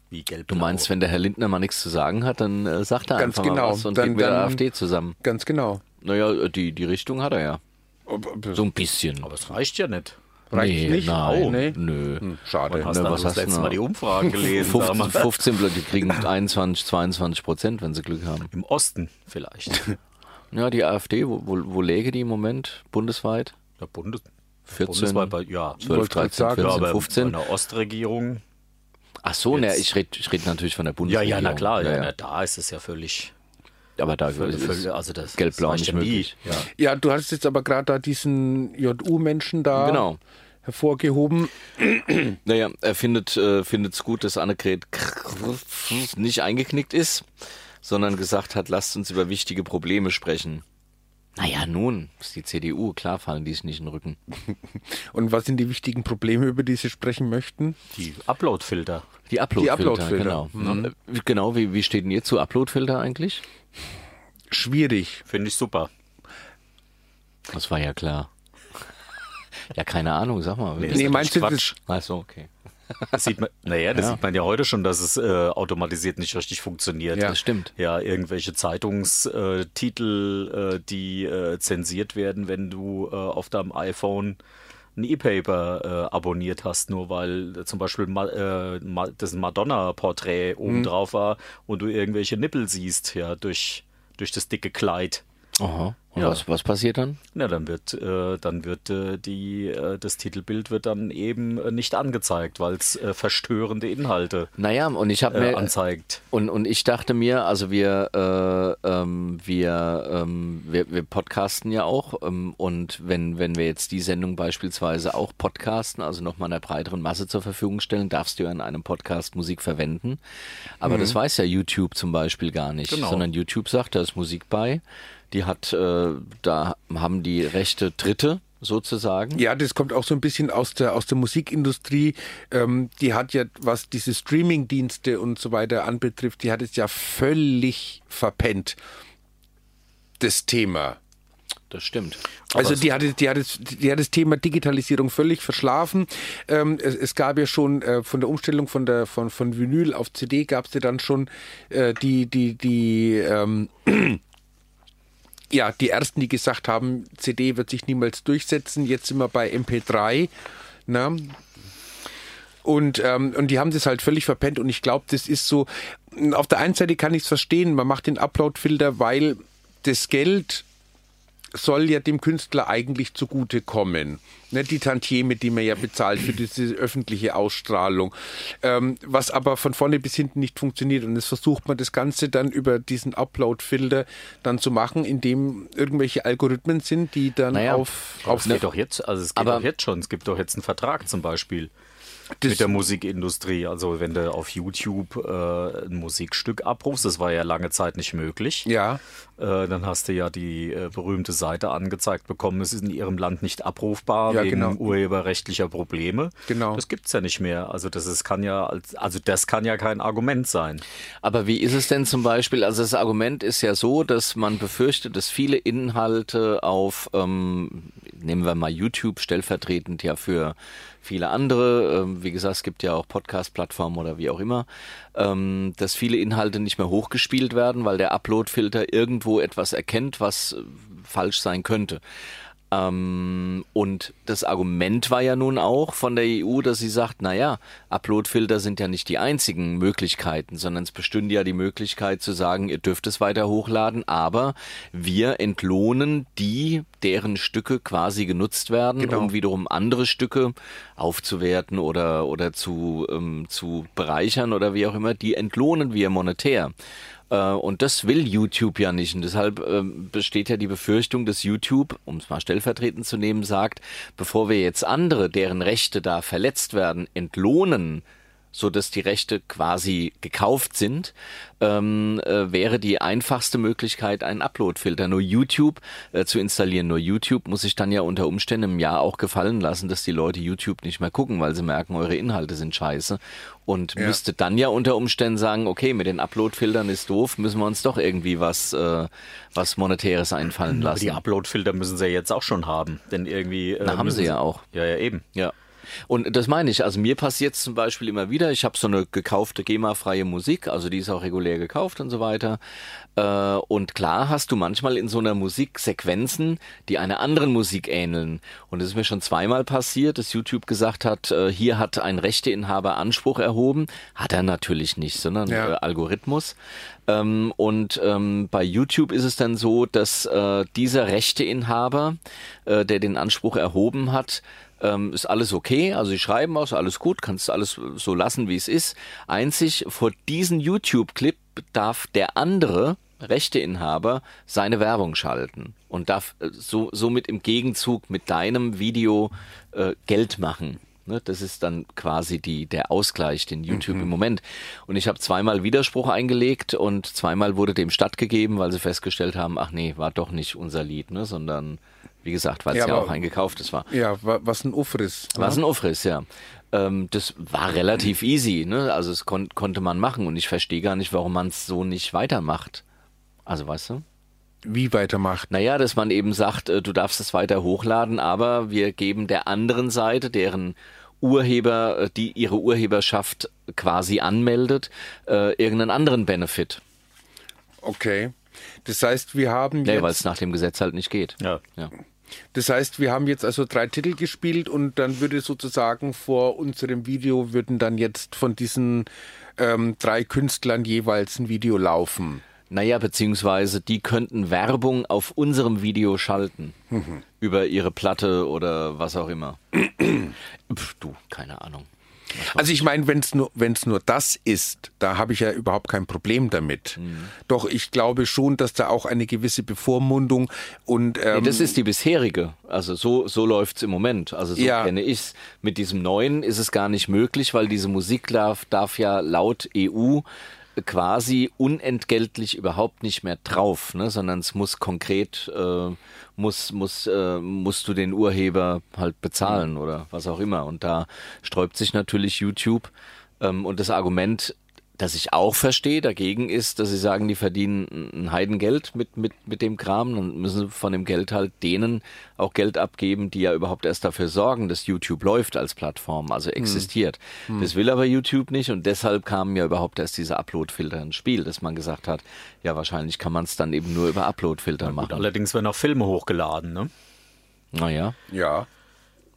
Wie gelb
Du meinst, wenn der Herr Lindner mal nichts zu sagen hat, dann äh, sagt er
Ganz
einfach mal
genau.
was und
Dann-
geht mit der
dann-
AfD zusammen.
Ganz genau.
Naja, äh, die, die Richtung hat er ja.
Ob- ob-
So ein bisschen.
Aber es reicht ja nicht.
Reicht
nee, Hm.
nicht?
Nein,
Oh, nee.
nö.
Schade.
Hast du
Na, Ne, was
das
hast du
letzte
noch?
Mal die Umfragen gelesen? sag
15,
mal.
15 Leute, die kriegen 21, 22 Prozent, wenn sie Glück haben.
Im Osten vielleicht.
Ja, die AfD, wo, wo, wo läge die im Moment bundesweit?
Der Bundes
14,
Bundeswahl bei, ja,
12,
Wollte gerade
13,
sagen,
14,
ja, aber
15.
Bei einer Ostregierung.
Ach so, ne,
Jetzt-
ich rede ich red natürlich von der
Ja,
Bundesregierung.
ja, na klar, ja,
Ja,
Na, da ist es ja völlig,
Aber da
völlig,
ist
völlig also das
gelb-blau
das
nicht
reicht ja nie.
möglich.
Ja.
Ja, du hast jetzt aber gerade da diesen JU-Menschen da
Genau.
hervorgehoben.
Naja, er findet äh, findet's gut, dass Annegret Kr- nicht eingeknickt ist, sondern gesagt hat, lasst uns über wichtige Probleme sprechen. Naja, nun, ist die CDU, klar fallen die sich nicht in den Rücken.
Und was sind die wichtigen Probleme, über die sie sprechen möchten?
Die Upload-Filter.
Die Upload-Filter,
Upload-Filter.
genau.
ne?
Äh, Genau, wie, wie steht denn ihr zu Upload-Filter eigentlich?
Schwierig.
Finde ich super.
Das war ja klar. Ja, keine Ahnung, sag mal.
Nee,
nee,
doch
meinst du, das,
Quatsch.
Ach so, okay.
Das sieht man, naja, das sieht man ja heute schon, dass es äh, automatisiert nicht richtig funktioniert.
Ja.
Das stimmt.
Ja, irgendwelche Zeitungstitel, äh, die äh, zensiert werden, wenn du äh, auf deinem iPhone ein E-Paper äh, abonniert hast, nur weil äh, zum Beispiel Ma äh, Ma das Madonna-Porträt oben drauf war und du irgendwelche Nippel siehst, ja, durch, durch das dicke Kleid.
Aha. Und
Ja.
was, was passiert dann?
Na, dann wird, äh, dann wird äh, die, äh, das Titelbild wird dann eben äh, nicht angezeigt, weil es äh, verstörende Inhalte
Naja, und ich habe
äh,
mir
anzeigt.
Und, und ich dachte mir, also wir, äh, ähm, wir, ähm, wir, wir podcasten ja auch ähm, und wenn, wenn wir jetzt die Sendung beispielsweise auch podcasten, also nochmal einer breiteren Masse zur Verfügung stellen, darfst du ja in einem Podcast Musik verwenden. Aber das weiß ja YouTube zum Beispiel gar nicht,
Genau.
sondern YouTube sagt, da ist Musik bei, die hat, äh, da haben die Rechte Dritte sozusagen.
Ja, das kommt auch so ein bisschen aus der, aus der Musikindustrie. Ähm, die hat ja, was diese Streaming-Dienste und so weiter anbetrifft, die hat es ja völlig verpennt, das Thema.
Das stimmt.
Also die hat, es- die, hat es, die hat das Thema Digitalisierung völlig verschlafen. Ähm, es, es gab ja schon äh, von der Umstellung von, der, von, von Vinyl auf CD gab es ja dann schon äh, die, die, die ähm, ja, die ersten, die gesagt haben, CD wird sich niemals durchsetzen. Jetzt sind wir bei MP3. Na? Und, ähm, und die haben das halt völlig verpennt. Und ich glaube, das ist so. hm, Auf der einen Seite kann ich es verstehen, man macht den Upload-Filter, weil das Geld soll ja dem Künstler eigentlich zugutekommen. Ne, die Tantieme, die man ja bezahlt für diese öffentliche Ausstrahlung. Ähm, was aber von vorne bis hinten nicht funktioniert. Und jetzt versucht man das Ganze dann über diesen Upload-Filter dann zu machen, indem irgendwelche Algorithmen sind, die dann
Naja.
auf, ne-
Aber
auf
es geht doch jetzt, also es geht
Aber-
doch jetzt schon. Es gibt doch jetzt einen Vertrag zum Beispiel
Das-
mit der Musikindustrie. Also wenn du auf YouTube äh, ein Musikstück abrufst, das war ja lange Zeit nicht möglich.
Ja.
Äh, dann hast du ja die äh, berühmte Seite angezeigt bekommen. Es ist in ihrem Land nicht abrufbar
Ja,
wegen
genau.
urheberrechtlicher Probleme.
Genau.
Das gibt's ja nicht mehr. Also das ist, kann ja, als- also das kann ja kein Argument sein.
Aber wie ist es denn zum Beispiel? Also das Argument ist ja so, dass man befürchtet, dass viele Inhalte auf, ähm, nehmen wir mal YouTube stellvertretend ja für viele andere, ähm, wie gesagt, es gibt ja auch Podcast-Plattformen oder wie auch immer, ähm, dass viele Inhalte nicht mehr hochgespielt werden, weil der Upload-Filter irgendwo etwas erkennt, was äh, falsch sein könnte. Ähm, und das Argument war ja nun auch von der EU, dass sie sagt, naja, Uploadfilter sind ja nicht die einzigen Möglichkeiten, sondern es bestünde ja die Möglichkeit zu sagen, ihr dürft es weiter hochladen, aber wir entlohnen die, deren Stücke quasi genutzt werden, um wiederum andere Stücke aufzuwerten oder, oder zu, ähm, zu bereichern oder wie auch immer, die entlohnen wir monetär. Äh, Und das will YouTube ja nicht. Und deshalb ähm, besteht ja die Befürchtung, dass YouTube, um es mal stellvertretend zu nehmen, sagt, bevor wir jetzt andere, deren Rechte da verletzt werden, entlohnen, so dass die Rechte quasi gekauft sind, ähm, äh, wäre die einfachste Möglichkeit, einen Uploadfilter nur YouTube äh, zu installieren. Nur YouTube muss sich dann ja unter Umständen im Jahr auch gefallen lassen, dass die Leute YouTube nicht mehr gucken, weil sie merken, eure Inhalte sind scheiße. Und müsste dann ja unter Umständen sagen, okay, mit den Uploadfiltern ist doof, müssen wir uns doch irgendwie was, äh, was Monetäres einfallen
Aber die
lassen.
Upload-Filter müssen sie ja jetzt auch schon haben. Denn irgendwie. äh,
Na, haben
müssen
sie ja auch.
Ja, ja, eben.
Ja. Und das meine ich. Also mir passiert zum Beispiel immer wieder, ich habe so eine gekaufte GEMA-freie Musik, also die ist auch regulär gekauft und so weiter. Äh, Und klar hast du manchmal in so einer Musik Sequenzen, die einer anderen Musik ähneln. Und es ist mir schon zweimal passiert, dass YouTube gesagt hat, äh, hier hat ein Rechteinhaber Anspruch erhoben. Hat er natürlich nicht, sondern
Ja.
äh, Algorithmus. Ähm, und ähm, bei YouTube ist es dann so, dass äh, dieser Rechteinhaber, äh, der den Anspruch erhoben hat, ähm, ist alles okay, also sie schreiben aus, alles gut, kannst alles so lassen, wie es ist. Einzig vor diesem YouTube-Clip darf der andere Rechteinhaber seine Werbung schalten und darf äh, so, somit im Gegenzug mit deinem Video äh, Geld machen. Ne, das ist dann quasi die, der Ausgleich, den YouTube
Mhm.
im Moment. Und ich habe zweimal Widerspruch eingelegt und zweimal wurde dem stattgegeben, weil sie festgestellt haben, ach nee, war doch nicht unser Lied, ne, sondern wie gesagt, weil es
Ja,
ja,
aber-
auch ein gekauftes war.
Ja, wa- was ein ne? Ufriss.
Was ein Aufriss, ja. Ähm, das war relativ
Mhm.
easy, ne? Also es kon konnte man machen und ich verstehe gar nicht, warum man es so nicht weitermacht. Also weißt du?
Wie weitermacht.
Naja, dass man eben sagt, äh, du darfst es weiter hochladen, aber wir geben der anderen Seite, deren Urheber, äh, die ihre Urheberschaft quasi anmeldet, äh, irgendeinen anderen Benefit.
Okay. Das heißt, wir haben
Ja,
jetzt-
weil es ne, nach dem Gesetz halt nicht geht.
Ja.
ja.
Das heißt, wir haben jetzt also drei Titel gespielt und dann würde sozusagen vor unserem Video würden dann jetzt von diesen ähm, drei Künstlern jeweils ein Video laufen.
Naja, beziehungsweise die könnten Werbung auf unserem Video schalten. Über ihre Platte oder was auch immer. Pff, du, keine Ahnung.
Also ich meine, wenn es nur, wenn's nur das ist, da habe ich ja überhaupt kein Problem damit.
Mhm.
Doch ich glaube schon, dass da auch eine gewisse Bevormundung und ähm,
Das ist die bisherige. Also so, so läuft's im Moment. Also so
Ja.
kenne ich's. Mit diesem neuen ist es gar nicht möglich, weil diese Musik darf, darf ja laut EU quasi unentgeltlich überhaupt nicht mehr drauf, ne? sondern es muss konkret, äh, muss, muss, äh, musst du den Urheber halt bezahlen
Mhm.
oder was auch immer. Und da sträubt sich natürlich YouTube. Ähm, und das Argument, das ich auch verstehe dagegen ist, dass sie sagen, die verdienen ein Heidengeld mit, mit, mit dem Kram, dann müssen sie von dem Geld halt denen auch Geld abgeben, die ja überhaupt erst dafür sorgen, dass YouTube läuft als Plattform, also existiert. Das will aber YouTube nicht und deshalb kamen ja überhaupt erst diese Upload-Filter ins Spiel, dass man gesagt hat, ja wahrscheinlich kann man es dann eben nur über Upload-Filter
Gut,
machen.
allerdings werden auch Filme hochgeladen, ne?
Naja,
ähm, ja.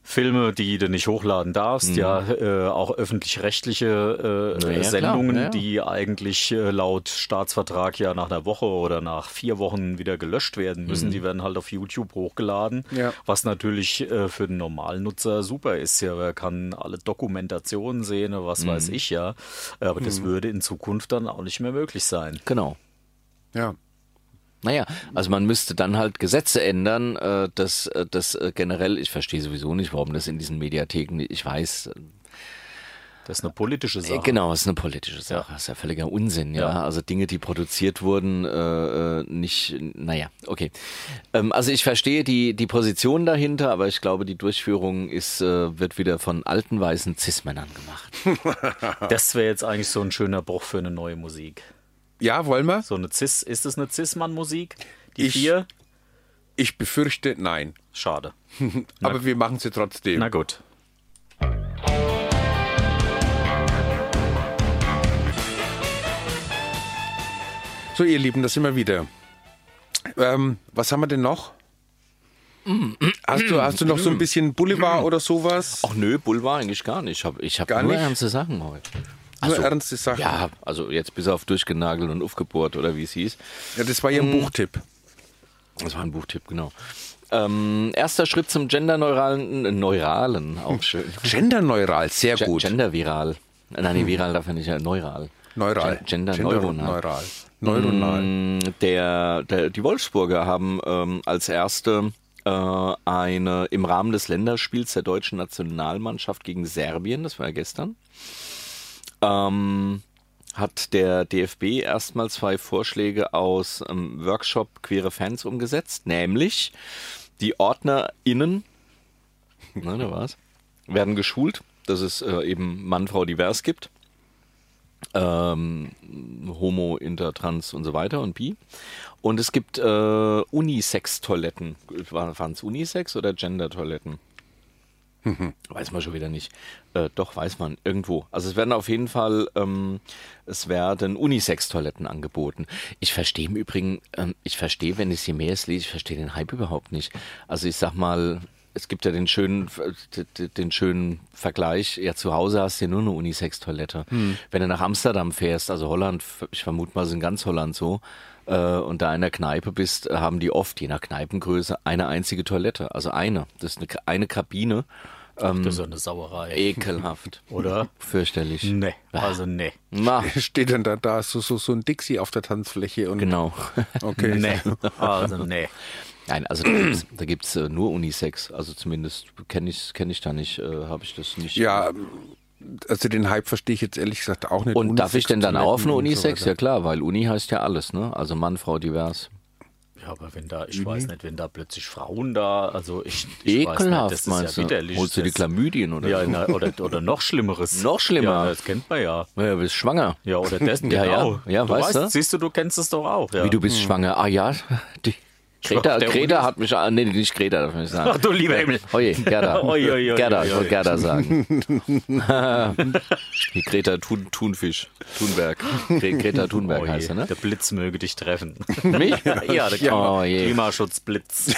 Filme, die du nicht hochladen darfst, ja, äh, auch öffentlich-rechtliche äh,
Mhm. Na ja,
Sendungen,
klar, ja, ja.
die eigentlich äh, laut Staatsvertrag ja nach einer Woche oder nach vier Wochen wieder gelöscht werden müssen,
Mhm.
die werden halt auf YouTube hochgeladen,
Ja.
was natürlich äh, für den normalen Nutzer super ist. Ja, er kann alle Dokumentationen sehen,
Mhm.
was weiß ich ja, aber das würde in Zukunft dann auch nicht mehr möglich sein.
Genau.
Ja.
Naja, also man müsste dann halt Gesetze ändern, äh, dass äh, das äh, generell, ich verstehe sowieso nicht, warum das in diesen Mediatheken, ich weiß,
Das ist eine politische
äh,
Sache.
genau, es ist eine politische Sache, das ist ja völliger Unsinn, ja.
Ja.
Also Dinge, die produziert wurden, äh, äh, nicht, naja, okay. Ähm, also ich verstehe die, die Position dahinter, aber ich glaube, die Durchführung ist, äh, wird wieder von alten weißen Cis-Männern gemacht.
Das wäre jetzt eigentlich so ein schöner Bruch für eine neue Musik.
Ja, wollen wir?
So eine Cis, ist es eine Cis-Mann-Musik? Die
Ich-
vier?
Ich befürchte, nein.
Schade.
Aber wir machen sie trotzdem.
Na gut.
So, ihr Lieben, das sind wir wieder. Ähm, was haben wir denn noch? Hast du, hast du noch so ein bisschen Boulevard oder sowas?
Ach nö, Boulevard eigentlich gar nicht. Ich habe ich hab
Gar
nur
nicht?
ernste Sachen heute.
Nur ernste Sachen.
Ja, also jetzt bis auf durchgenagelt und aufgebohrt oder wie es hieß.
Ja, das war ja ein Buchtipp.
Das war ein Buchtipp, genau. Ähm, erster Schritt zum genderneuralen, äh, neuralen, auch schön.
Genderneural, sehr
Ge-
Hm. gut. Hm.
Genderviral. Äh, Nein, nee, viral darf ja nicht, äh, neural.
Neural.
Gen Gender, Mm. neuronal.
Neural. Neuronal.
Ähm, Der, der, die Wolfsburger haben ähm, als erste äh, eine im Rahmen des Länderspiels der deutschen Nationalmannschaft gegen Serbien, das war ja gestern, ähm, hat der DFB erstmal zwei Vorschläge aus ähm, Workshop Queere Fans umgesetzt, nämlich die OrdnerInnen, ne, da war's, werden geschult, dass es äh, eben Mann, Frau divers gibt. Ähm, Homo, Inter, Trans und so weiter und Bi. Und es gibt äh, Unisex-Toiletten. Waren es Unisex oder Gender-Toiletten? Weiß man schon wieder nicht. Äh, doch, weiß man irgendwo. Also es werden auf jeden Fall, ähm, es werden Unisex-Toiletten angeboten. Ich verstehe im Übrigen, ähm, ich verstehe, wenn ich sie mehr lese, ich verstehe den Hype überhaupt nicht. Also ich sag mal, es gibt ja den schönen, d- d- den schönen Vergleich, ja zu Hause hast du ja nur eine Unisex-Toilette. Wenn du nach Amsterdam fährst, also Holland, ich vermute mal, es ist in ganz Holland so, äh, und da in der Kneipe bist, haben die oft, je nach Kneipengröße, eine einzige Toilette. Also eine. Das ist eine, Ka- eine Kabine. Ähm,
Das ist ja eine Sauerei.
Ekelhaft.
Oder?
Fürchterlich.
Nee, also nee.
Na,
Steht dann da, da ist so, so, so ein Dixie auf der Tanzfläche und
genau.
okay.
Nee, also nee.
Nein, also da gibt's, da gibt's äh, nur Unisex. Also zumindest kenne ich, kenn ich da nicht, äh, habe ich das nicht.
Ja, also den Hype verstehe ich jetzt ehrlich gesagt auch nicht.
Und darf ich denn dann
Unisex-Toiletten
auf eine
und so
Unisex?
weiter.
ja klar, weil Uni heißt ja alles, ne? Also Mann, Frau, divers.
Ja, aber wenn da, ich weiß
Mhm.
nicht, wenn da plötzlich Frauen da, also ich, ich
Ekelhaft,
weiß nicht, das
meinst
ist ja
du?
widerlich.
Holst du die
Das-
Chlamydien oder
Ja,
so?
na, oder, oder noch Schlimmeres.
Noch schlimmer.
Ja, das kennt man ja.
Ja, du bist schwanger.
Ja, oder das,
Ja, ja.
genau.
Ja,
du
weißt du?
Siehst du, du kennst es doch auch. Ja.
Wie, du bist schwanger? Ah ja, die Greta,
Hm. Der
Greta
Unis-
hat mich... Ah, nee, nicht Greta, darf ich nicht sagen.
Ach du lieber Himmel.
Oje, Gerda.
Oi, oi, oi,
Gerda,
oi,
ich
oi.
wollte Gerda sagen. Die Greta Thun, Thunfisch. Thunberg. Gre Greta Thunberg
Oh je,
heißt sie, ne?
Der Blitz möge dich treffen.
Mich?
ja, der
Oh je.
Klimaschutzblitz.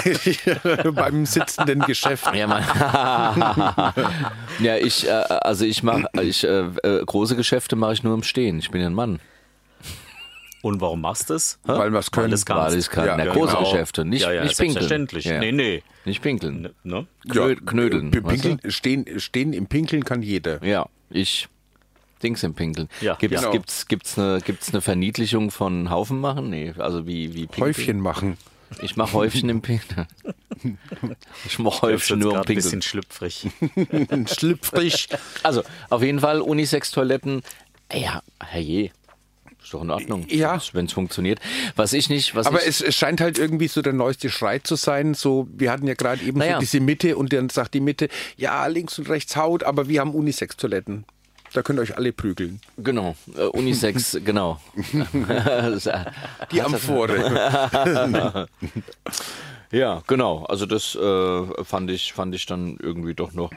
Beim sitzenden Geschäft.
Ja, man. ja, ich, äh, also ich mache, ich, äh, äh, große Geschäfte mache ich nur im Stehen. Ich bin ein Mann.
Und warum machst du es?
Weil wir's können.
Weil ich kann.
Ja,
Na,
ja,
große
genau.
Geschäfte, nicht,
Ja, ja,
nicht pinkeln.
selbstverständlich.
Ja.
Nee, nee.
Nicht pinkeln.
Ne?
Knö knödeln.
P-
weißt du?
Pinkeln, stehen, stehen im Pinkeln kann jeder.
Ja, ich Dings im Pinkeln.
Ja,
gibt's,
genau.
gibt's, gibt's, eine, gibt's eine Verniedlichung von Haufen machen? Nee, also wie, wie Pinkeln?
Häufchen machen.
Ich mache Häufchen im Pinkeln. Ich mache
Das ist
Häufchen
jetzt
nur im
gerade ein bisschen
Pinkeln.
schlüpfrig.
Schlüpfrig.
Also, auf jeden Fall Unisex-Toiletten. Ja, herrje. Ist doch in Ordnung,
Ja.
wenn es funktioniert. Was ich nicht, was
Aber
ich,
es, es scheint halt irgendwie so der neueste Schrei zu sein. So, wir hatten ja gerade eben
Naja.
so diese Mitte und dann sagt die Mitte, ja, links und rechts Haut, aber wir haben Unisex-Toiletten. Da könnt ihr euch alle prügeln.
genau, äh, Unisex, genau.
Die Amphore.
Ja, genau. Also das äh, fand ich fand ich dann irgendwie doch noch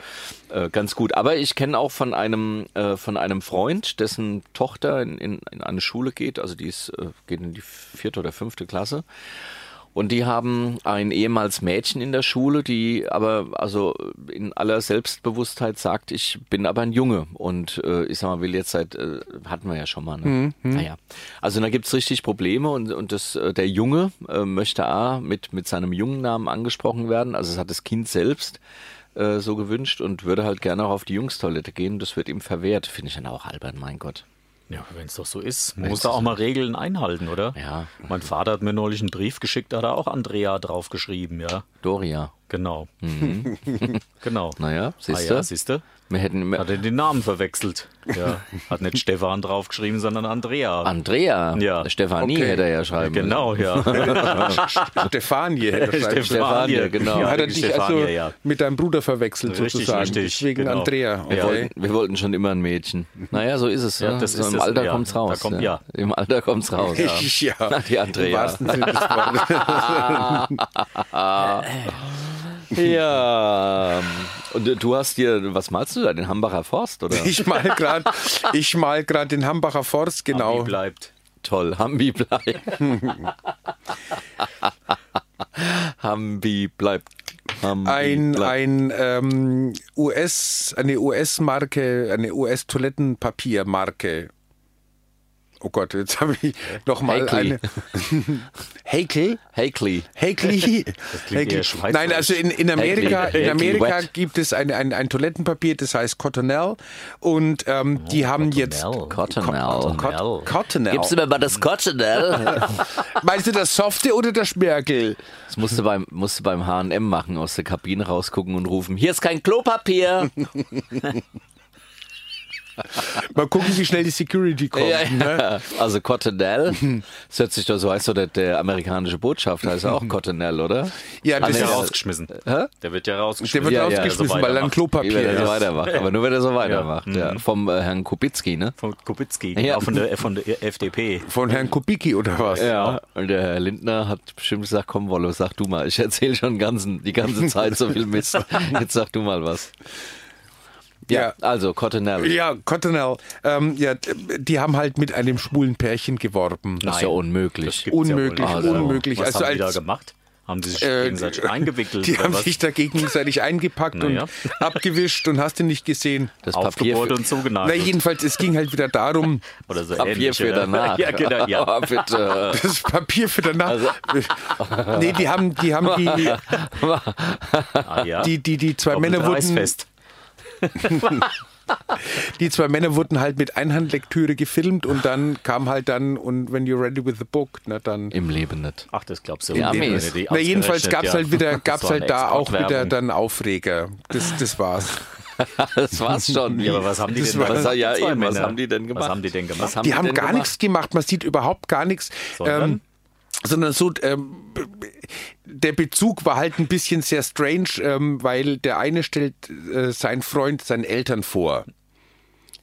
äh, ganz gut. Aber ich kenne auch von einem äh, von einem Freund, dessen Tochter in, in, in eine Schule geht. Also die ist, äh, geht in die vierte oder fünfte Klasse. Und die haben ein ehemals Mädchen in der Schule, die aber also in aller Selbstbewusstheit sagt, ich bin aber ein Junge und äh, ich sag mal, will jetzt seit, äh, hatten wir ja schon mal, ne?
Mhm,
naja. Also da gibt's richtig Probleme und, und das, äh, der Junge äh, möchte A mit, mit seinem jungen Namen angesprochen werden, also es hat das Kind selbst äh, so gewünscht und würde halt gerne auch auf die Jungstoilette gehen, das wird ihm verwehrt, finde ich dann auch albern, mein Gott.
Ja, wenn es doch so ist. Man muss
es
da
so
auch mal Regeln einhalten, oder?
Ja.
Mein Vater hat mir neulich einen Brief geschickt, da hat er auch Andrea draufgeschrieben, ja.
Doria,
Genau.
Mhm.
genau.
naja, siehst du?
Ah, ja, siehste?
wir hätten
Hat er den Namen verwechselt. Ja. Hat nicht Stefan draufgeschrieben, sondern Andrea.
Andrea,
Ja.
Stefanie
Okay.
hätte er ja schreiben müssen.
genau, ja.
Stefanie hätte
Stefanie,
schreiben sollen.
Stefanie, genau.
Ja,
Hat er
die
dich
Stefanie,
also
ja.
mit deinem Bruder verwechselt
Richtig,
sozusagen.
richtig,
Deswegen
genau.
Andrea.
Wir
Okay.
Wollten, wir wollten schon immer ein Mädchen. Naja, so ist es.
Ja,
ne?
das
so
ist
Im
es,
Alter
ja.
kommt's
Da
raus.
kommt- ja.
Im Alter kommt's raus. Ja.
Ja,
Die Andrea.
im wahrsten Sinne des Wortes.
ja. Und äh, du hast dir, was malst du da? Den Hambacher Forst, oder?
Ich mal gerade, ich mal gerade den Hambacher Forst,
Die
genau.
bleibt.
Toll, Hambi bleibt. Hambi bleibt. Hambi
Ein, ein ähm, US, eine US-Marke, eine US-Toilettenpapiermarke. Oh Gott, jetzt habe ich nochmal
Häkli.
eine. Häkel?
Hakeley.
Häkli.
klingt
Häkli.
eher schweizerisch.
Nein, also in, in Amerika,
Häkli.
in
Häkli
Amerika
wet.
gibt es ein, ein, ein Toilettenpapier, das heißt Cottonelle. Und ähm, die haben jetzt.
Hm, Cottonelle.
Cot- Cottonelle.
Gibst du mir mal das Cottonelle?
Meinst du das Softe oder das Schmerkel?
Das musste beim, musste beim H&M machen, aus der Kabine rausgucken und rufen, hier ist kein Klopapier.
Mal gucken, wie schnell die Security kommt. ne?
Ja, ja. Also Cottonelle, das hört sich doch so, heißt doch der, der amerikanische Botschafter, heißt auch Cottonelle, oder?
Ja,
Hat
nee,
das
also
er
ist,
rausgeschmissen. Der wird ja
der
rausgeschmissen.
wird
Ja, ja,
rausgeschmissen,
also
weil er
weitermacht.
ein
Wenn
Klopapier
er so
ist.
weitermacht, aber nur wenn er so weitermacht. Ja.
Mhm.
Vom äh, Herrn Kubitzki, ne?
Von Kubitzki,
Ja.
ja. von, der, äh, von der FDP.
Von Herrn Kubicki oder was?
Ja. Und der Herr Lindner hat bestimmt gesagt, komm Wollo, sag du mal, ich erzähle schon ganzen, die ganze Zeit so viel Mist. Jetzt sag du mal was. Ja,
Ja.
also Cottonelle.
Ja, Cottonelle. Ähm, ja, die haben halt mit einem schwulen Pärchen geworben.
Das ist ja unmöglich.
Gibt's
Unmöglich,
ja wohl. Also,
unmöglich.
Was
Also
haben die da
als-
gemacht? Haben sie sich
Äh,
gegenseitig eingewickelt?
Die
oder
haben
was?
sich da gegenseitig eingepackt
Na ja.
und abgewischt und hast du nicht gesehen.
Das Papier,
aufgebohrt
für-
und
Na,
zugenagelt.
jedenfalls, es ging halt wieder darum,
oder so
Papier
ähnlich,
für
oder?
danach. Oh,
Ja, genau, ja.
Bitte.
das Papier für danach.
Also-
nee, die haben, die haben die,
Ah, ja.
die, die, die zwei
Doppelt
Männer wurden,
reißfest.
die zwei Männer wurden halt mit Einhandlektüre gefilmt und dann kam halt dann und when you're ready with the book, na dann.
Im Leben nicht.
Ach, das glaubst du.
Die
wohl nicht,
Amis.
wenn du die
Na, jedenfalls
ausgerechnet,
gab's
ja.
halt wieder,
Das
gab's
war eine
halt da auch wieder
Exportwerbung.
dann Aufreger. Das, das war's.
Das war's schon.
Ja, aber was haben die
Das
denn
war-
gemacht,
Was, ja,
die zwei
eben, was
Männer?
haben die denn gemacht?
Was haben die denn gemacht?
Was haben
Die
die
haben
denn
gar
gemacht?
nichts gemacht. Man sieht überhaupt gar nichts.
Sondern?
Ähm, sondern so, ähm, der Bezug war halt ein bisschen sehr strange, ähm, weil der eine stellt äh, seinen Freund seinen Eltern vor.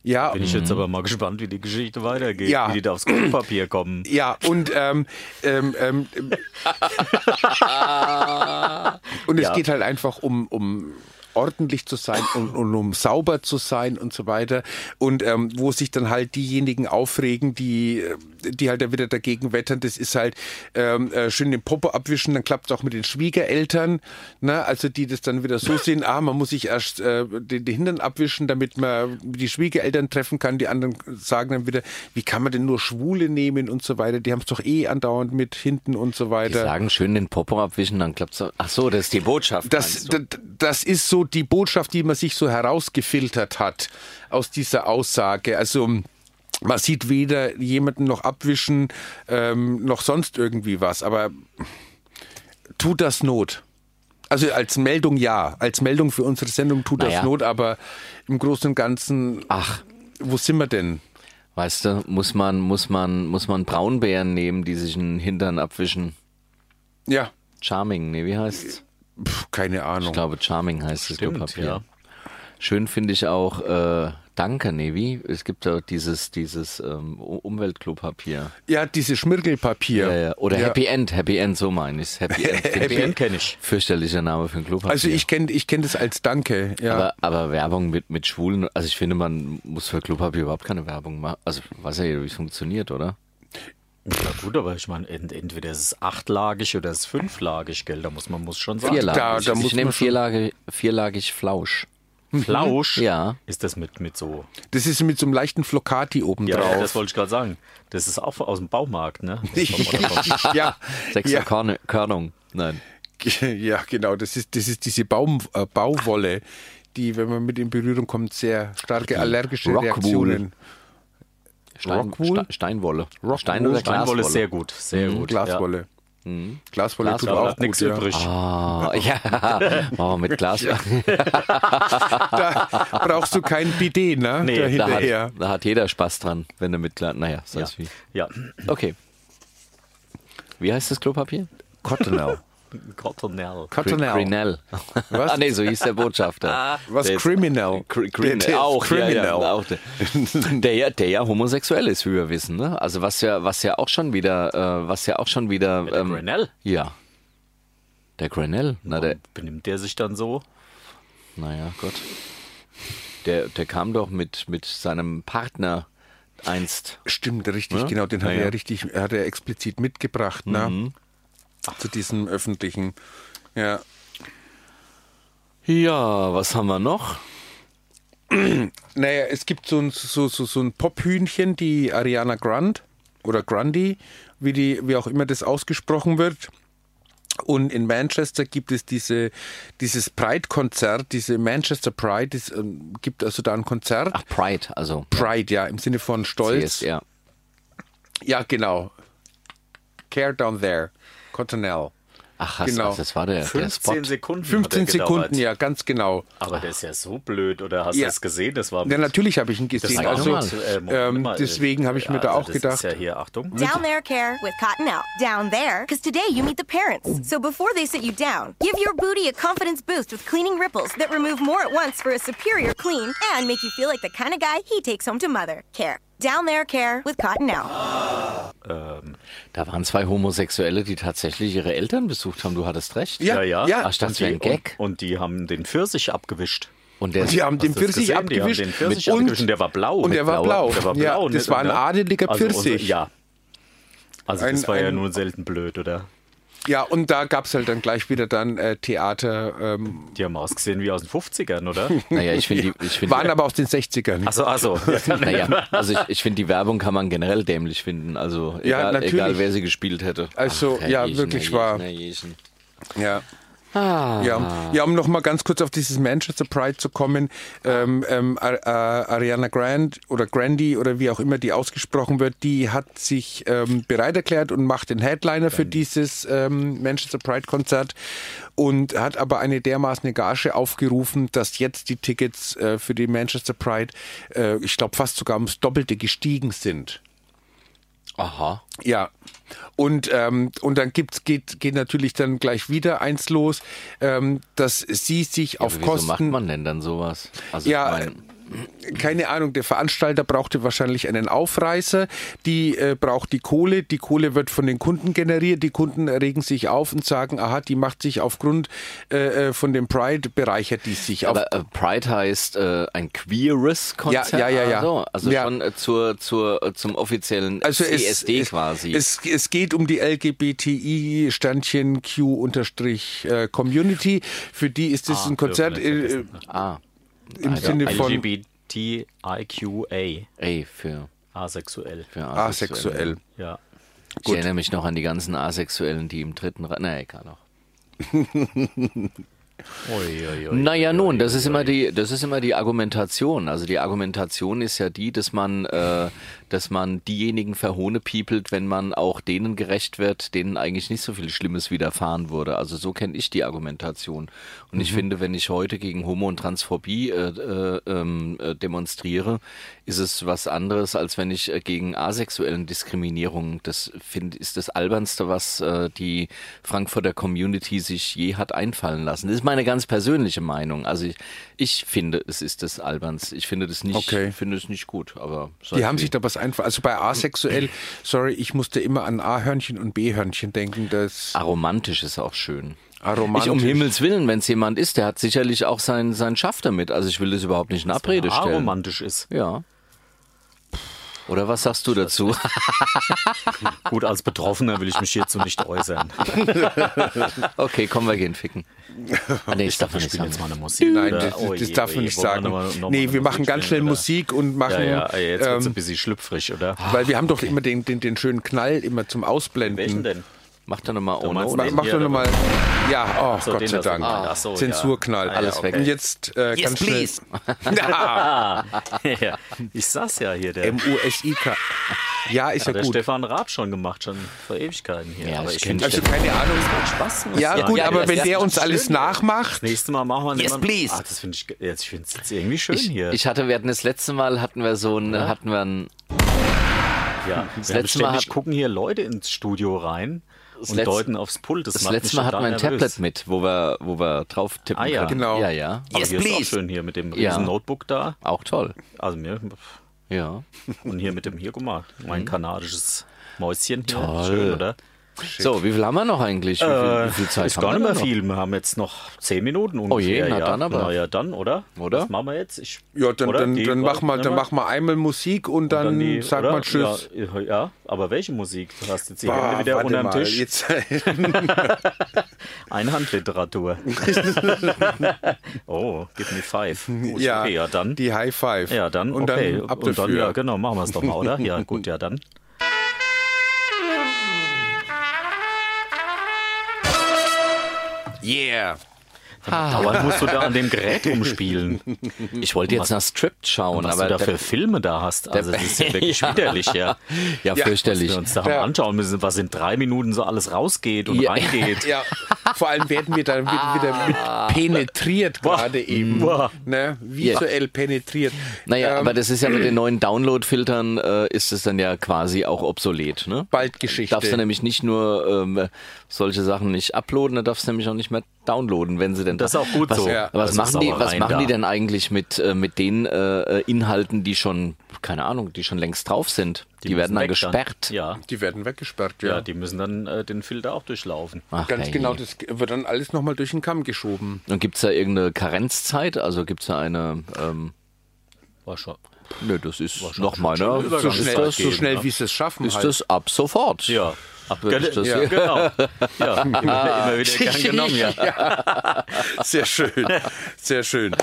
Ja,
Bin ich jetzt aber mal gespannt, wie die Geschichte weitergeht,
Mhm. Ja.
wie die da aufs Grundpapier kommen.
ja, und ähm, ähm, ähm, und es
Ja.
geht halt einfach um, um ordentlich zu sein und, und um sauber zu sein und so weiter. Und ähm, wo sich dann halt diejenigen aufregen, die, äh, die halt da wieder dagegen wettern, das ist halt ähm, äh, schön den Popo abwischen, dann klappt es auch mit den Schwiegereltern, ne? also die das dann wieder so sehen, ah, man muss sich erst äh, den, den Hintern abwischen, damit man die Schwiegereltern treffen kann. Die anderen sagen dann wieder, wie kann man denn nur Schwule nehmen und so weiter. Die haben es doch eh andauernd mit hinten und so
Die
weiter.
sagen schön den Popo abwischen, dann klappt's. auch. Ach so, das ist die Botschaft.
Das,
meinst du?
d- d- das ist so die Botschaft, die man sich so herausgefiltert hat aus dieser Aussage. Also man sieht weder jemanden noch abwischen ähm, noch sonst irgendwie was. Aber tut das Not? Also als Meldung ja. Als Meldung für unsere Sendung tut
Naja. Ah.
das Not, aber im Großen und Ganzen,
Ach,
wo sind wir denn?
weißt du, muss man, muss man, muss man Braunbären nehmen, die sich einen Hintern abwischen.
Ja,
Charming, nee, wie heißt's?
pf, keine Ahnung.
Ich glaube, Charming heißt das
Stimmt,
Klopapier.
ja.
Schön finde ich auch, äh, danke, nee, wie? Es gibt ja dieses, dieses ähm, U- Umweltklopapier.
Ja, dieses Schmirgelpapier.
Ja, ja. Oder
Ja.
Happy End, Happy End, so meine ich's. Happy End.
Happy End kenne ich.
Fürchterlicher Name für ein Klopapier.
Also ich kenne ich kenn das als Danke. Ja.
Aber, aber Werbung mit, mit Schwulen, also ich finde, man muss für Klopapier überhaupt keine Werbung machen. Also weiß ja jeder, wie es funktioniert, oder?
Gut, aber ich meine, ent, entweder ist es achtlagig oder es ist fünflagig, gell? Da muss man muss schon sagen.
Vierlagig.
Da- da muss
ich nehme
man schon-
vierlagig, vierlagig Flausch.
Flausch
Mhm.
Ja.
ist das mit, mit so.
Das ist mit so einem leichten Flocati oben
Ja,
drauf.
das wollte ich gerade sagen. Das ist auch aus dem Baumarkt, ne?
ja,
Sechser
ja,
Körne- Körnung. Nein.
ja, genau. Das ist, das ist diese Baum, äh, Bauwolle, die, wenn man mit in Berührung kommt, sehr starke allergische
Rockwool.
Reaktionen.
Stein,
Rockwool?
Ste- Steinwolle.
Rockwool,
Stein oder
Steinwolle
Glaswolle.
ist sehr gut, sehr gut.
Mhm, Glaswolle.
Mhm.
Glaswolle, tut
Ja. Da
auch
bleibt
gut,
nichts
ja.
übrig.
Ah, ja. Oh, mit Glas.
Da brauchst du kein Bidet, ne?
Nee,
da
da
Da hat,
hinterher.
da hat jeder Spaß dran, wenn du mit Glas. Naja, sei
Ja.
es wie.
ja.
Okay. Wie heißt das Klopapier?
Cottonau.
Cottonelle.
Cottonelle.
Grinell.
Was?
ah, nee, so hieß der Botschafter.
Was?
Der ist-
Criminal.
Cri
Der-
Crin
der ist
auch, Ja, ja,
Criminal.
auch der, der, ja, der ja homosexuell ist, wie wir wissen. Ne? Also was ja, was ja auch schon wieder, äh, was ja auch schon wieder. ähm,
der Grenell?
Ja. Der Grenell. Na, der,
Benimmt der sich dann so?
naja, Gott. Der, der kam doch mit, mit seinem Partner einst.
Stimmt, richtig, genau. Den hat
Ja, Mhm. ja.
er richtig, hat er explizit mitgebracht, ne? Zu diesem öffentlichen. Ja.
Ja, was haben wir noch?
Naja, es gibt so ein, so, so, so ein Pophühnchen, die Ariana Grande oder Grandi, wie, die, wie auch immer das ausgesprochen wird. Und in Manchester gibt es diese, dieses Pride-Konzert, diese Manchester Pride, es ähm, gibt also da ein Konzert.
Ach, Pride, also.
Pride, ja, im Sinne von Stolz.
CSR.
Ja, genau. Care Down There, Cottonelle.
Ach, hast,
Genau.
genau. das war der, der Spot.
15 Sekunden. hat er
15 Sekunden,
gedauert.
ja, ganz genau.
Aber der ist ja so blöd, oder hast
Ja.
du es gesehen? Das war
Ja, natürlich habe ich ihn gesehen.
war
Also,
normal.
äh, Moment
ähm,
mal, äh,
deswegen habe ich mir
ja,
da
also
auch
das
gedacht,
Ist ja hier, Achtung.
Down there, care with Cotton Out. Down there, because today you meet the parents. So before they sit you down, give your booty a confidence boost with cleaning ripples that remove more at once for a superior clean and make you feel like the kind of guy he takes home to mother. Care. Down there, care with Cotton Out.
Da waren zwei Homosexuelle, die tatsächlich ihre Eltern besucht haben. Du hattest recht.
Ja, ja.
Ach, ich dachte, es wäre ein Gag.
Und, und die haben den Pfirsich abgewischt.
Und der,
Die haben
Hast
den
du das
Pfirsich
gesehen?
abgewischt.
Die haben den Pfirsich
und,
abgewischt und der war blau.
Und der
Mit
war blau.
blauer- Der war
ja,
blau.
das
ne?
war ein
Oder?
adeliger
Also
Pfirsich.
unsere- ja. Also
Ein-
das war ja
ein-
nur selten blöd, oder?
ja, und da gab es halt dann gleich wieder dann äh, Theater. Ähm,
Die haben ausgesehen wie aus den 50ern, oder? Also,
naja, ich finde, die- ich finde,
waren aber aus den 60ern.
Achso, achso.
naja, also ich, ich finde, die Werbung kann man generell dämlich finden. Also
Ja,
egal,
natürlich.
egal, wer sie gespielt hätte.
Also,
Herr
ja,
Jechen,
wirklich
Herr
wahr.
Jechen, Herr Jechen.
Ja. Ja, ja, um nochmal ganz kurz auf dieses Manchester Pride zu kommen. Ähm, ähm, Ar Ar Ariana Grande oder Grandi oder wie auch immer die ausgesprochen wird, die hat sich ähm, bereit erklärt und macht den Headliner für dieses ähm, Manchester Pride Konzert und hat aber eine dermaßen Gage aufgerufen, dass jetzt die Tickets äh, für die Manchester Pride, äh, ich glaube, fast sogar ums Doppelte gestiegen sind.
Aha.
Ja. Und, ähm, und dann gibt's, geht, geht natürlich dann gleich wieder eins los, ähm, dass sie sich auf
Auf wieso macht
Kosten.
man denn dann sowas? Also
Ja,
ich mein,
keine Ahnung, der Veranstalter brauchte wahrscheinlich einen Aufreißer, die äh, braucht die Kohle, die Kohle wird von den Kunden generiert, die Kunden regen sich auf und sagen, aha, die macht sich aufgrund äh, äh, von dem Pride bereichert die sich. auf,
aber äh, Pride heißt äh, ein queeres Konzert.
ja, ja, ja.
Also, also
Ja.
schon äh, zur, zur, äh, zum offiziellen
also es-
CSD
es,
quasi.
Es, es geht um die LGBTI Sternchen Q unterstrich äh, Community. Für die ist es ein Konzert äh, äh,
ah,
im Sinne von
LGBTIQA.
ey, für,
Asexuell.
für
asexuell.
Ja.
Ich erinnere mich noch an die ganzen Asexuellen, die im dritten Ra Na, egal noch.
Uiuiui.
Naja, nun, das ist immer die, das ist immer die Argumentation. Also die Argumentation ist ja die, dass man, äh, dass man diejenigen verhohnepiepelt, wenn man auch denen gerecht wird, denen eigentlich nicht so viel Schlimmes widerfahren wurde. Also so kenne ich die Argumentation. Und ich finde, wenn ich heute gegen Homo und Transphobie äh, äh, ähm, äh, demonstriere, ist es was anderes, als wenn ich äh, gegen asexuellen Diskriminierung. Das finde ist das albernste, was äh, die Frankfurter Community sich je hat einfallen lassen. Das ist meine ganz persönliche Meinung. Also ich, ich finde, es ist das albernste. Ich finde das nicht,
Okay.
finde es nicht gut. Aber
Die haben sich da was einfach. Also bei asexuell, sorry, ich musste immer an A-Hörnchen und B-Hörnchen denken. Das
Aromantisch ist auch schön.
Aromantisch.
Ich um Himmels Willen, wenn es jemand ist, der hat sicherlich auch seinen sein Schaff damit. Also ich will das überhaupt nicht in Abrede stellen.
romantisch ist.
Ja. Oder was sagst du dazu?
Gut, als Betroffener will ich mich hierzu nicht äußern.
okay, komm, wir gehen ficken. Ah, nee, ich darf nicht
Spielen
sagen.
jetzt mal eine Musik.
Nein,
oder?
das,
Oh
das
je,
darf
oh
man
je,
nicht
wollen wir
sagen.
noch mal- noch mal
nee,
eine
wir machen ganz schnell
spielen, oder?
Musik und
Ja,
machen.
ja, ey, jetzt wird's
ähm,
ein bisschen schlüpfrig, oder?
weil wir haben doch immer den, den, den schönen Knall immer zum Ausblenden.
Ah, Welchen denn?
Mach doch nochmal oh no.
meinst
oder?
Mach, mach
Hier,
doch
oder
nochmal. Ja, oh
So,
Gott
den
sei
das-
Dank.
Ah, ach so, ja.
Zensurknall.
Ah, ja,
Alles weg.
Und jetzt äh,
Yes,
ganz schnell.
please.
Ja,
Ah. ja, ich saß ja hier, der,
M-U-S-I-K. Ja, ist ja
der
gut.
Stefan Raab schon gemacht, schon vor Ewigkeiten hier.
Ja,
aber
ich
ich
kenn
finde,
dich.
Also keine Ahnung.
Spaß muss
Ja,
ich
gut,
sagen.
aber
das
wenn
ist
der
ja
uns alles nachmacht.
Das nächste Mal machen wir
Yes,
jemanden-
please.
Ah, das finde ich, jetzt, ich finde es irgendwie schön
Ich,
hier.
ich hatte, wir hatten das letzte Mal hatten wir so ein, hatten wir ein,
ja, das
letzte Mal hat-
gucken hier Leute ins Studio rein und
letzte-
deuten aufs Pult. Das,
das
macht mich
letzte Mal hatten wir
total
ein
nervös.
Tablet mit, wo wir, wo wir drauf tippen
Ah, ja.
können.
Genau.
Ja, ja.
Aber
Yes,
hier ist auch
please.
schön hier mit dem riesen
Ja.
Notebook da.
Auch toll.
Also mir
Ja.
und hier mit dem hier guck mal, mein kanadisches Mäuschen hier.
Mhm. Toll.
Schön, oder?
So, Oh, wie viel haben wir noch eigentlich? Wie viel, wie viel Zeit
Äh, ist
haben
gar
wir
nicht mehr
denn noch? Oh
viel. Wir haben jetzt noch zehn Minuten ungefähr.
je, na
ja.
dann aber.
Na ja, dann, oder?
Oder?
Was machen wir jetzt? Ich,
Ja, dann,
oder?
dann,
Die
dann, mach
wollten
mal,
wir
dann mach mal einmal Musik und dann,
Dann die-
sagt
oder?
man Tschüss.
Ja, ja, aber welche Musik? Du hast jetzt hier
Bah,
Hände wieder
Ah, warte
unterm
mal,
Tisch.
Jetzt,
Einhandliteratur. oh, give me five. Oh,
ja,
Okay, ja, dann.
Die High Five.
Ja, dann.
Und
okay.
dann ab
und dann,
dafür.
ja, genau, machen wir es doch mal, oder? Ja, gut, ja, dann.
Yeah.
Ah.
Dauernd musst du da an dem Gerät rumspielen.
Ich wollte jetzt nach Stripped schauen,
Was
aber
du da für Filme da hast. Also, das ist ja wirklich widerlich, ja.
ja,
Dass
fürchterlich.
wir uns da haben
Ja.
anschauen müssen, was in drei Minuten so alles rausgeht und
Ja.
reingeht.
Ja, vor allem werden wir dann wieder, wieder
Ah.
mit penetriert gerade eben.
Boah.
Ne? Visuell penetriert.
Naja,
Ähm,
aber das ist ja mit den neuen Download-Filtern äh, ist es dann ja quasi auch obsolet. Ne?
Bald Geschichte.
Darfst du nämlich nicht nur ähm, solche Sachen nicht uploaden, dann darfst du nämlich auch nicht mehr downloaden, wenn sie denn
Das ist auch gut
was,
so.
Ja.
Das
Was
ist
machen die? Was
Sauereien
machen die
da.
denn eigentlich mit äh, mit den äh, Inhalten, die schon keine Ahnung, die schon längst drauf sind? Die, werden
müssen
dann
weg
gesperrt.
Ja.
Die werden weggesperrt, ja.
ja, die eh. müssen dann äh, den Filter auch durchlaufen.
Ach,
Ganz
hey.
genau, das wird dann alles nochmal durch den Kamm geschoben.
Und gibt's da irgendeine Karenzzeit? Also gibt's da eine? Ähm,
War schon.
nö, das ist nach meiner.
schon
So
Übergangszeit
schnell,
ist das,
so
geben,
schnell
ne?
wie sie es schaffen.
ist
halt.
das ab sofort.
Ja.
Würde ich das
ja.
hier-
Genau.
Ah.
Ja, immer, immer wieder gern genommen, ja.
Sehr schön. Sehr schön.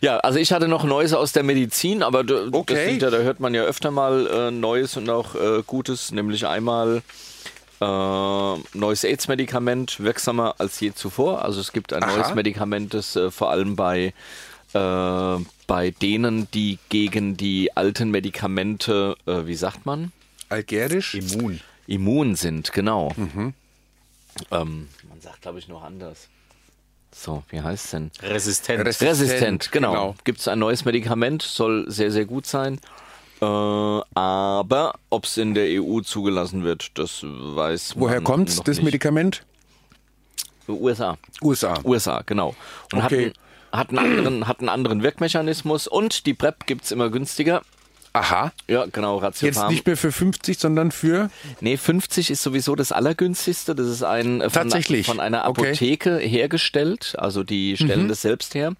Ja, also ich hatte noch Neues aus der Medizin, aber d- das
Okay.
sind ja, da hört man ja öfter mal äh, Neues und auch äh, Gutes, nämlich einmal äh, neues AIDS-Medikament, wirksamer als je zuvor. Also es gibt ein neues Medikament, das äh, vor allem bei äh, bei denen, die gegen die alten Medikamente, äh, wie sagt man,
Algerisch?
Immun.
immun sind, genau. Ähm, man sagt, glaube ich, noch anders. So, wie heißt denn?
Resistent.
Res-
Resistent,
Resistent,
genau.
genau.
Gibt es ein neues Medikament, soll sehr, sehr gut sein. Äh, aber ob es in der EU zugelassen wird, das weiß
Woher
man
kommt's,
noch
das
nicht.
Medikament?
USA.
USA.
USA, genau. Und
Okay.
hat, einen, hat, einen anderen, hat einen anderen Wirkmechanismus und die PrEP gibt es immer günstiger.
Aha.
Ja, genau,
Jetzt
Ratiopharm.
nicht mehr für 50, sondern für.
Nee, 50 ist sowieso das allergünstigste. Das ist ein äh, von,
Tatsächlich?
von einer
Okay. Mhm.
Apotheke hergestellt. Also die stellen das selbst her.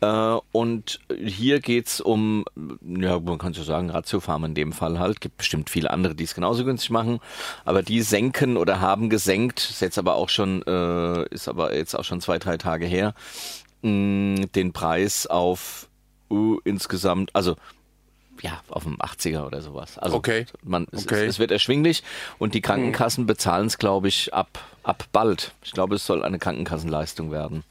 Äh, Und hier geht's um, ja, man kann so sagen, Ratiofarm in dem Fall halt. Gibt bestimmt viele andere, die es genauso günstig machen. Aber die senken oder haben gesenkt, ist jetzt aber auch schon, äh, ist aber jetzt auch schon zwei, drei Tage her, mh, den Preis auf uh, insgesamt, also ja, auf dem 80er oder sowas. Also
Okay.
man, es,
Okay. Mhm.
es, es wird erschwinglich und die Krankenkassen bezahlen es, glaube ich, ab, ab bald. Ich glaube, es soll eine Krankenkassenleistung werden.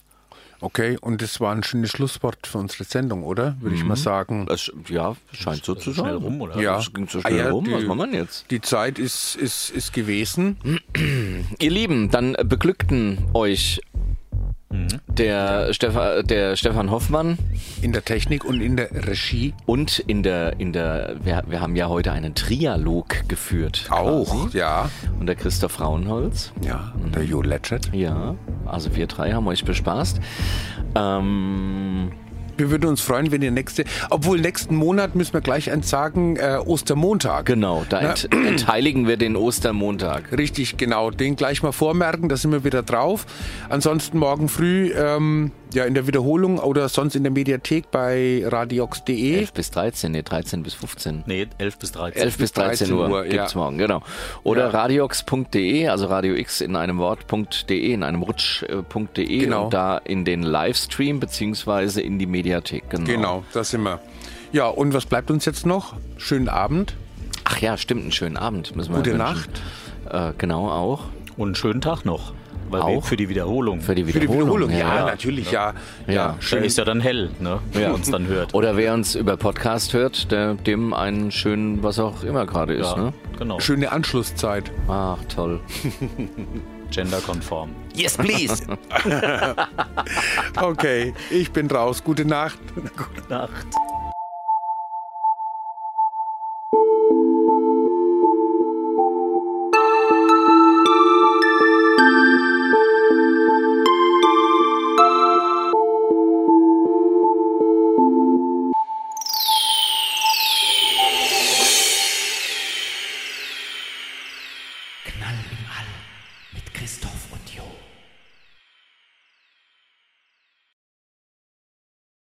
Okay, und das war ein schönes Schlusswort für unsere Sendung, oder? Würde ich mal sagen.
Es, ja, scheint so zu sein.
also schnell rum, oder?
Ja.
Mhm. Das ging so
Ah,
schnell
ja,
rum. Was
die-
machen wir denn jetzt? Hm?
Die Zeit ist, ist, ist gewesen.
Ihr Lieben, dann äh, beglückten euch
Mhm.
der, Stefa, der Stefan Hoffmann
In der Technik und in der Regie
und in der, in der wir, wir haben ja heute einen Trialog geführt.
auch.
quasi.
Ja.
Und der Christoph Frauenholz.
Ja. Und der Joe Ledgett.
Ja, also wir drei haben euch bespaßt. Ähm,
Wir würden uns freuen, wenn ihr nächste, obwohl nächsten Monat müssen wir gleich eins sagen, äh, Ostermontag.
Genau, da
Na,
ent entheiligen wir den Ostermontag.
Richtig, genau. Den gleich mal vormerken, da sind wir wieder drauf. Ansonsten morgen früh ähm, ja, in der Wiederholung oder sonst in der Mediathek bei radiox.de.
11 bis 13, nee, 13 bis 15.
Nee, 11 bis 13.
11 bis 13, Uhr,
Uhr, ja.
gibt's morgen, genau. Oder
Ja.
radiox.de, also radiox in einem Wort.de, in einem Rutsch.de
Genau.
und da in den Livestream beziehungsweise in die Mediathek. Genau.
Genau, da sind wir. Ja, und was bleibt uns jetzt noch? Schönen Abend.
Ach ja, stimmt, einen schönen Abend müssen wir
Gute
wünschen. Äh, genau, auch
Und einen schönen Tag noch. Weil wir
Auch?
für die Wiederholung.
für die
Für die
Wiederholung.
Wiederholung.
ja.
Ja, natürlich, ja. Ja,
Ja.
Da
schön.
ist ja dann hell, ne? Wenn man uns dann hört.
Oder wer uns über Podcast hört, der, dem einen schönen, was auch immer gerade ist. Ne?
Genau.
Schöne Anschlusszeit.
Ach, toll.
Genderkonform.
Yes, please.
Okay, ich bin raus. Gute Nacht.
Gute Nacht.